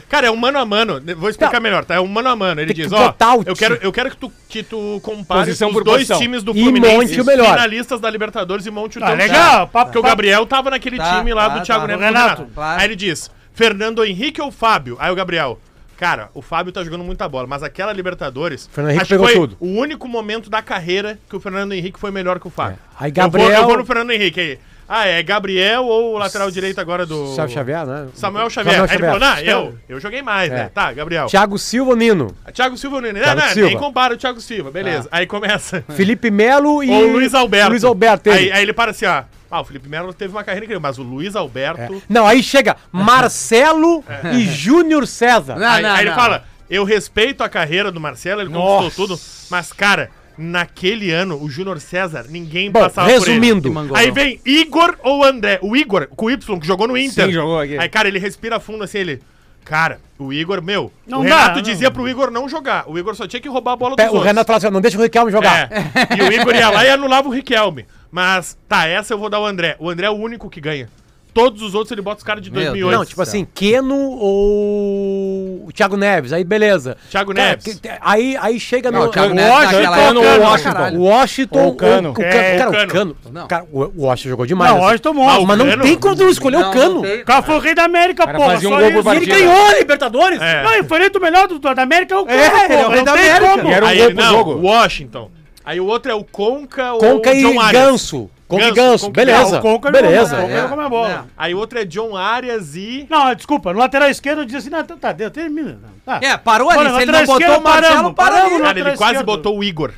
Speaker 3: Cara, é um mano a mano. Vou explicar
Speaker 2: Tá.
Speaker 3: melhor, tá? É um mano a mano. Ele
Speaker 2: Tem que
Speaker 3: diz, ó,
Speaker 2: botar o
Speaker 3: eu
Speaker 2: ti-
Speaker 3: quero, eu quero que tu, que tu compare os
Speaker 7: Posição por
Speaker 3: dois
Speaker 7: posição.
Speaker 3: times do
Speaker 2: E
Speaker 3: Fluminense,
Speaker 2: monte o
Speaker 3: os
Speaker 2: melhor.
Speaker 3: finalistas da Libertadores e monte o
Speaker 4: Tá
Speaker 3: teu
Speaker 4: legal, papo-
Speaker 3: Porque o
Speaker 4: papo-
Speaker 3: Gabriel tava naquele
Speaker 5: Tá,
Speaker 3: time lá
Speaker 5: tá,
Speaker 3: do Thiago
Speaker 5: tá.
Speaker 3: Neves
Speaker 4: O
Speaker 3: do Renato.
Speaker 4: Renato.
Speaker 5: Claro.
Speaker 3: Aí ele diz, Fernando Henrique ou Fábio? Aí o Gabriel... Cara, o Fábio tá jogando muita bola, mas aquela Libertadores.
Speaker 2: Fernando Henrique
Speaker 3: acho que
Speaker 2: pegou
Speaker 3: foi
Speaker 2: tudo.
Speaker 3: O único momento da carreira que o Fernando Henrique foi melhor que o Fábio.
Speaker 2: É. Aí
Speaker 3: Eu vou, eu
Speaker 2: Gabriel-
Speaker 3: vou no Fernando Henrique aí. Ah, é Gabriel ou o lateral direito agora do.
Speaker 2: Sabe Xavier, né?
Speaker 3: Samuel
Speaker 2: Samuel
Speaker 3: Xavier. Aí ele
Speaker 2: Xavier.
Speaker 3: falou, não, eu, eu joguei mais,
Speaker 2: É.
Speaker 3: né? Tá, Gabriel.
Speaker 2: Thiago Silva, Nino,
Speaker 3: Thiago Silva Nunes. né?
Speaker 2: Thiago
Speaker 3: não, não,
Speaker 2: Silva.
Speaker 3: nem compara o Thiago Silva. Beleza. Aí começa.
Speaker 2: Felipe Melo e
Speaker 3: Ou o Luiz Alberto.
Speaker 2: Luiz Alberto, ele.
Speaker 3: Aí, aí ele para assim, ó. Ah, o Felipe Melo teve uma carreira incrível, mas o Luiz Alberto.
Speaker 2: É. Não, aí chega Marcelo e Júnior César.
Speaker 5: Não,
Speaker 3: aí, aí ele fala: eu respeito a carreira do Marcelo, ele conquistou tudo, mas, cara, naquele ano, o Júnior César, ninguém
Speaker 2: Bom,
Speaker 3: passava
Speaker 2: resumindo,
Speaker 3: por ele. Aí vem Igor ou André? O Igor, com o Y, que jogou no Inter.
Speaker 7: Sim, jogou aqui.
Speaker 3: Aí, cara, ele respira fundo assim, ele. Cara, o Igor, meu.
Speaker 4: Não
Speaker 3: o
Speaker 4: dá,
Speaker 3: Renato
Speaker 4: não.
Speaker 3: dizia pro Igor não jogar. O Igor só tinha que roubar a bola
Speaker 2: Pe-
Speaker 3: dos
Speaker 2: o Renato fala assim, ó, não deixa o Riquelme jogar.
Speaker 3: É. E o Igor ia lá e anulava o Riquelme. Mas, tá, essa eu vou dar o André. O André é o único que ganha. Todos os outros ele bota os caras de
Speaker 5: Meu Deus.
Speaker 3: 2008.
Speaker 2: Não, tipo assim, Keno ou o Thiago Neves, aí beleza.
Speaker 3: Thiago Neves.
Speaker 2: que- te- aí, aí chega
Speaker 5: Não,
Speaker 2: no...
Speaker 5: o Thiago
Speaker 2: o
Speaker 5: Neves
Speaker 2: Washington, o
Speaker 5: naquela época era
Speaker 2: Cano,
Speaker 5: pra
Speaker 2: Washington.
Speaker 5: caralho.
Speaker 2: O Washington...
Speaker 7: Ou o Cano.
Speaker 2: O, o, Cano-
Speaker 4: É,
Speaker 2: cara,
Speaker 3: o
Speaker 2: o Cano.
Speaker 5: Não.
Speaker 2: Cara, o, o Washington jogou demais.
Speaker 4: Não,
Speaker 2: assim.
Speaker 4: o Washington
Speaker 3: Ah,
Speaker 4: monstro.
Speaker 3: o
Speaker 2: Mas não
Speaker 3: Cano-
Speaker 2: tem como tu não escolher o Cano.
Speaker 4: O cara foi o rei da América,
Speaker 7: cara
Speaker 4: porra.
Speaker 7: fazia um
Speaker 4: só
Speaker 7: gol
Speaker 4: isso.
Speaker 7: por
Speaker 2: E ele
Speaker 7: partida.
Speaker 2: ganhou a Libertadores.
Speaker 3: É.
Speaker 4: Não, ele foi eleito o melhor do, da América, é o
Speaker 2: É, ele é o
Speaker 4: porra.
Speaker 2: rei
Speaker 4: Não
Speaker 2: da
Speaker 4: tem
Speaker 2: América.
Speaker 4: como.
Speaker 7: E era um
Speaker 3: aí,
Speaker 7: gol
Speaker 3: ele,
Speaker 7: pro
Speaker 3: não,
Speaker 7: jogo.
Speaker 3: Washington. Aí o outro é o Conca ou
Speaker 2: Conca e
Speaker 3: John Arias.
Speaker 2: Ganso. Conca e
Speaker 3: Ganso, É,
Speaker 2: Ganso.
Speaker 3: Conca e-
Speaker 2: Beleza.
Speaker 4: Ah, o Conca jogou,
Speaker 2: Beleza.
Speaker 4: né? O Conca
Speaker 5: É.
Speaker 4: jogou mais bola.
Speaker 3: Aí o outro é John Arias e.
Speaker 4: Não, desculpa, no lateral esquerdo eu disse assim, não, tá, tá, deu, termina. Tá.
Speaker 5: É, parou ali.
Speaker 4: Olha,
Speaker 5: Se ele
Speaker 4: lateral
Speaker 5: não botou o
Speaker 4: esquerdo,
Speaker 5: Marcelo,
Speaker 4: paramos,
Speaker 5: parou
Speaker 4: paramos,
Speaker 5: ali.
Speaker 4: né?
Speaker 3: Cara, ele
Speaker 4: atrás
Speaker 3: quase
Speaker 4: esquerdo.
Speaker 3: botou o Igor.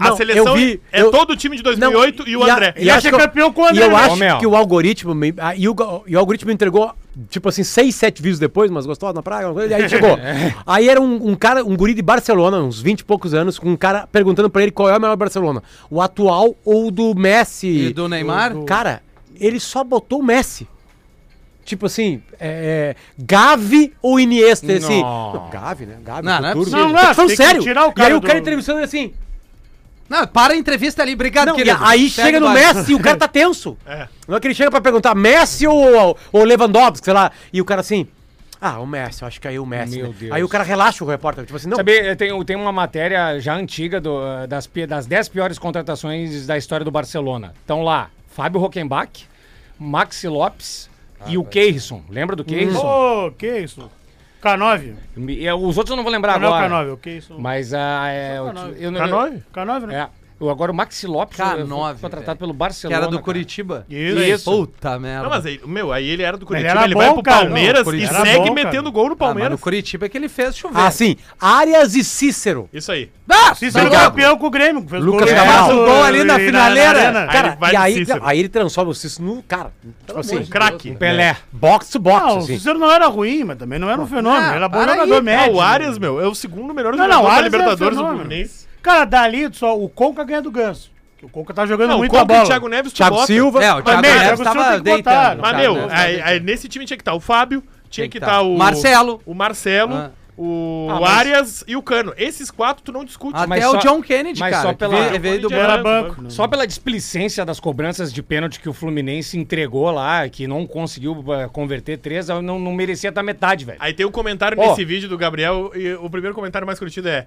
Speaker 2: Não,
Speaker 3: a seleção
Speaker 2: eu vi-
Speaker 3: é
Speaker 2: eu-
Speaker 3: todo o time de
Speaker 2: Não,
Speaker 3: 2008 e o
Speaker 2: a-
Speaker 3: André.
Speaker 2: e
Speaker 4: Ele ia
Speaker 2: acho
Speaker 4: ser
Speaker 2: que eu-
Speaker 4: campeão com o
Speaker 2: E
Speaker 4: André,
Speaker 2: eu
Speaker 4: né?
Speaker 2: acho
Speaker 7: Ô, meu.
Speaker 2: que o algoritmo. me- ah, E o, go- e o algoritmo entregou, tipo assim, seis, sete vídeos depois, mas gostosa na praia. uma coisa, e Aí chegou. aí era um, um cara, um guri de Barcelona, uns 20 e poucos anos, com um cara perguntando pra ele qual é o melhor Barcelona. O atual ou o do Messi?
Speaker 5: E do Neymar?
Speaker 2: Cara, ele só botou o Messi. Tipo assim, é, é, Gavi ou Iniesta? Esse,
Speaker 7: Não.
Speaker 2: Gavi, né? Gavi,
Speaker 5: Não, não é
Speaker 2: futuro.
Speaker 5: possível.
Speaker 4: Não, não,
Speaker 2: Tô falando
Speaker 4: tem que
Speaker 2: sério.
Speaker 4: tirar o
Speaker 2: e aí
Speaker 4: cara
Speaker 2: o cara
Speaker 4: do-
Speaker 2: entrevistando ele assim.
Speaker 5: Não, para a entrevista ali. Obrigado,
Speaker 2: Não, e
Speaker 5: querido.
Speaker 2: aí
Speaker 5: Segue
Speaker 2: chega no
Speaker 5: o baile.
Speaker 2: Messi e o cara tá tenso.
Speaker 3: É.
Speaker 2: Não é que ele chega pra perguntar Messi ou, ou Lewandowski, sei lá. E o cara assim, ah, o Messi, eu acho que aí o Messi.
Speaker 7: Meu
Speaker 2: né?
Speaker 7: Deus.
Speaker 2: Aí o cara relaxa o repórter, tipo assim, não.
Speaker 7: Sabe, eh, tem, tem uma matéria já antiga do, eh, das, pi- das 10 piores contratações da história do Barcelona. Estão lá Fábio Hockenbach, Maxi Lopes e o Keirson. Lembra do Keirson?
Speaker 4: Ô, que isso? K9?
Speaker 7: E, eh, Os outros eu não vou lembrar
Speaker 4: Ah, não,
Speaker 7: agora.
Speaker 4: K9, o que isso?
Speaker 7: Mas ah, é, eu, eu não-
Speaker 4: K9? K9, né?
Speaker 7: É. Eu, agora o Maxi Lopes foi- foi
Speaker 5: K9,
Speaker 7: contratado
Speaker 5: velho.
Speaker 7: pelo
Speaker 5: Que
Speaker 7: Barcelona.
Speaker 5: era do
Speaker 7: cara.
Speaker 5: Curitiba.
Speaker 4: Isso.
Speaker 5: Puta merda.
Speaker 3: Não, mas aí, meu, aí ele era do Curitiba,
Speaker 4: era
Speaker 3: ele
Speaker 4: bom,
Speaker 3: vai pro
Speaker 4: cara.
Speaker 3: Palmeiras
Speaker 4: Não,
Speaker 3: e
Speaker 4: era
Speaker 3: segue
Speaker 4: bom, cara.
Speaker 3: metendo gol no
Speaker 5: Ah, mas no
Speaker 3: Palmeiras.
Speaker 5: Curitiba é que ele fez chover.
Speaker 2: Ah, sim. Arias e Cícero.
Speaker 3: Isso aí.
Speaker 5: Ah,
Speaker 4: Cícero
Speaker 5: obrigado.
Speaker 4: é campeão com o Grêmio. que Fez
Speaker 2: Lucas um
Speaker 4: no-
Speaker 2: Cabral.
Speaker 4: Fez o
Speaker 5: Gol ali na
Speaker 4: e
Speaker 5: finaleira.
Speaker 4: arena.
Speaker 2: Cara,
Speaker 3: ele vai
Speaker 2: e
Speaker 3: no
Speaker 2: aí,
Speaker 3: Cícero.
Speaker 2: aí ele transforma o Cícero no. Cara, tipo assim,
Speaker 3: Um craque.
Speaker 7: Pelé.
Speaker 2: box to box.
Speaker 4: Ah, o
Speaker 2: assim.
Speaker 4: Cícero não era ruim, mas também não era um fenômeno.
Speaker 5: Ah,
Speaker 4: ele era bom
Speaker 5: para
Speaker 4: jogador
Speaker 5: aí.
Speaker 3: Ah,
Speaker 4: médio. né?
Speaker 3: o Arias, meu, é o segundo melhor
Speaker 4: Não,
Speaker 3: jogador
Speaker 4: não, o
Speaker 3: da
Speaker 4: Arias é
Speaker 3: Libertadores do
Speaker 4: fenômeno.
Speaker 3: Fluminense.
Speaker 4: Cara, dali só o Conca ganha do Ganso. Que O Conca tá jogando
Speaker 3: Não,
Speaker 4: muito
Speaker 3: Conca
Speaker 4: a
Speaker 3: e
Speaker 4: bola.
Speaker 3: Thiago Neves tu
Speaker 2: Thiago
Speaker 3: bota.
Speaker 2: Silva.
Speaker 5: É, o Thiago
Speaker 4: Mas, meu, o
Speaker 5: Neves
Speaker 4: Thiago
Speaker 5: tava
Speaker 4: Silva tem que botar.
Speaker 5: deitando.
Speaker 3: Mas,
Speaker 5: Thiago
Speaker 3: meu,
Speaker 5: Neves né? tava
Speaker 3: aí, aí
Speaker 5: deitando.
Speaker 3: nesse time tinha que estar o Fábio, tinha
Speaker 5: Tem
Speaker 3: que
Speaker 5: que
Speaker 3: estar
Speaker 5: tá.
Speaker 3: o...
Speaker 5: Marcelo.
Speaker 3: O Marcelo,
Speaker 5: Ah.
Speaker 3: o
Speaker 7: Ah, mas-
Speaker 3: Arias e o Cano. Esses quatro tu não discute.
Speaker 5: Até
Speaker 7: mas
Speaker 5: o
Speaker 7: só-
Speaker 5: John Kennedy,
Speaker 7: mas
Speaker 5: cara.
Speaker 7: só
Speaker 5: que
Speaker 7: pela-
Speaker 5: veio- veio do
Speaker 3: Ele era
Speaker 4: Era
Speaker 3: banco.
Speaker 4: banco.
Speaker 7: Só pela displicência das cobranças de pênalti que o Fluminense entregou lá, que não conseguiu eh, converter três, eu não, não merecia da metade, velho.
Speaker 3: Aí tem um comentário
Speaker 7: Ó.
Speaker 3: nesse vídeo do Gabriel, e o primeiro comentário mais curtido é.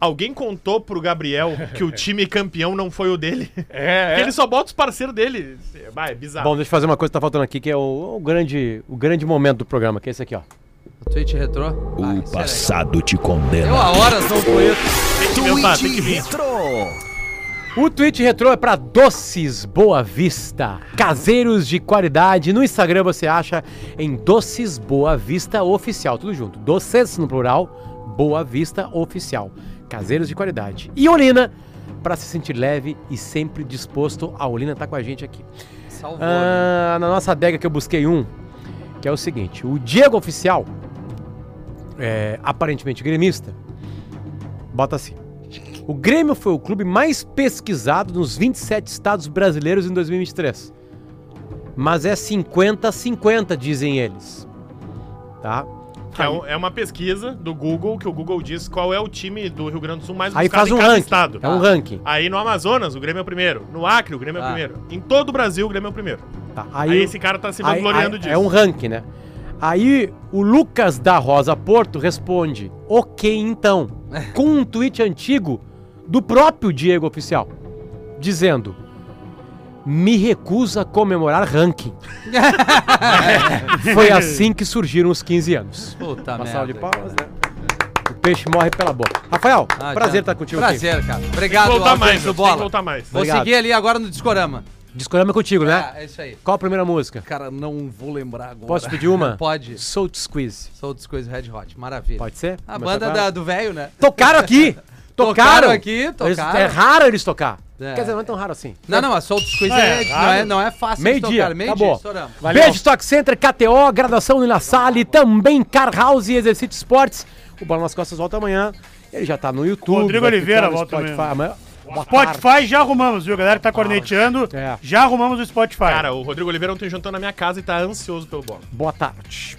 Speaker 3: Alguém contou pro Gabriel que o time campeão não foi o dele?
Speaker 7: É,
Speaker 3: Que ele só bota os parceiros dele. Vai, é bizarro.
Speaker 2: Bom, deixa eu fazer uma coisa que tá faltando aqui, que é o, o grande, o grande momento do programa, que é esse aqui, ó.
Speaker 5: Twitch retrô. Ah,
Speaker 1: O
Speaker 5: isso é legal.
Speaker 1: passado te condena.
Speaker 5: um Eu a horas não conheço.
Speaker 3: Tem que pensar, tem que vir.
Speaker 8: Retro.
Speaker 2: O tweet retrô é para Doces Boa Vista, caseiros de qualidade. No Instagram você acha em Doces Boa Vista Oficial, tudo junto. Doces no plural, Boa Vista Oficial, caseiros de qualidade. E Olina, para se sentir leve e sempre disposto. A Olina tá com a gente aqui.
Speaker 5: Salvou. né?
Speaker 2: Ah, na nossa adega que eu busquei um, que é o seguinte: o Diego Oficial, é, aparentemente gremista, bota assim. O Grêmio foi o clube mais pesquisado nos 27 estados brasileiros em 2023. Mas é 50-50, dizem eles. Tá?
Speaker 3: É, um- é uma pesquisa do Google que o Google diz qual é o time do Rio Grande do Sul mais
Speaker 2: Aí
Speaker 3: buscado
Speaker 2: faz um
Speaker 3: em cada
Speaker 2: ranking,
Speaker 3: estado.
Speaker 2: é um ranking.
Speaker 3: Aí no Amazonas, o Grêmio é o primeiro. No Acre, o Grêmio é o
Speaker 2: Tá.
Speaker 3: primeiro. Em todo o Brasil, o Grêmio é o primeiro.
Speaker 2: Tá,
Speaker 3: Aí
Speaker 2: o-
Speaker 3: esse cara tá se vangloriando
Speaker 2: aí-
Speaker 3: disso.
Speaker 2: É um ranking, né? Aí o Lucas da Rosa Porto responde: Ok, então. Com um tweet antigo do próprio Diego Oficial, dizendo: Me recusa a comemorar ranking. Foi assim que surgiram os 15 anos.
Speaker 5: Puta
Speaker 2: Uma
Speaker 5: merda.
Speaker 2: salva de palmas, né? O peixe morre pela boca. Rafael,
Speaker 5: Ah,
Speaker 2: prazer
Speaker 5: já.
Speaker 2: estar contigo
Speaker 5: Prazer,
Speaker 2: aqui.
Speaker 5: cara. Obrigado,
Speaker 3: voltar
Speaker 5: Alfredo
Speaker 3: mais,
Speaker 5: do
Speaker 3: tem que
Speaker 5: Bola.
Speaker 3: voltar mais.
Speaker 5: Vou
Speaker 2: Obrigado.
Speaker 5: seguir ali agora no Discorama.
Speaker 2: Discorama é contigo, né?
Speaker 5: É, é isso aí.
Speaker 2: Qual a primeira música?
Speaker 5: Cara, não vou lembrar agora.
Speaker 2: Posso pedir uma?
Speaker 5: Pode.
Speaker 2: Soul to Squeeze.
Speaker 5: Sou dos coisas Red Hot, maravilha.
Speaker 2: Pode ser?
Speaker 5: A
Speaker 2: Começar
Speaker 5: banda
Speaker 2: agora?
Speaker 5: da- do velho, né?
Speaker 2: Tocaram aqui! Tocaram!
Speaker 5: Tocaram aqui, tocaram.
Speaker 2: Eles- é raro eles tocar.
Speaker 5: É.
Speaker 2: Quer dizer, não é tão raro assim.
Speaker 5: Não, não, a Soul dos coisas
Speaker 2: É,
Speaker 5: é, não,
Speaker 2: raro.
Speaker 5: é, não é fácil de
Speaker 2: Meio-dia,
Speaker 5: tocar.
Speaker 2: acabou.
Speaker 5: estouramos.
Speaker 2: Beijo, Stock Center, KTO, graduação Nila Sale, também Car House e Exercício Esportes. O Bola nas Costas volta amanhã. Ele já tá no YouTube.
Speaker 4: Rodrigo
Speaker 2: vai
Speaker 4: Oliveira
Speaker 2: ficar no
Speaker 4: volta
Speaker 2: Spotify
Speaker 4: amanhã.
Speaker 2: amanhã. Boa tarde.
Speaker 4: Spotify já arrumamos, viu? A galera que tá corneteando,
Speaker 5: É.
Speaker 4: já arrumamos o Spotify.
Speaker 3: Cara, o Rodrigo Oliveira ontem jantou na minha casa e tá ansioso pelo bola.
Speaker 2: Boa tarde.